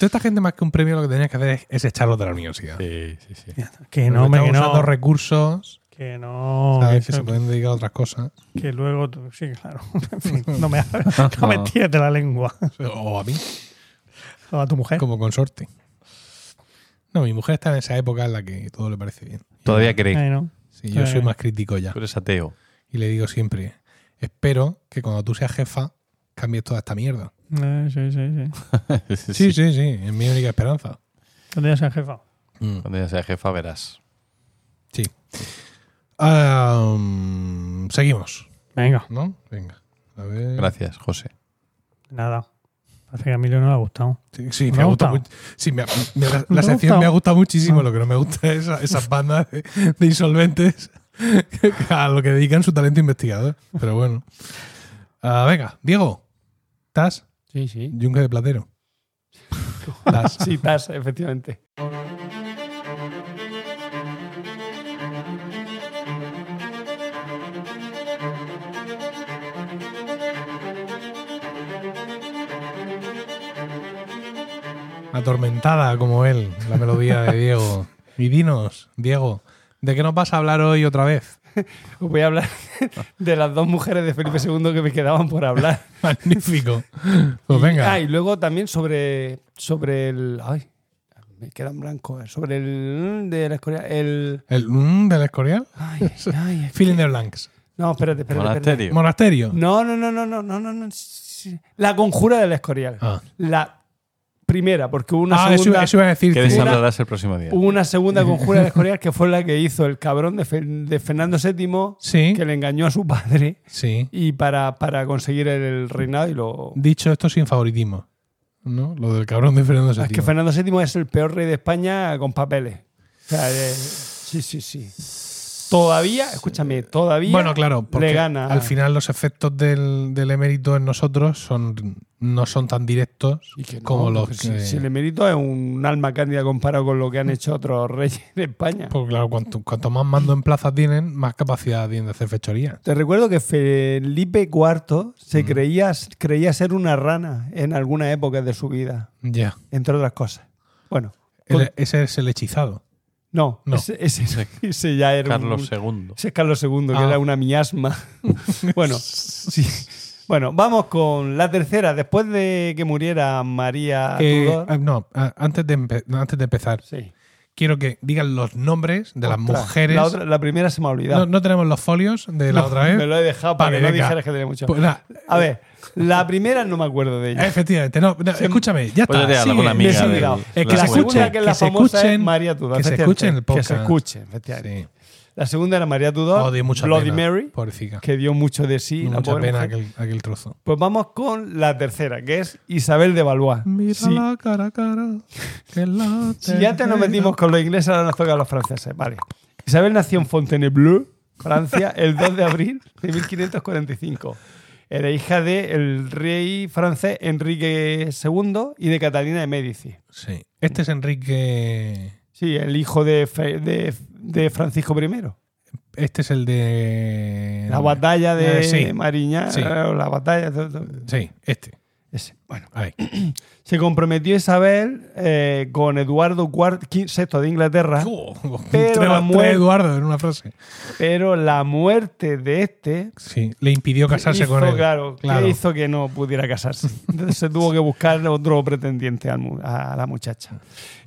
A: esta gente, más que un premio, lo que tenías que hacer es, es echarlos de la universidad.
B: Sí, sí, sí.
C: Que
A: Porque
C: no, hombre,
A: están
C: que
A: usando
C: no.
A: recursos,
C: Que no.
A: sabes,
C: Que,
A: que se
C: eso-
A: pueden dedicar a otras
C: *laughs*
A: cosas.
C: que luego. tú- Sí, claro. *laughs* En fin, no me, no me tires de la lengua *laughs*
A: O a mí,
C: o a tu mujer.
A: como consorte. No, mi mujer está en esa época en la que todo le parece bien.
B: Todavía queréis.
C: Ay, no.
A: Sí, yo soy
C: Eh.
A: más crítico ya.
B: Tú eres ateo.
A: Y le digo siempre, espero que cuando tú seas jefa cambies toda esta mierda.
C: Eh, sí, sí, sí.
B: *laughs*
A: Sí, sí, sí, es mi única esperanza.
C: ¿Dónde es el jefa?
A: Mm.
B: Cuando ya seas jefa verás.
A: Sí. Ah, mm, seguimos,
C: Venga.
A: ¿no? Venga. A ver.
B: Gracias, José.
C: Nada. Parece que a Emilio no le ha gustado.
A: Sí, sí,
C: Me
A: me,
C: ha
A: gusta
C: gustado. Ah.
A: mucho. Sí, me ha- me
C: *laughs*
A: ha-
C: Me
A: la
C: ha
A: sección
C: gustado.
A: me ha gustado muchísimo. Lo que no me gusta es esa- esas bandas de, de insolventes *laughs* a lo que dedican su talento investigador. Pero bueno. Ah, venga, Diego. ¿Estás?
D: Sí, sí.
A: Yunque de Platero. Tas.
D: Sí, estás, efectivamente.
A: Atormentada como él, la melodía de Diego. Y dinos, Diego, ¿de qué nos vas a hablar hoy otra vez? *laughs*
D: Os voy a hablar *laughs* de las dos mujeres de Felipe II que me quedaban por hablar.
A: Magnífico. Pues venga.
D: Ah, y luego también sobre, sobre el. Ay, me queda en blanco. eh, Sobre el. De la escoria. El.
A: El mm, del Escorial.
D: Ay, ay, ay, es que-
A: Feeling the Blanks.
D: No, espérate, espérate. espérate.
A: Monasterio.
B: Monasterio.
D: No, no, no, no, no, no, no, no. sí, sí. La conjura del escorial.
A: Ah,
D: La primera, porque hubo una
A: Ah, eso,
D: segunda.
A: eso iba a decir.
B: ¿Qué
A: tío.
B: deshablarás el próximo día?
D: hubo
A: *laughs*
D: una segunda conjura del escorial que fue la que hizo el cabrón de, Fe- de Fernando VII
A: Sí,
D: que le engañó a su padre
A: sí.
D: y para, para conseguir el reinado y lo.
A: Dicho esto sin favoritismo. ¿No? Lo del cabrón de Fernando
D: Ah, Es
A: VII.
D: que Fernando VII es el peor rey de España con papeles. O sea, eh, sí, sí, sí. Todavía, escúchame, todavía
A: Bueno, claro, porque
D: le gana.
A: al final los efectos del, del emérito en nosotros son, no son tan directos
D: Y que no,
A: como los que...
D: porque si, si el emérito es un alma cándida comparado con lo que han hecho otros reyes de España.
A: Porque claro, cuanto, cuanto más mando en plazas tienen, más capacidad tienen de hacer fechoría.
D: Te recuerdo que Felipe IV se creía, creía ser una rana en alguna época de su vida,
A: Ya. Pues-
D: entre otras cosas. Bueno,
A: El-
D: con-
A: ese es el hechizado.
D: no,
A: no.
D: Ese, ese- *laughs* ese ya era un-
B: Carlos II.
D: ese es Carlos II, que
A: Ah.
D: era
A: *laughs*
D: una miasma. bueno, sí. bueno, vamos con la tercera. Después de que muriera María
A: Eh,
D: Tudor.
A: ah, no, ah, antes de, empe- antes de empezar,
D: Sí.
A: quiero que digan los nombres de las
D: Ostras,
A: mujeres.
D: La, otra- la primera se me ha olvidado.
A: no, no tenemos los folios de la
D: No,
A: otra vez.
D: Me lo he dejado para
A: Vale,
D: que no
A: venga.
D: dijeras que tenía mucho.
A: Pues nada,
D: A ver, la primera no me acuerdo de ella.
A: efectivamente, no, no, escúchame, ya
B: Puedes
A: está.
B: leer alguna
A: sigue.
B: amiga
A: Sigue. Eh,
D: del-
B: la
A: que se
B: segunda
A: escuchen,
D: que es la
A: se
D: famosa es
A: escuchen,
D: María Tudor,
A: Que se
D: efectivamente,
A: escuchen el
D: que
A: podcast.
D: se escuchen, efectivamente.
A: Sí.
D: La segunda era María Tudor,
A: Oh, di mucha
D: Bloody
A: pena,
D: Mary,
A: pobrecita.
D: que dio mucho de sí. la
A: mucha
D: pobre
A: pena
D: mujer.
A: aquel, aquel trozo.
D: Pues vamos con la tercera, que es Isabel de Valois. Sí.
A: cara a cara. que la
D: *laughs* Si ya te nos metimos con los ingleses, ahora nos toca a los franceses. Vale. Isabel nació en Fontainebleau, Francia, el 2 de abril de 1545. Era hija del rey francés Enrique II y de Catalina de Médici.
A: Sí. Este es Enrique.
D: Sí, el hijo de, Fe- de- de Francisco I.
A: Este es el de.
D: La batalla de
A: Eh, sí.
D: Mariña,
A: Sí.
D: o la batalla de- de-
A: Sí, este.
D: ese. Bueno,
A: Ahí.
D: se comprometió Isabel eh, con Eduardo IV, VI
A: *laughs*
D: de Inglaterra.
A: Oh,
D: Pero
A: tres-
D: la
A: tres
D: muerte-
A: Eduardo en una frase.
D: Pero la muerte de este
A: Sí, le impidió casarse
D: hizo,
A: con él.
D: Claro, que
A: Claro.
D: hizo que no pudiera casarse. Entonces se tuvo que buscar otro pretendiente al mu- a la muchacha.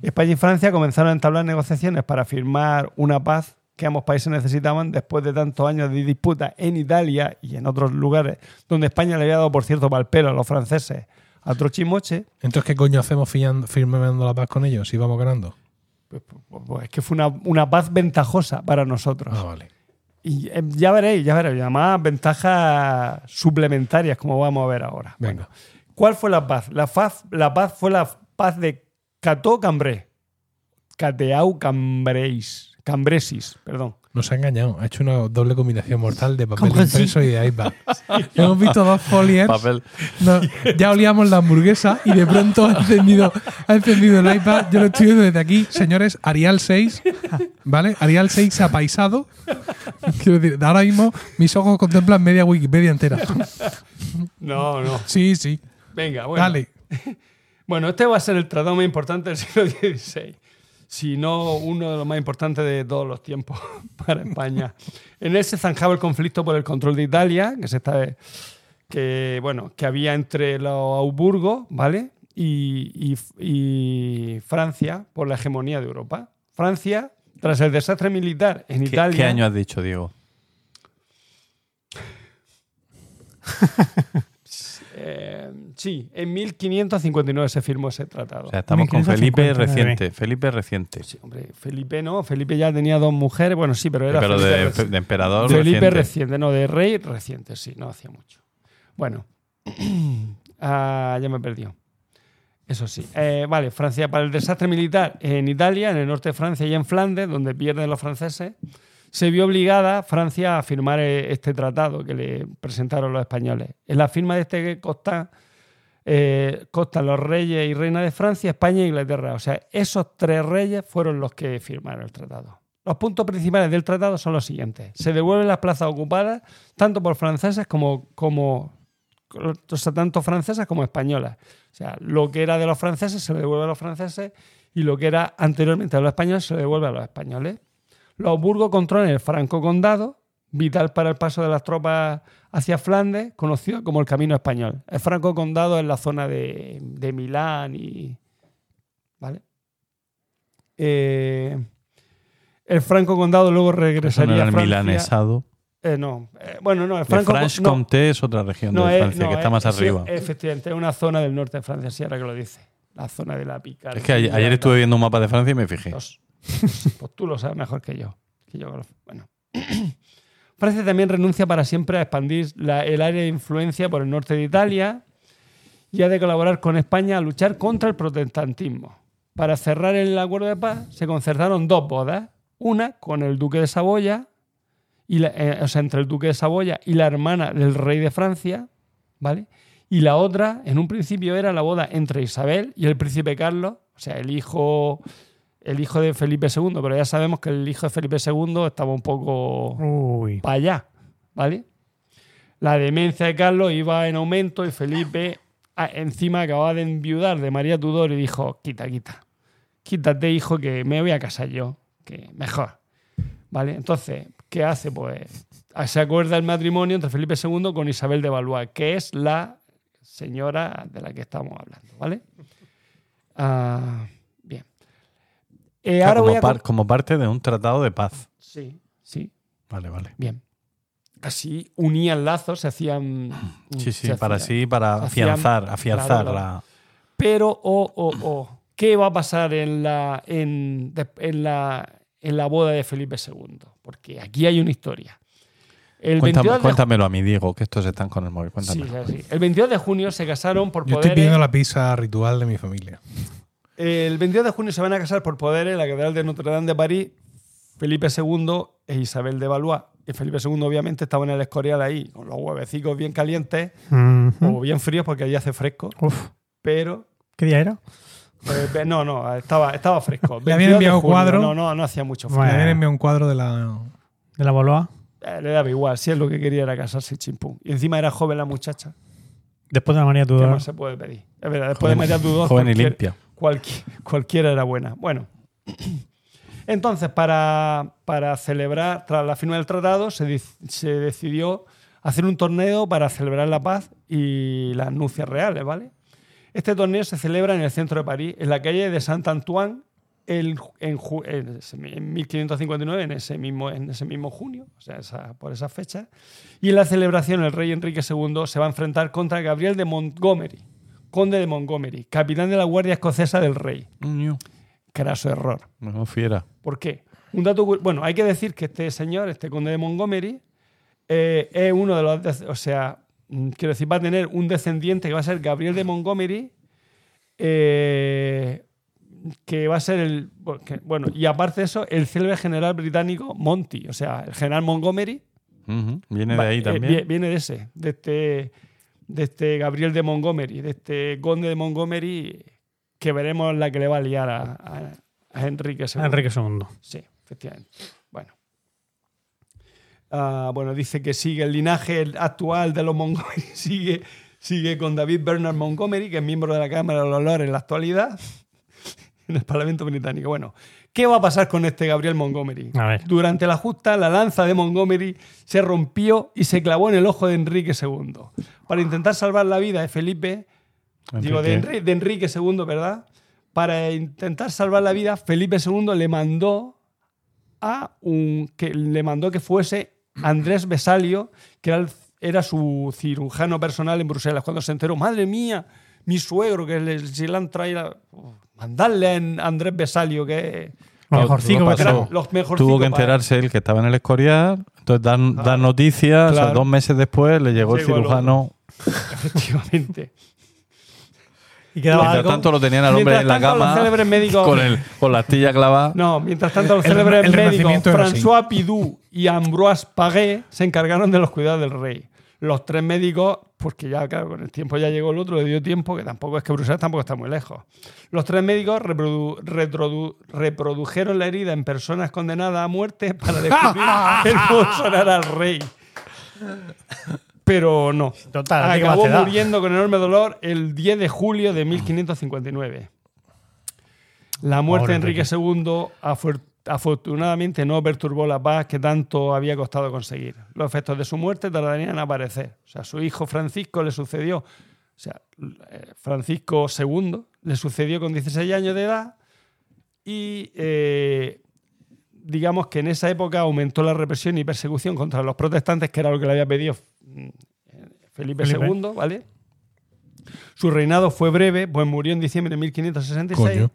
D: España y Francia comenzaron a entablar negociaciones para firmar una paz que ambos países necesitaban después de tantos años de disputa en Italia y en otros lugares, donde España le había dado, por cierto, mal pelo a los franceses a Trochimoche.
A: Entonces, ¿qué coño hacemos fiando- firmando la paz con ellos si vamos ganando?
D: Pues, pues, pues, es que fue una, una paz ventajosa para nosotros.
A: Ah, vale.
D: Y eh, ya veréis, ya veréis, además ventajas suplementarias, como vamos a ver ahora.
A: Venga.
D: ¿Cuál fue la paz? La paz, la paz fue la paz de Cató Cambré. Cateau Cambréis. Cambresis, perdón.
A: Nos ha engañado. Ha hecho una doble combinación mortal de papel
C: ¿Cómo
A: impreso y de iPad. *laughs* Hemos visto dos folies.
B: Papel.
A: No, ya olíamos la hamburguesa y de pronto ha encendido, ha encendido el iPad. Yo lo estoy viendo desde aquí, señores. Arial 6, ¿vale? Arial 6 apaisado. Quiero decir, ahora mismo mis ojos contemplan media Wikipedia entera.
D: No, no.
A: Sí, sí.
D: Venga, bueno.
A: Dale.
D: Bueno, este va a ser el tratado más importante del siglo XVI, si no uno de los más importantes de todos los tiempos *laughs* para España. En él se zanjaba el conflicto por el control de Italia, que se está- que bueno, que había entre los Augsburgo, ¿vale? Y, y- y Francia por la hegemonía de Europa. Francia, tras el desastre militar en
B: ¿Qué,
D: Italia,
B: qué año has dicho, Diego?
D: eh, sí, en 1559 se firmó ese tratado.
B: O sea, estamos con Felipe
C: 1559.
B: reciente. Felipe reciente.
D: Sí, hombre, Felipe no, Felipe ya tenía dos mujeres, bueno, sí, pero era
B: Pero
D: Felipe
B: de,
D: recién.
B: de emperador
D: Felipe
B: reciente.
D: reciente, no, de rey reciente, sí, no hacía mucho. Bueno, *clears throat* ah, ya me perdió. Eso sí. Eh, vale, Francia para el desastre militar en Italia, en el norte de Francia y en Flandes, donde pierden los franceses, se vio obligada Francia a firmar eh, este tratado que le presentaron los españoles. En la firma de este costa, eh, constan los reyes y reinas de Francia, España e Inglaterra. O sea, esos tres reyes fueron los que firmaron el tratado. Los puntos principales del tratado son los siguientes. Se devuelven las plazas ocupadas tanto por franceses como, como o sea, tanto francesas como españolas. O sea, lo que era de los franceses se le devuelve a los franceses y lo que era anteriormente de los españoles se le devuelve a los españoles. Los Burgos controlan el Franco Condado, vital para el paso de las tropas hacia Flandes, conocido como el Camino Español. El Franco Condado es la zona de, de Milán y... ¿Vale? Eh, el Franco Condado luego
B: Eso no
D: regresaría
B: era
D: a
B: el
D: Francia.
B: milanesado.
D: Eh, no, Eh, bueno, no, el
B: El
D: Franco...
B: Franche
D: no,
B: Comté es otra región
D: no,
B: de
D: es-
B: Francia,
D: no, eh,
B: que está
D: es-
B: más
D: sí,
B: arriba. Es,
D: efectivamente, es una zona del norte de Francia, sí, ahora que lo dice. La zona de la Picardía.
B: que ayer, ayer estuve viendo un mapa de Francia y me fijé.
D: Dos. *laughs* Pues tú lo sabes mejor que yo. que yo lo- bueno. *clears throat* Francia también renuncia para siempre a expandir la- el área de influencia por el norte de Italia y ha de colaborar con España a luchar contra el protestantismo. Para cerrar el acuerdo de paz se concertaron dos bodas, una con el duque de Saboya, y la- eh, o sea, entre el duque de Saboya y la hermana del rey de Francia, ¿vale? Y la otra, en un principio, era la boda entre Isabel y el príncipe Carlos, o sea, el hijo, el hijo de Felipe II, pero ya sabemos que el hijo de Felipe II estaba un poco
C: Uy.
D: para allá, ¿vale? La demencia de Carlos iba en aumento y Felipe ah, encima acababa de enviudar de María Tudor y dijo, quita, quita, quítate hijo que me voy a casar yo, que mejor, ¿vale? Entonces, ¿qué hace? Pues ah, se acuerda el matrimonio entre Felipe II con Isabel de Valois, que es la señora de la que estamos hablando, ¿vale? Ah, bien. Eh,
B: Ah,
D: ahora
B: como,
D: voy a...
B: par- como parte de un tratado de paz.
D: Sí, sí.
B: Vale, vale.
D: Bien. Así unían lazos, se hacían.
B: Sí, sí,
D: Mm, se
B: para
D: hacían.
B: así, para
D: hacían-
B: afianzar, afianzar
D: claro,
B: la.
D: Pero, oh, oh, oh, ¿qué va a pasar en la, en, de- en la, en la boda de Felipe II? Porque aquí hay una historia. El
B: Cuéntame-
D: 22 de ju-
B: cuéntamelo a mí, Diego, que estos están con el móvil. Cuéntame.
D: Sí, sí, sí. El 22 de junio se casaron por
A: Yo
D: poderes.
A: estoy pidiendo la pizza ritual de mi familia.
D: El 22 de junio se van a casar por poderes en la Catedral de Notre Dame de París, Felipe II e Isabel de Valois. Y Felipe II, obviamente, estaba en el Escorial ahí, con los huevecicos bien calientes
C: Ujú.
B: ¿Mm?
D: o bien fríos porque allí hace fresco.
C: Uf.
D: pero
C: ¿Qué día era?
D: eh, ve- no, no, estaba, estaba fresco.
A: Le habían
D: 22 de
A: enviado
D: junio,
A: cuadro.
D: No, no, no hacía mucho frío.
A: Me
C: Bueno.
A: habían enviado un cuadro de la.
C: ¿De la Boloa?
D: Eh, le daba igual, si es lo que quería era casarse chimpú. Y encima era joven la muchacha.
C: Después de la María
D: ¿Qué
C: Tudor.
D: más se puede pedir? Es verdad, después de matar tus dos.
B: joven y
D: cualquier-
B: limpia.
D: cualqui- cualquiera era buena. Bueno. *clears throat* Entonces, para, para celebrar, tras la firma del tratado, se, dec- se decidió hacer un torneo para celebrar la paz y las nucias reales, ¿vale? Este torneo se celebra en el centro de París, en la calle de Saint-Antoine, el- en, ju- en ese mi- en 1559, en ese mismo, en ese mismo junio, o sea, esa- por esa fecha. Y en la celebración, el rey Enrique II se va a enfrentar contra Gabriel de Montgomery, conde de Montgomery, capitán de la Guardia Escocesa del Rey.
B: Uño,
D: Craso error.
B: No fiera.
D: ¿Por qué? Un dato, cu- bueno, hay que decir que este señor, este conde de Montgomery, eh, es uno de los, de- o sea, mm, quiero decir, va a tener un descendiente que va a ser Gabriel de Montgomery, eh, que va a ser el, bueno, que- bueno, y aparte de eso, el célebre general británico Monty, o sea, el general Montgomery,
B: Ujú, Viene
D: Va,
B: de ahí
D: eh,
B: también.
D: vie- viene de ese, de este, de este Gabriel de Montgomery, de este conde de Montgomery, que veremos la que le va a liar a, a- a Enrique II.
C: Ah, Enrique II.
D: Sí, efectivamente. Bueno. Ah, bueno, dice que sigue el linaje actual de los Montgomery, *laughs* sigue, sigue con David Bernard Montgomery, que es miembro de la Cámara de los Lores en la actualidad, *laughs* en el Parlamento británico. Bueno, ¿qué va a pasar con este Gabriel Montgomery?
C: A ver.
D: Durante la justa, la lanza de Montgomery se rompió y se clavó en el ojo de Enrique II. Para intentar salvar la vida de Felipe, Digo, de,
B: Enrique.
D: Enri- de Enrique II, ¿verdad? Para intentar salvar la vida, Felipe II le mandó a un. que le mandó que fuese Andrés Besalio, que era, el- era su cirujano personal en Bruselas. Cuando se enteró, madre mía, mi suegro, que le, si le han traído. oh, mandarle a en- Andrés Besalio, que. *laughs*
C: Lo
B: Lo-
C: mejorcico
B: lo
C: que
B: pasó.
D: eran
C: trajo.
D: los mejorcitos
B: Tuvo que
D: para-
B: enterarse él que estaba en el Escorial. Entonces dan,
D: Ah,
B: dan noticias. o sea,
D: claro.
B: dos meses después le llegó, el
D: Llegó el
B: cirujano.
D: Efectivamente.
C: Y
D: Claro,
C: quedaba
B: Mientras
C: algo.
B: tanto lo tenían al hombre
D: Mientras
B: en la
D: tanto, los
B: cama.
D: célebres médicos-
B: Con, el, con la astilla clavada.
D: No, mientras tanto, los
A: El-
D: célebres
A: el
D: médicos
A: renacimiento era así.
D: François Pidou y Ambroise Pagué se encargaron de los cuidados del rey. Los tres médicos, porque ya, claro, con el tiempo ya llegó el otro, le dio tiempo, que tampoco es que Bruselas tampoco está muy lejos. Los tres médicos reprodu- retrodu- reprodujeron la herida en personas condenadas a muerte
A: *laughs*
D: para descubrir el modo sonar al rey. Pero no.
C: Total, ¿a ti qué más
D: ah, Acabó
C: te da?
D: muriendo con enorme dolor el 10 de julio de 1559. La muerte de Enrique II afor- afortunadamente no perturbó la paz que tanto había costado conseguir. Los efectos de su muerte tardarían en aparecer. O sea, su hijo Francisco le sucedió, o sea, eh, Francisco II le sucedió con 16 años de edad y eh, digamos que en esa época aumentó la represión y persecución contra los protestantes, que era lo que le había pedido mm, Felipe,
C: Felipe.
D: II, ¿vale? Su reinado fue breve, pues murió en diciembre de 1566.
A: Coño.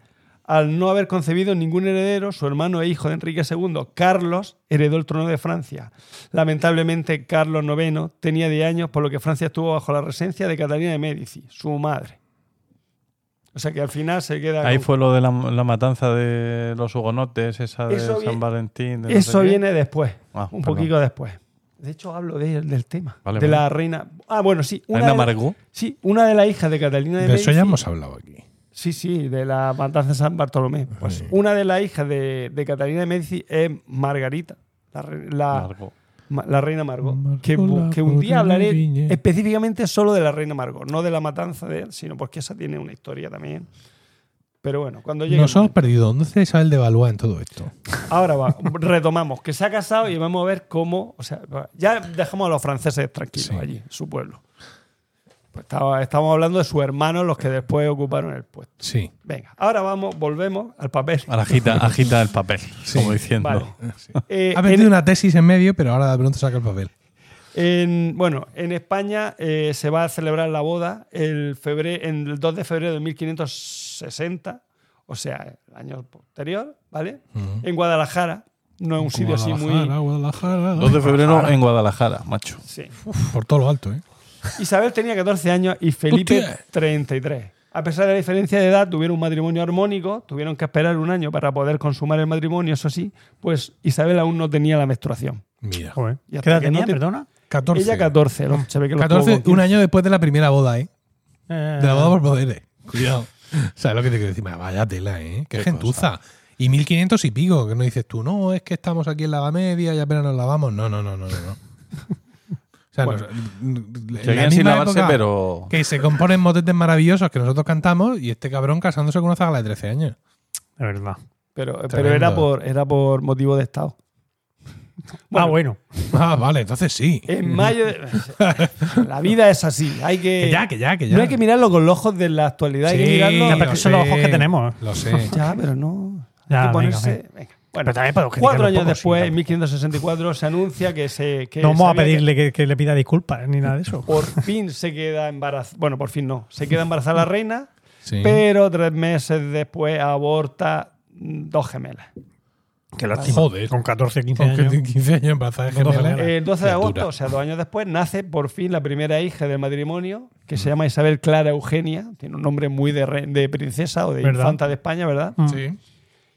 D: Al no haber concebido ningún heredero, su hermano e hijo de Enrique II, Carlos, heredó el trono de Francia. Lamentablemente, Carlos IX tenía 10 años, por lo que Francia estuvo bajo la residencia de Catalina de Médici, su madre. O sea que al final se queda.
B: Ahí
D: con-
B: fue lo de la, la matanza de los hugonotes, esa de
D: Eso
B: San
D: viene-
B: Valentín. de no sé
D: Eso
B: qué.
D: viene después,
B: Ah,
D: un
B: perdón.
D: poquito después. De hecho, hablo de- del tema,
B: Vale,
D: de
B: vale.
D: la reina. Ah, bueno, sí. Una
B: Reina
D: de la-
B: Margot.
D: Sí, una de las hijas de Catalina de
A: De eso
D: Medici-
A: ya hemos hablado aquí.
D: Sí, sí, de la matanza de San Bartolomé. Pues
A: Sí.
D: una de las hijas de, de Catalina de Medici es Margarita, la, re- la-
B: Margot.
D: ma- la reina Margot.
A: Margot,
D: que, bu- que un
A: la
D: día hablaré
A: Viñe.
D: específicamente solo de la reina Margot, no de la matanza de él, sino porque esa tiene una historia también. Pero bueno, cuando llegue. el
A: Nos hemos
D: momento.
A: perdido. ¿Dónde está Isabel de Valois en todo esto?
D: Ahora va, retomamos, que se ha casado y vamos a ver cómo. O sea, va- ya dejamos a los franceses tranquilos
A: Sí.
D: allí, su pueblo. Pues estaba- estamos hablando de sus hermanos, los que después ocuparon el puesto.
A: Sí.
D: Venga, ahora vamos, volvemos al papel.
B: Ahora agita, agita el papel, como diciendo.
D: Vale. Eh,
A: Ha
D: en,
A: perdido una tesis en medio, pero ahora de pronto saca el papel.
D: en- bueno, en España eh, se va a celebrar la boda el, febre- en el 2 de febrero de 1560, o sea, el año posterior, ¿vale? En Guadalajara, no es un sitio así muy...
A: Guadalajara,
D: *laughs*
A: Guadalajara.
B: 2 de febrero en Guadalajara, macho.
D: Sí.
A: Por todo lo alto, ¿eh?
D: Isabel tenía 14 años y Felipe
A: Hostia.
D: 33. A pesar de la diferencia de edad, tuvieron un matrimonio armónico, tuvieron que esperar un año para poder consumar el matrimonio, eso sí, pues Isabel aún no tenía la menstruación.
A: Mira.
C: Joder.
D: Y
C: ¿Qué
D: hasta
C: edad
D: que
C: tenía,
D: no te-
C: perdona?
A: 14.
D: Ella 14, lo- se ve que lo Ah.
A: 14,
D: tuvo con
A: un año después de la primera boda, ¿eh?
C: Eh,
A: De la boda por poderes. Cuidado. *laughs* ¿Sabes lo que te quiero decir? Vaya tela, ¿eh? Qué,
B: Qué
A: gentuza. Y 1500 y pico, que no dices tú, no, es que estamos aquí en la media y apenas nos lavamos. No, no, no, no, no. *laughs* no. O sea,
D: Bueno.
A: nos- en
B: Que
A: la
B: bien sin
A: misma
B: lavarse,
A: época
B: pero.
A: Que se componen motetes maravillosos que nosotros cantamos y este cabrón casándose con una zagala de 13 años.
C: De verdad.
D: Pero, pero
A: Tremendo.
D: era, por, era por motivo de Estado.
C: ah, bueno.
A: Ah, vale, entonces sí.
D: En mayo. de- la vida es así. Hay que.
A: que ya, que ya, que ya.
D: No hay que mirarlo con los ojos de la actualidad. hay que
A: Sí,
D: mirarlo.
C: Ya, pero
A: lo
C: son los ojos
A: sé,
C: que tenemos.
A: Lo
D: *laughs*
A: sé.
D: Ya, pero no. Hay
C: Ya,
D: que
C: venga,
D: ponerse.
C: venga.
D: venga.
C: Pero también para objetivizar
D: cuatro
C: un
D: años
C: poco, sí,
D: después, en
C: tampoco.
D: 1564, se anuncia que se. que
C: No vamos a
D: sabía que
C: pedirle que, que le pida disculpas ni nada de eso.
D: por fin se queda embarazada. Bueno, por fin no. Se queda embarazada la reina,
A: Sí.
D: pero tres meses después aborta mm, dos gemelas.
C: Qué
A: Joder.
C: Con 14, 15
A: Aunque
C: años.
A: tiene 15 años embarazada de
C: No, no,
A: gemelas.
C: no, no.
D: El 12 Eh,
A: Criatura.
D: de agosto, o sea, dos años después, nace por fin la primera hija del matrimonio, que se llama Isabel Clara Eugenia, tiene un nombre muy de, re- de princesa o de
C: ¿Verdad?
D: infanta de España, ¿verdad?
C: Mm.
A: Sí.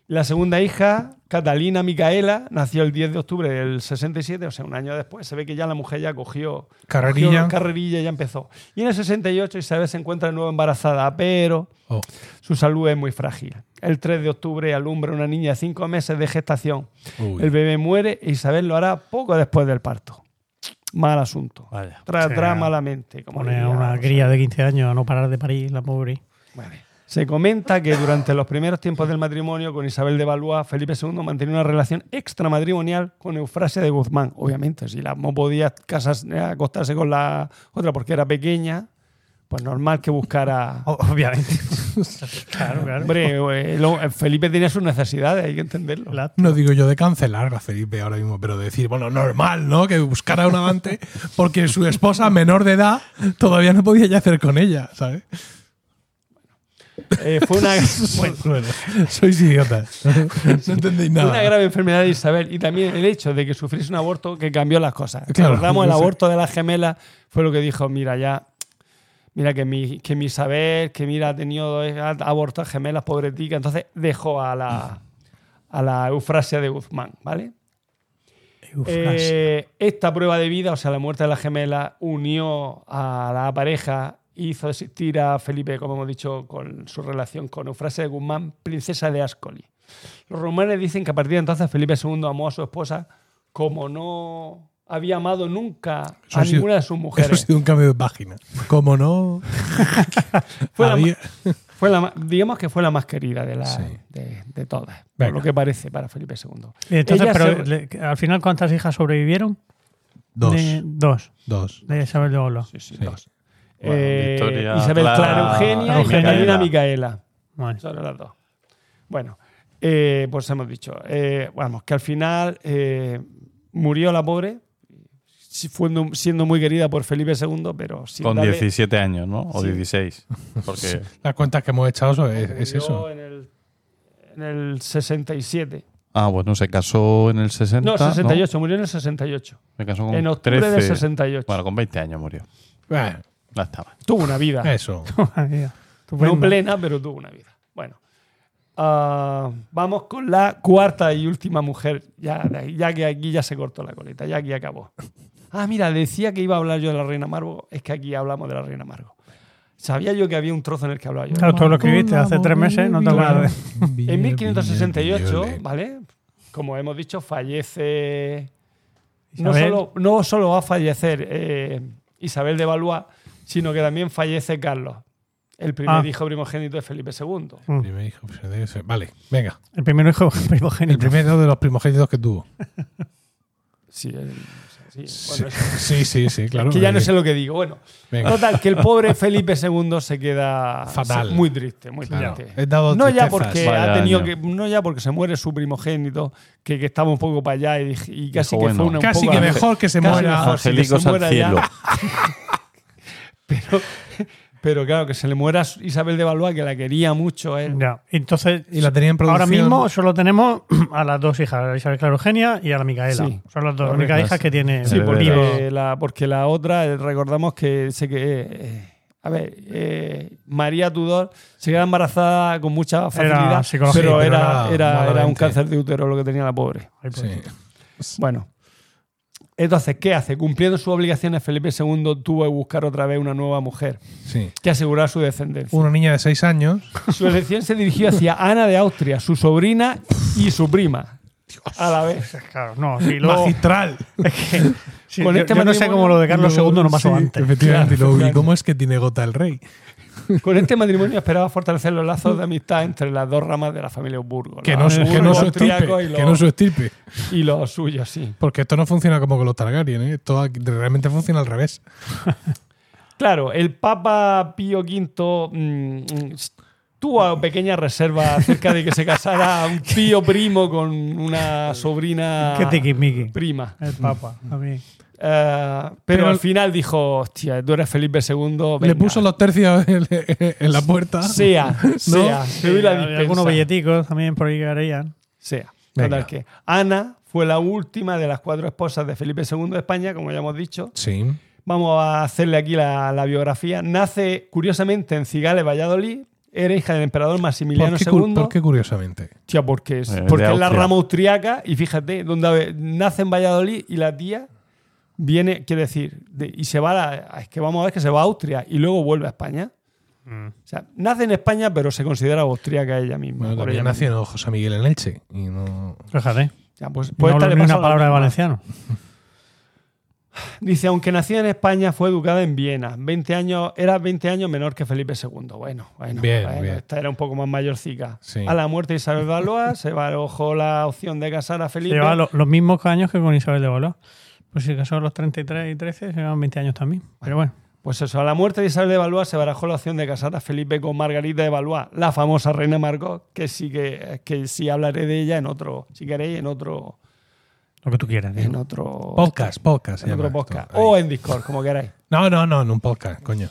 D: La segunda hija, Catalina Micaela, nació el 10 de octubre del 67, o sea, un año después. Se ve que ya la mujer ya cogió
A: Carrerilla.
D: cogió carrerilla y ya empezó. Y en el 68 Isabel se encuentra de nuevo embarazada, pero
A: Oh.
D: su salud es muy frágil. El 3 de octubre alumbra una niña de 5 meses de gestación.
A: Oh, Uy.
D: El bebé muere e Isabel lo hará poco después del parto. Mal asunto.
B: Vaya.
D: Tra,
C: Sí.
D: tra malamente. Como
C: Pone a
D: diría
C: una
D: Rosa.
C: cría de 15 años a no parar de parir, la pobre.
D: Vale. Se comenta que durante los primeros tiempos del matrimonio con Isabel de Valois, Felipe II mantenía una relación extramatrimonial con Eufrasia de Guzmán. Obviamente, si la no podía casarse, acostarse con la otra porque era pequeña, pues normal que buscara.
C: O- Obviamente. *laughs* claro, claro.
D: Hombre, eh, lo- eh, Felipe tenía sus necesidades, hay que entenderlo.
C: Claro.
A: No digo yo de cancelar a Felipe ahora mismo, pero de decir, bueno, normal, ¿no? Que buscara un amante porque su esposa menor de edad todavía no podía yacer con ella, ¿sabes? *laughs*
D: Eh, fue una,
A: Bueno, sois idiotas. *laughs* No entendéis
D: fue
A: Pues nada.
D: una grave enfermedad de Isabel y también el hecho de que sufriese un aborto que cambió las cosas.
A: Claro,
D: Recordamos el
A: no sé.
D: aborto de la gemela, fue lo que dijo, mira ya, mira que mi, que mi Isabel, que mira ha tenido eh, ha abortado gemelas, pobre tica. Entonces dejó a la, a la Eufrasia de Guzmán, ¿vale?
C: Eufrasia.
D: Eh, esta prueba de vida, o sea, la muerte de la gemela, unió a la pareja, hizo desistir a Felipe, como hemos dicho, con su relación con Eufrasia de Guzmán, princesa de Ascoli. Los rumores dicen que a partir de entonces Felipe II amó a su esposa como no había amado nunca
A: Eso
D: a
A: ha sido-
D: ninguna de sus
A: Eso ha
D: mujeres.
A: sido un cambio de página. Como *laughs* no.
D: Fue la
A: había-
D: Fue la ma- digamos que fue la más querida de, la,
A: Sí.
D: de, de todas,
A: Venga.
D: por lo que parece para Felipe II.
C: Y Entonces,
D: ella
C: pero
D: se-
C: le- al final, ¿cuántas hijas sobrevivieron?
A: Dos.
C: De- dos.
A: Dos.
C: De Isabel de Olo.
D: Sí, sí,
A: Sí.
D: dos.
B: Bueno,
D: Eh,
B: Victoria,
D: Isabel Clara,
B: Clara,
D: Eugenia, y
C: Eugenia.
D: Catalina Micaela.
C: Bueno.
D: *laughs* Sobre las dos. Bueno, eh, pues hemos dicho, eh, vamos, que al final eh, murió la pobre, si- fuendo- siendo muy querida por Felipe II, pero sin
B: Con
D: darle-
B: 17 años, ¿no? O
D: Sí.
B: 16. Porque
A: Las cuentas que hemos echado son- es, es
D: murió
A: eso.
D: En el, en el 67.
B: Ah, bueno, se casó en el 60.
D: No, 68, murió en el 68.
B: Se casó con
D: En octubre
B: 13.
D: del 68.
B: Bueno, con 20 años murió.
A: Bueno,
B: La estaba.
D: Tuvo una vida.
A: eso.
C: Madre mía. Estupendo.
D: No plena, pero tuvo una vida. Bueno. Ah, vamos con la cuarta y última mujer. Ya, de ahí- ya que aquí ya se cortó la coleta, ya aquí acabó. Ah, mira, decía que iba a hablar yo de la reina Margo. Es que aquí hablamos de la reina Margo. Sabía yo que había un trozo en el que hablaba yo.
C: Claro, tú lo escribiste hace tres meses, no te acuerdas. de-
D: En 1568, ¿vale? Como hemos dicho, fallece. No
C: Isabel.
D: solo, no solo va a fallecer eh, Isabel de Valois, sino que también fallece Carlos, el primer
C: Ah.
D: hijo primogénito de Felipe II.
A: Primer hijo, pues, debe ser- Vale, venga.
C: El primero hijo *laughs*
A: El
C: primogénito.
A: primero de los primogénitos que tuvo.
D: Sí, el- sí,
A: Sí,
D: bueno, eso-
A: sí, sí, sí, claro.
D: que ya no
A: eh,
D: sé lo que digo. Bueno,
A: venga.
D: total, que
A: *laughs*
D: el pobre Felipe II se queda
A: Fatal.
D: se- muy triste, muy
A: Claro.
D: triste.
A: He dado
D: No ya,
A: tristezas.
D: porque
B: Vaya
D: ha tenido
B: año.
D: que, no ya porque se muere su primogénito, que, que estaba un poco para allá y, dij- y casi que
B: Dijo,
D: fue
B: bueno.
D: una un
A: Casi
D: poco
A: que
D: la-
A: mejor que se
D: casi
A: muera.
D: mejor. Ah, si
B: Angélicos
D: se
B: al
D: muera ya. *laughs*
B: cielo.
D: Pero, pero claro, que se le muera Isabel de Valois, que la quería mucho él.
C: Ya. Entonces,
A: Y la tenía en producción.
C: ahora mismo solo tenemos *clears throat* a las dos hijas, a Isabel Clara Eugenia y a la Micaela.
D: Sí.
C: Son las dos
D: Correcto.
C: únicas hijas que tiene
B: Sí,
D: Sí, pues,
B: porque-
C: vivo.
D: porque la, porque la otra, eh, recordamos que se que. eh, a ver, eh, María Tudor se queda embarazada con mucha facilidad,
C: psicología,
D: pero,
A: pero era
D: era, era, era un
A: malamente.
D: cáncer de útero lo que tenía la pobre.
C: Ay, pues,
A: Sí.
D: Bueno, entonces, ¿qué hace? Cumpliendo sus obligaciones, Felipe II tuvo que buscar otra vez una nueva mujer
A: Sí.
D: que asegurara su descendencia.
A: Una niña de seis años.
D: Su elección se dirigió hacia Ana de Austria, su sobrina y su prima. A la vez.
C: Claro, no, si luego, *laughs*
A: Magistral.
C: si-
D: con
C: yo,
D: este
C: yo no sé
D: matrimonio-
C: cómo lo de Carlos
A: Luego-
C: II no pasó
A: sí,
C: antes.
A: Efectivamente.
D: Claro,
A: y luego, ¿Y
D: claro.
A: cómo es que tiene gota el rey?
D: Con este matrimonio esperaba fortalecer los lazos de amistad entre las dos ramas de la familia Habsburgo.
A: Que
D: los
A: no, su- que
D: Habsburgo,
A: no su
D: los austriacos y
A: estirpe.
D: los,
A: Que no su estirpe.
D: y los suyos, sí.
A: Porque esto no funciona como con los Targaryen, ¿eh? Esto aquí- realmente funciona al revés.
D: Claro, el Papa Pío V mm, mm, tuvo pequeña reserva acerca de que se casara un tío primo con una sobrina
C: Qué tiquismiqui.
D: prima.
C: El Papa, a mí.
D: Eh, pero,
A: Pero-
D: al final dijo, hostia, tú eres Felipe II.
A: Le
D: venga,
A: puso los tercios *laughs* en, en la puerta. *laughs*
D: Sea, sea, te doy la
C: Y algunos
D: dispensa.
C: belleticos también por ahí que harían.
D: sea.
A: Venga.
D: Total que Ana fue la última de las cuatro esposas de Felipe II de España, como ya hemos dicho.
A: Sí.
D: Vamos a hacerle aquí la, la biografía. Nace, curiosamente, en Cigales, Valladolid. Era hija del emperador Maximiliano
A: ¿Por qué, cu-
D: II.
A: por qué curiosamente?
D: Tía, porque es,
B: Eh, de
D: porque es la
B: Austria.
D: rama austriaca y fíjate, donde a ver, nace en Valladolid y la tía viene, quiere decir, de- y se va a la- es que vamos a ver que se va a Austria y luego vuelve a España. O sea, nace en España, pero se considera austríaca ella misma.
A: Bueno,
D: por
A: también
D: ella
A: nació
D: misma.
A: José Miguel en Elche. Y no...
C: Fíjate.
D: Ya, pues,
C: No
D: pues esta
C: hablo
D: le
C: ni
D: pasa
C: una
D: lo
C: palabra de
D: mismo.
C: valenciano.
D: Dice, aunque nacida en España, fue educada en Viena. 20 años, era 20 años menor que Felipe II. Bueno, bueno,
A: Bien,
D: bueno,
A: bien.
D: esta era un poco más mayorcica.
A: Sí.
D: A la muerte de Isabel Valois, se barajó la opción de casar a Felipe.
C: Lleva lo- los mismos años que con Isabel de Valois. Pues si son los 33 y 13, se llevan 20 años también. Pero bueno,
D: Pues eso, a la muerte de Isabel de Valois se barajó la opción de casar a Felipe con Margarita de Valois, la famosa reina Margot, que sí que, que sí hablaré de ella en otro, si queréis, en otro,
C: lo que tú quieras.
D: en
C: digo.
D: otro
A: Podcast, podcast. se
D: en otro
A: llama esto.
D: podcast.
A: Ahí.
D: O en Discord, como queráis.
A: No, no, no, en un podcast, coño.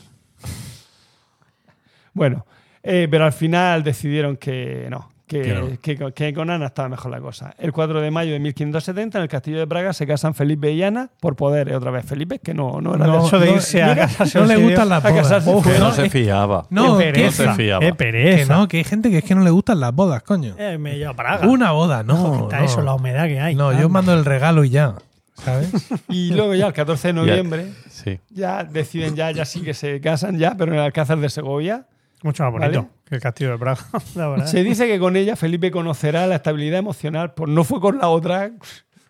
D: Bueno, eh, pero al final decidieron que no. Que,
A: Que no.
D: que- que con Ana estaba mejor la cosa. El 4 de mayo de 1570, en el castillo de Praga, se casan Felipe y Ana por poder. eh, Otra vez Felipe, que no, no era de
C: No,
D: eso.
C: eso de irse a casarse
A: no
C: los
A: le
C: tíos.
A: gustan las
D: a
A: bodas.
D: casarse.
A: Uf,
B: Que no
A: no,
B: se
A: eh,
B: fiaba.
A: no,
C: qué
A: que,
C: pereza.
B: No se fiaba.
C: Qué
A: que
C: pereza.
A: no, que hay gente que es que no le gustan las bodas, coño.
C: Eh, me lleva a Praga.
A: Una boda, no.
C: Está
A: no.
C: eso, la humedad que hay.
A: No,
C: Anda.
A: yo mando el regalo y ya. ¿Sabes?
D: Y luego ya, el 14 de noviembre,
B: Sí.
D: ya deciden, ya, ya sí que se casan, ya, pero en el Alcázar de Segovia.
C: Mucho más bonito
D: ¿Vale?
C: que el castillo de Praga. *laughs* la verdad.
D: Se dice que con ella Felipe conocerá la estabilidad emocional, pues no fue con la otra,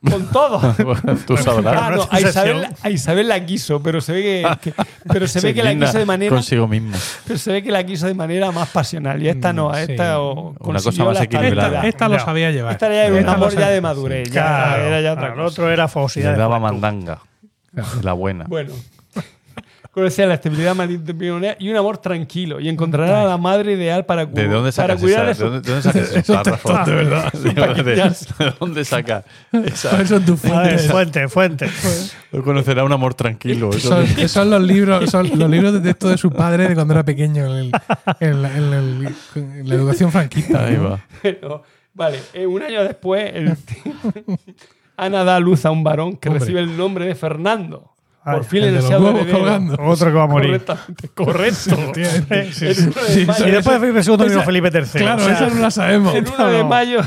D: con todo.
B: Bueno, Tú sabrás.
D: Ah, no, a, Isabel, a Isabel la quiso, pero se ve que, que- pero se ve que la
B: guinda
D: quiso de manera
B: Consigo mismo.
D: pero se ve que la quiso de manera más pasional y esta no,
A: Mm, sí.
D: esta o, consiguió
B: cosa más
D: la
B: equilibrada.
D: estabilidad.
A: Esta, esta lo
C: Ya.
A: sabía llevar.
D: Esta era un
A: Esta lo
D: amor ya
A: sabía.
D: de madurez, ya
C: Claro,
D: era ya otra
C: claro, el
D: cosa.
C: otro era fosidad.
B: Le daba mandanga. De La buena.
D: Bueno. *laughs* Conocía la estabilidad matrimonial y un amor tranquilo y encontrará a la madre ideal para, cu-
B: ¿De dónde
D: para
B: sacas esa?
D: cuidar de
B: ¿De
D: su
B: dónde, de dónde sacas ese párrafo?
A: de verdad.
B: *laughs* ¿De dónde, de dónde saca esa?
D: *laughs*
A: Esas son tus
C: A ver,
A: fuentes.
C: fuente, fuente.
B: Lo conocerá un amor tranquilo. eso
A: Son,
B: de-
A: son los libros, son los libros de texto de su padre de cuando era pequeño en, el- en la, en el- en la educación franquista.
B: Ahí
A: ¿no?
D: *laughs*
B: va.
D: *laughs* Pero, vale, eh, un año después, el- *laughs* Ana da a luz a un varón que
A: Hombre.
D: recibe el nombre de Fernando. Por
C: Ay,
D: fin
A: el
D: el
A: de los
D: deseado
A: huevos
D: heredero.
A: colgando.
C: Otro que va a morir.
D: Correctamente,
C: *laughs*
D: correcto.
A: Efectivamente.
D: El uno de
A: Sí,
D: mayo-
C: Y después de Felipe II vino
D: Esa-
C: Felipe III.
A: Claro,
C: o sea,
A: esa no la sabemos.
D: El 1 de
C: no.
D: mayo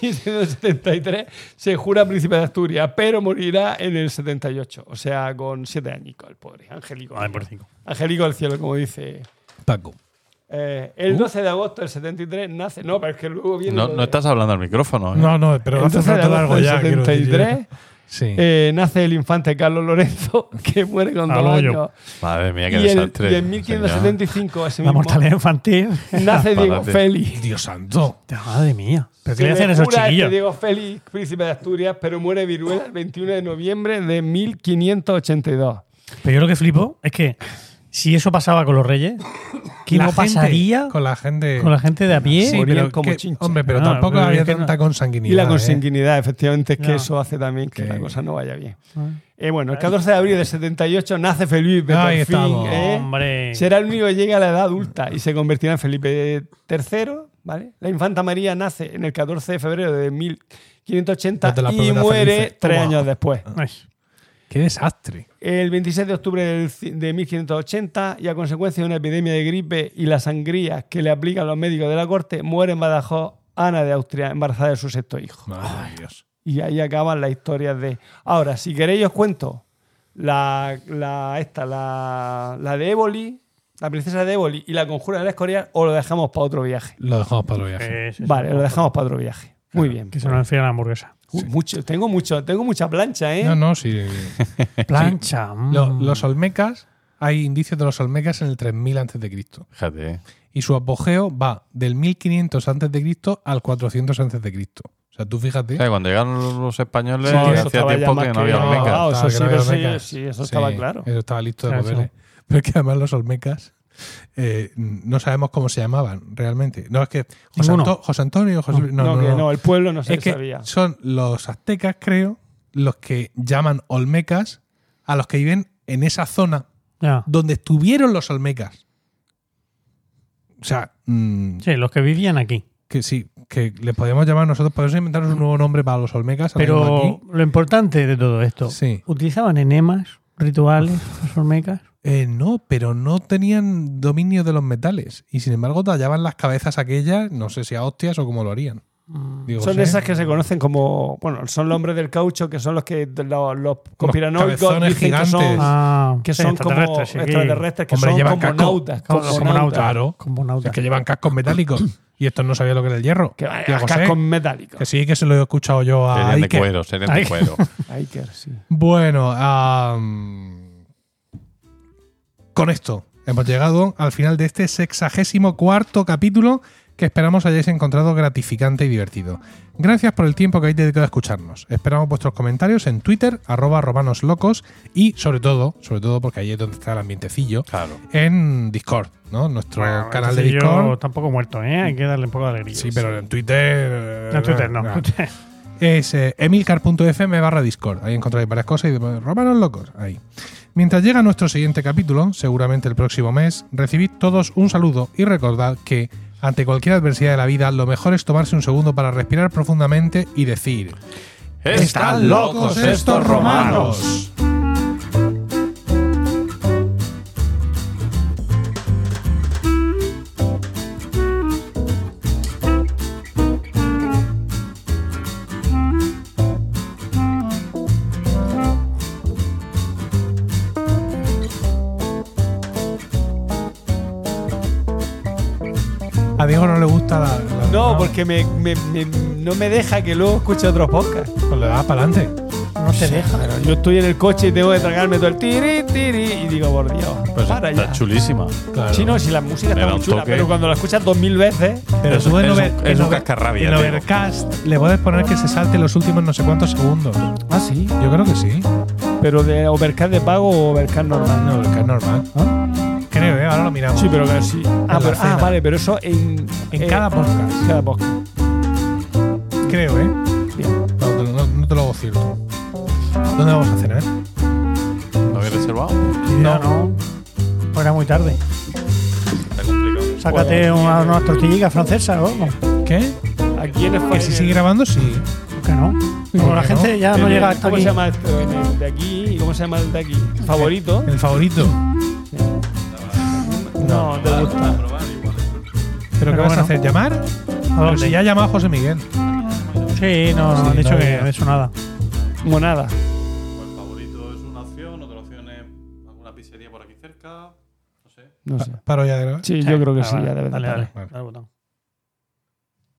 D: de 1773 se jura príncipe de Asturias, pero morirá en el 78. O sea, con siete añicos, el pobre. Angélico.
C: Ay, por cinco.
D: Angélico del cielo, como dice.
A: Paco.
D: Eh, el 12 de agosto del 73 nace. No, pero es que luego viene.
B: No,
D: lo
B: no
D: de-
B: estás hablando al micrófono. ¿eh?
A: No, no, pero hace
D: Entonces,
A: falta
D: la
A: largo
D: del
A: ya. quiero decir. ¿eh?
D: 73.
A: Sí.
D: eh, nace el infante Carlos Lorenzo, *laughs* que muere con
C: Al
D: dos
C: hoyo.
D: años.
B: Madre mía,
D: Y,
B: qué
D: el,
B: desastre.
D: y en
B: señor.
D: 1575, ese
C: La
D: mismo,
C: mortalidad infantil. *laughs*
B: *laughs*
D: nace Diego
B: Disparate.
D: Félix.
A: Dios santo.
C: Madre mía. ¿Pero qué
D: Se
C: le hacen
D: le
C: a esos
D: jura
C: chiquillos?
D: que Diego Félix, príncipe de Asturias, pero muere viruela el 21 de noviembre de 1582.
C: Pero yo lo que flipo es que si eso pasaba con los reyes, ¿qué
A: La
C: no
A: gente-
C: pasaría con,
A: con la gente?
C: la gente de a pie?
A: Sí,
D: Morían
A: pero
D: como
A: que-
D: chinches.
A: hombre, pero
C: No,
A: tampoco
C: pero
A: había
C: es que
A: tanta
C: no.
A: consanguinidad.
D: Y la
A: ¿eh?
D: consanguinidad, efectivamente, es que
C: No.
D: eso hace también que
A: Sí.
D: la cosa no vaya bien.
C: Ah.
D: Eh, bueno, el 14 de abril de 78 nace Felipe
A: Ahí
D: por fin,
A: estamos.
D: ¿eh?
C: Hombre.
D: Será el único que llegue a la edad adulta y se convertirá en Felipe III, ¿vale? La infanta María nace en el 14 de febrero de 1580
A: Desde la
D: y
A: primera
D: muere
C: ¿eh?
A: felices.
D: tres
A: Toma.
D: años después.
C: Ay,
A: Qué desastre.
D: el 26 de octubre del ci- de 1580 y a consecuencia de una epidemia de gripe y las sangrías que le aplican los médicos de la corte, muere en Badajoz Ana de Austria, embarazada de su sexto hijo.
A: Madre de Dios.
D: Y ahí acaban las historias de... Ahora, si queréis os cuento la, la- esta, la, la de Éboli, la princesa de Éboli y la conjura del Escorial, o lo dejamos para otro viaje.
A: Lo dejamos para el viaje.
C: eh, sí, sí.
D: Vale, lo dejamos para otro viaje. Muy bien.
C: Que se nos enfría la hamburguesa.
D: Uy, mucho, tengo, mucho, tengo mucha plancha, ¿eh?
A: No, no, sí.
C: Plancha. mm.
A: Lo- los olmecas, hay indicios de los olmecas en el 3000 a.C.
B: Fíjate, ¿eh?
A: Y su apogeo va del 1500 a.C. al 400 a.C. O sea, tú fíjate.
B: O sea, cuando llegaron los españoles,
D: Sí, eso
B: hacía
D: estaba ya
B: tiempo
D: más
B: que no
D: que
B: había
D: grabado.
B: olmecas.
D: Ah,
A: Estaba
D: eso sí,
A: grabado
D: eso sí,
A: Olmecas.
D: sí, eso estaba claro.
A: Eso estaba listo de
C: Claro,
A: papeles. *laughs* Pero es que además los Olmecas eh, no sabemos cómo se llamaban realmente. No, es que José,
C: Ninguno.
A: Anto- José Antonio, José Luis-
D: No,
A: no, no,
D: que
A: no.
D: no, el pueblo no se
A: es que
D: sabía.
A: son los aztecas, creo, los que llaman Olmecas a los que viven en esa zona
C: Ya.
A: donde estuvieron los Olmecas. O sea, mm,
C: Sí, los que vivían aquí.
A: que sí, que le podemos llamar nosotros, podemos inventarnos un nuevo nombre para los Olmecas. ahora mismo
C: Pero
A: aquí.
C: lo importante de todo esto,
A: Sí.
C: ¿utilizaban enemas, rituales, los olmecas?
A: Eh, no, pero no tenían dominio de los metales. Y sin embargo, tallaban las cabezas aquellas, no sé si a hostias o cómo lo harían. Digo,
D: Mm. Son
A: sé.
D: esas que se conocen como. Bueno, son los hombres del caucho, que son los que los, los conspiranoicos
A: cabezones
D: dicen que
A: gigantes.
D: son,
C: Ah,
D: que
C: sí,
D: son como
C: extraterrestres, sí, aquí.
D: extraterrestres, que
A: Hombre,
D: son
A: llevan
D: como
A: casco.
D: nautas.
C: Como-
D: como
C: como
D: nautas.
C: nautas.
A: Claro.
C: Como nautas.
A: Es que llevan cascos metálicos. y estos no sabían lo que era el hierro.
D: Que van
A: Digo, sé.
D: cascos metálicos.
A: Que sí, que se lo he escuchado yo a
B: Serían de
A: Iker.
B: cuero, serían
C: Ay,
B: de cuero.
D: Iker, sí.
A: Bueno, am, con esto hemos llegado al final de este sexagésimo cuarto capítulo que esperamos hayáis encontrado gratificante y divertido. Gracias por el tiempo que habéis dedicado a escucharnos. Esperamos vuestros comentarios en Twitter, arroba romanoslocos y sobre todo, sobre todo porque ahí es donde está el ambientecillo,
B: Claro.
A: en Discord, ¿no? Nuestro
C: Bueno,
A: canal de
C: entonces yo
A: Discord.
C: tampoco muerto, ¿eh? Hay que darle un poco de alegría.
A: Sí, pero en Twitter... eh,
C: No, en Twitter no.
A: nah es eh, emilcar.fm barra Discord. Ahí encontráis varias cosas y de- romanos locos. Ahí. Mientras llega nuestro siguiente capítulo, seguramente el próximo mes, recibid todos un saludo y recordad que ante cualquier adversidad de la vida, lo mejor es tomarse un segundo para respirar profundamente y decir:
B: ¡Están locos estos romanos!
A: A Diego no le gusta la. la-
D: No, porque me, me- me- no me deja que luego escuche otros podcasts.
A: Pues le das para adelante.
C: No se deja.
D: Pero yo estoy en el coche y tengo que tragarme todo el tiri, tiri. Y digo, por Dios,
B: Pues
D: para
B: está
D: ya.
B: chulísima.
A: Claro.
D: Sí, no, si la música
B: Me
D: está
B: da
D: muy
B: un
D: chula,
B: toque.
D: pero cuando la escuchas dos mil veces.
A: Pero
B: Es
A: tú en
B: un-
A: Over-
B: es un- es
A: en
B: un
A: Over-
B: cascarrabia,
A: en
B: Diego.
A: Overcast le puedes poner que se salte los últimos no sé cuántos segundos.
D: Ah, sí.
A: Yo creo que sí.
D: Pero de Overcast de pago o Overcast normal.
A: No, Overcast normal. Creo, ¿eh? Ahora lo miramos.
D: Sí, pero que sí. Ah,
A: la
D: pero- ah,
A: cena.
D: vale, pero eso en,
A: En
D: eh,
A: cada podcast.
D: en cada podcast.
A: Creo, ¿eh?
D: Bien.
A: No, te lo- no- no te lo hago cierto. ¿Dónde vamos a cenar?
B: ¿Lo habéis reservado?
C: No, no. Pues Era muy tarde.
B: Está complicado.
C: Sácate una- unas tortillitas francesas o algo.
A: ¿Qué?
D: ¿A quién es
A: ¿Que
D: Fire?
A: si sigue grabando? Sí.
C: Ok. Que no. Como la
A: que no.
C: gente ya no
D: El-
C: llega hasta
D: ¿Cómo
C: aquí.
D: se llama esto? En el de aquí y cómo se llama el de aquí? ¿Favorito?
A: El favorito.
D: No, te gusta.
A: ¿Pero qué vas
C: bueno.
A: a hacer? ¿Llamar?
C: ¿A
A: Pero
C: dónde?
A: si ya ha llamado José Miguel.
C: Sí, no, no,
A: Sí,
C: han dicho
A: no
C: que
A: llega.
C: no he hecho nada.
D: Monada.
B: el Pues favorito es una opción, otra opción es alguna pizzería por aquí cerca. No sé.
D: No sé.
A: Paro ya de grabar.
D: Sí, yo creo que
C: Ah,
D: sí,
C: vale.
D: ya debe de
C: Dale,
D: estar.
C: dale.
A: Ah, Vale.
C: Dale al botón.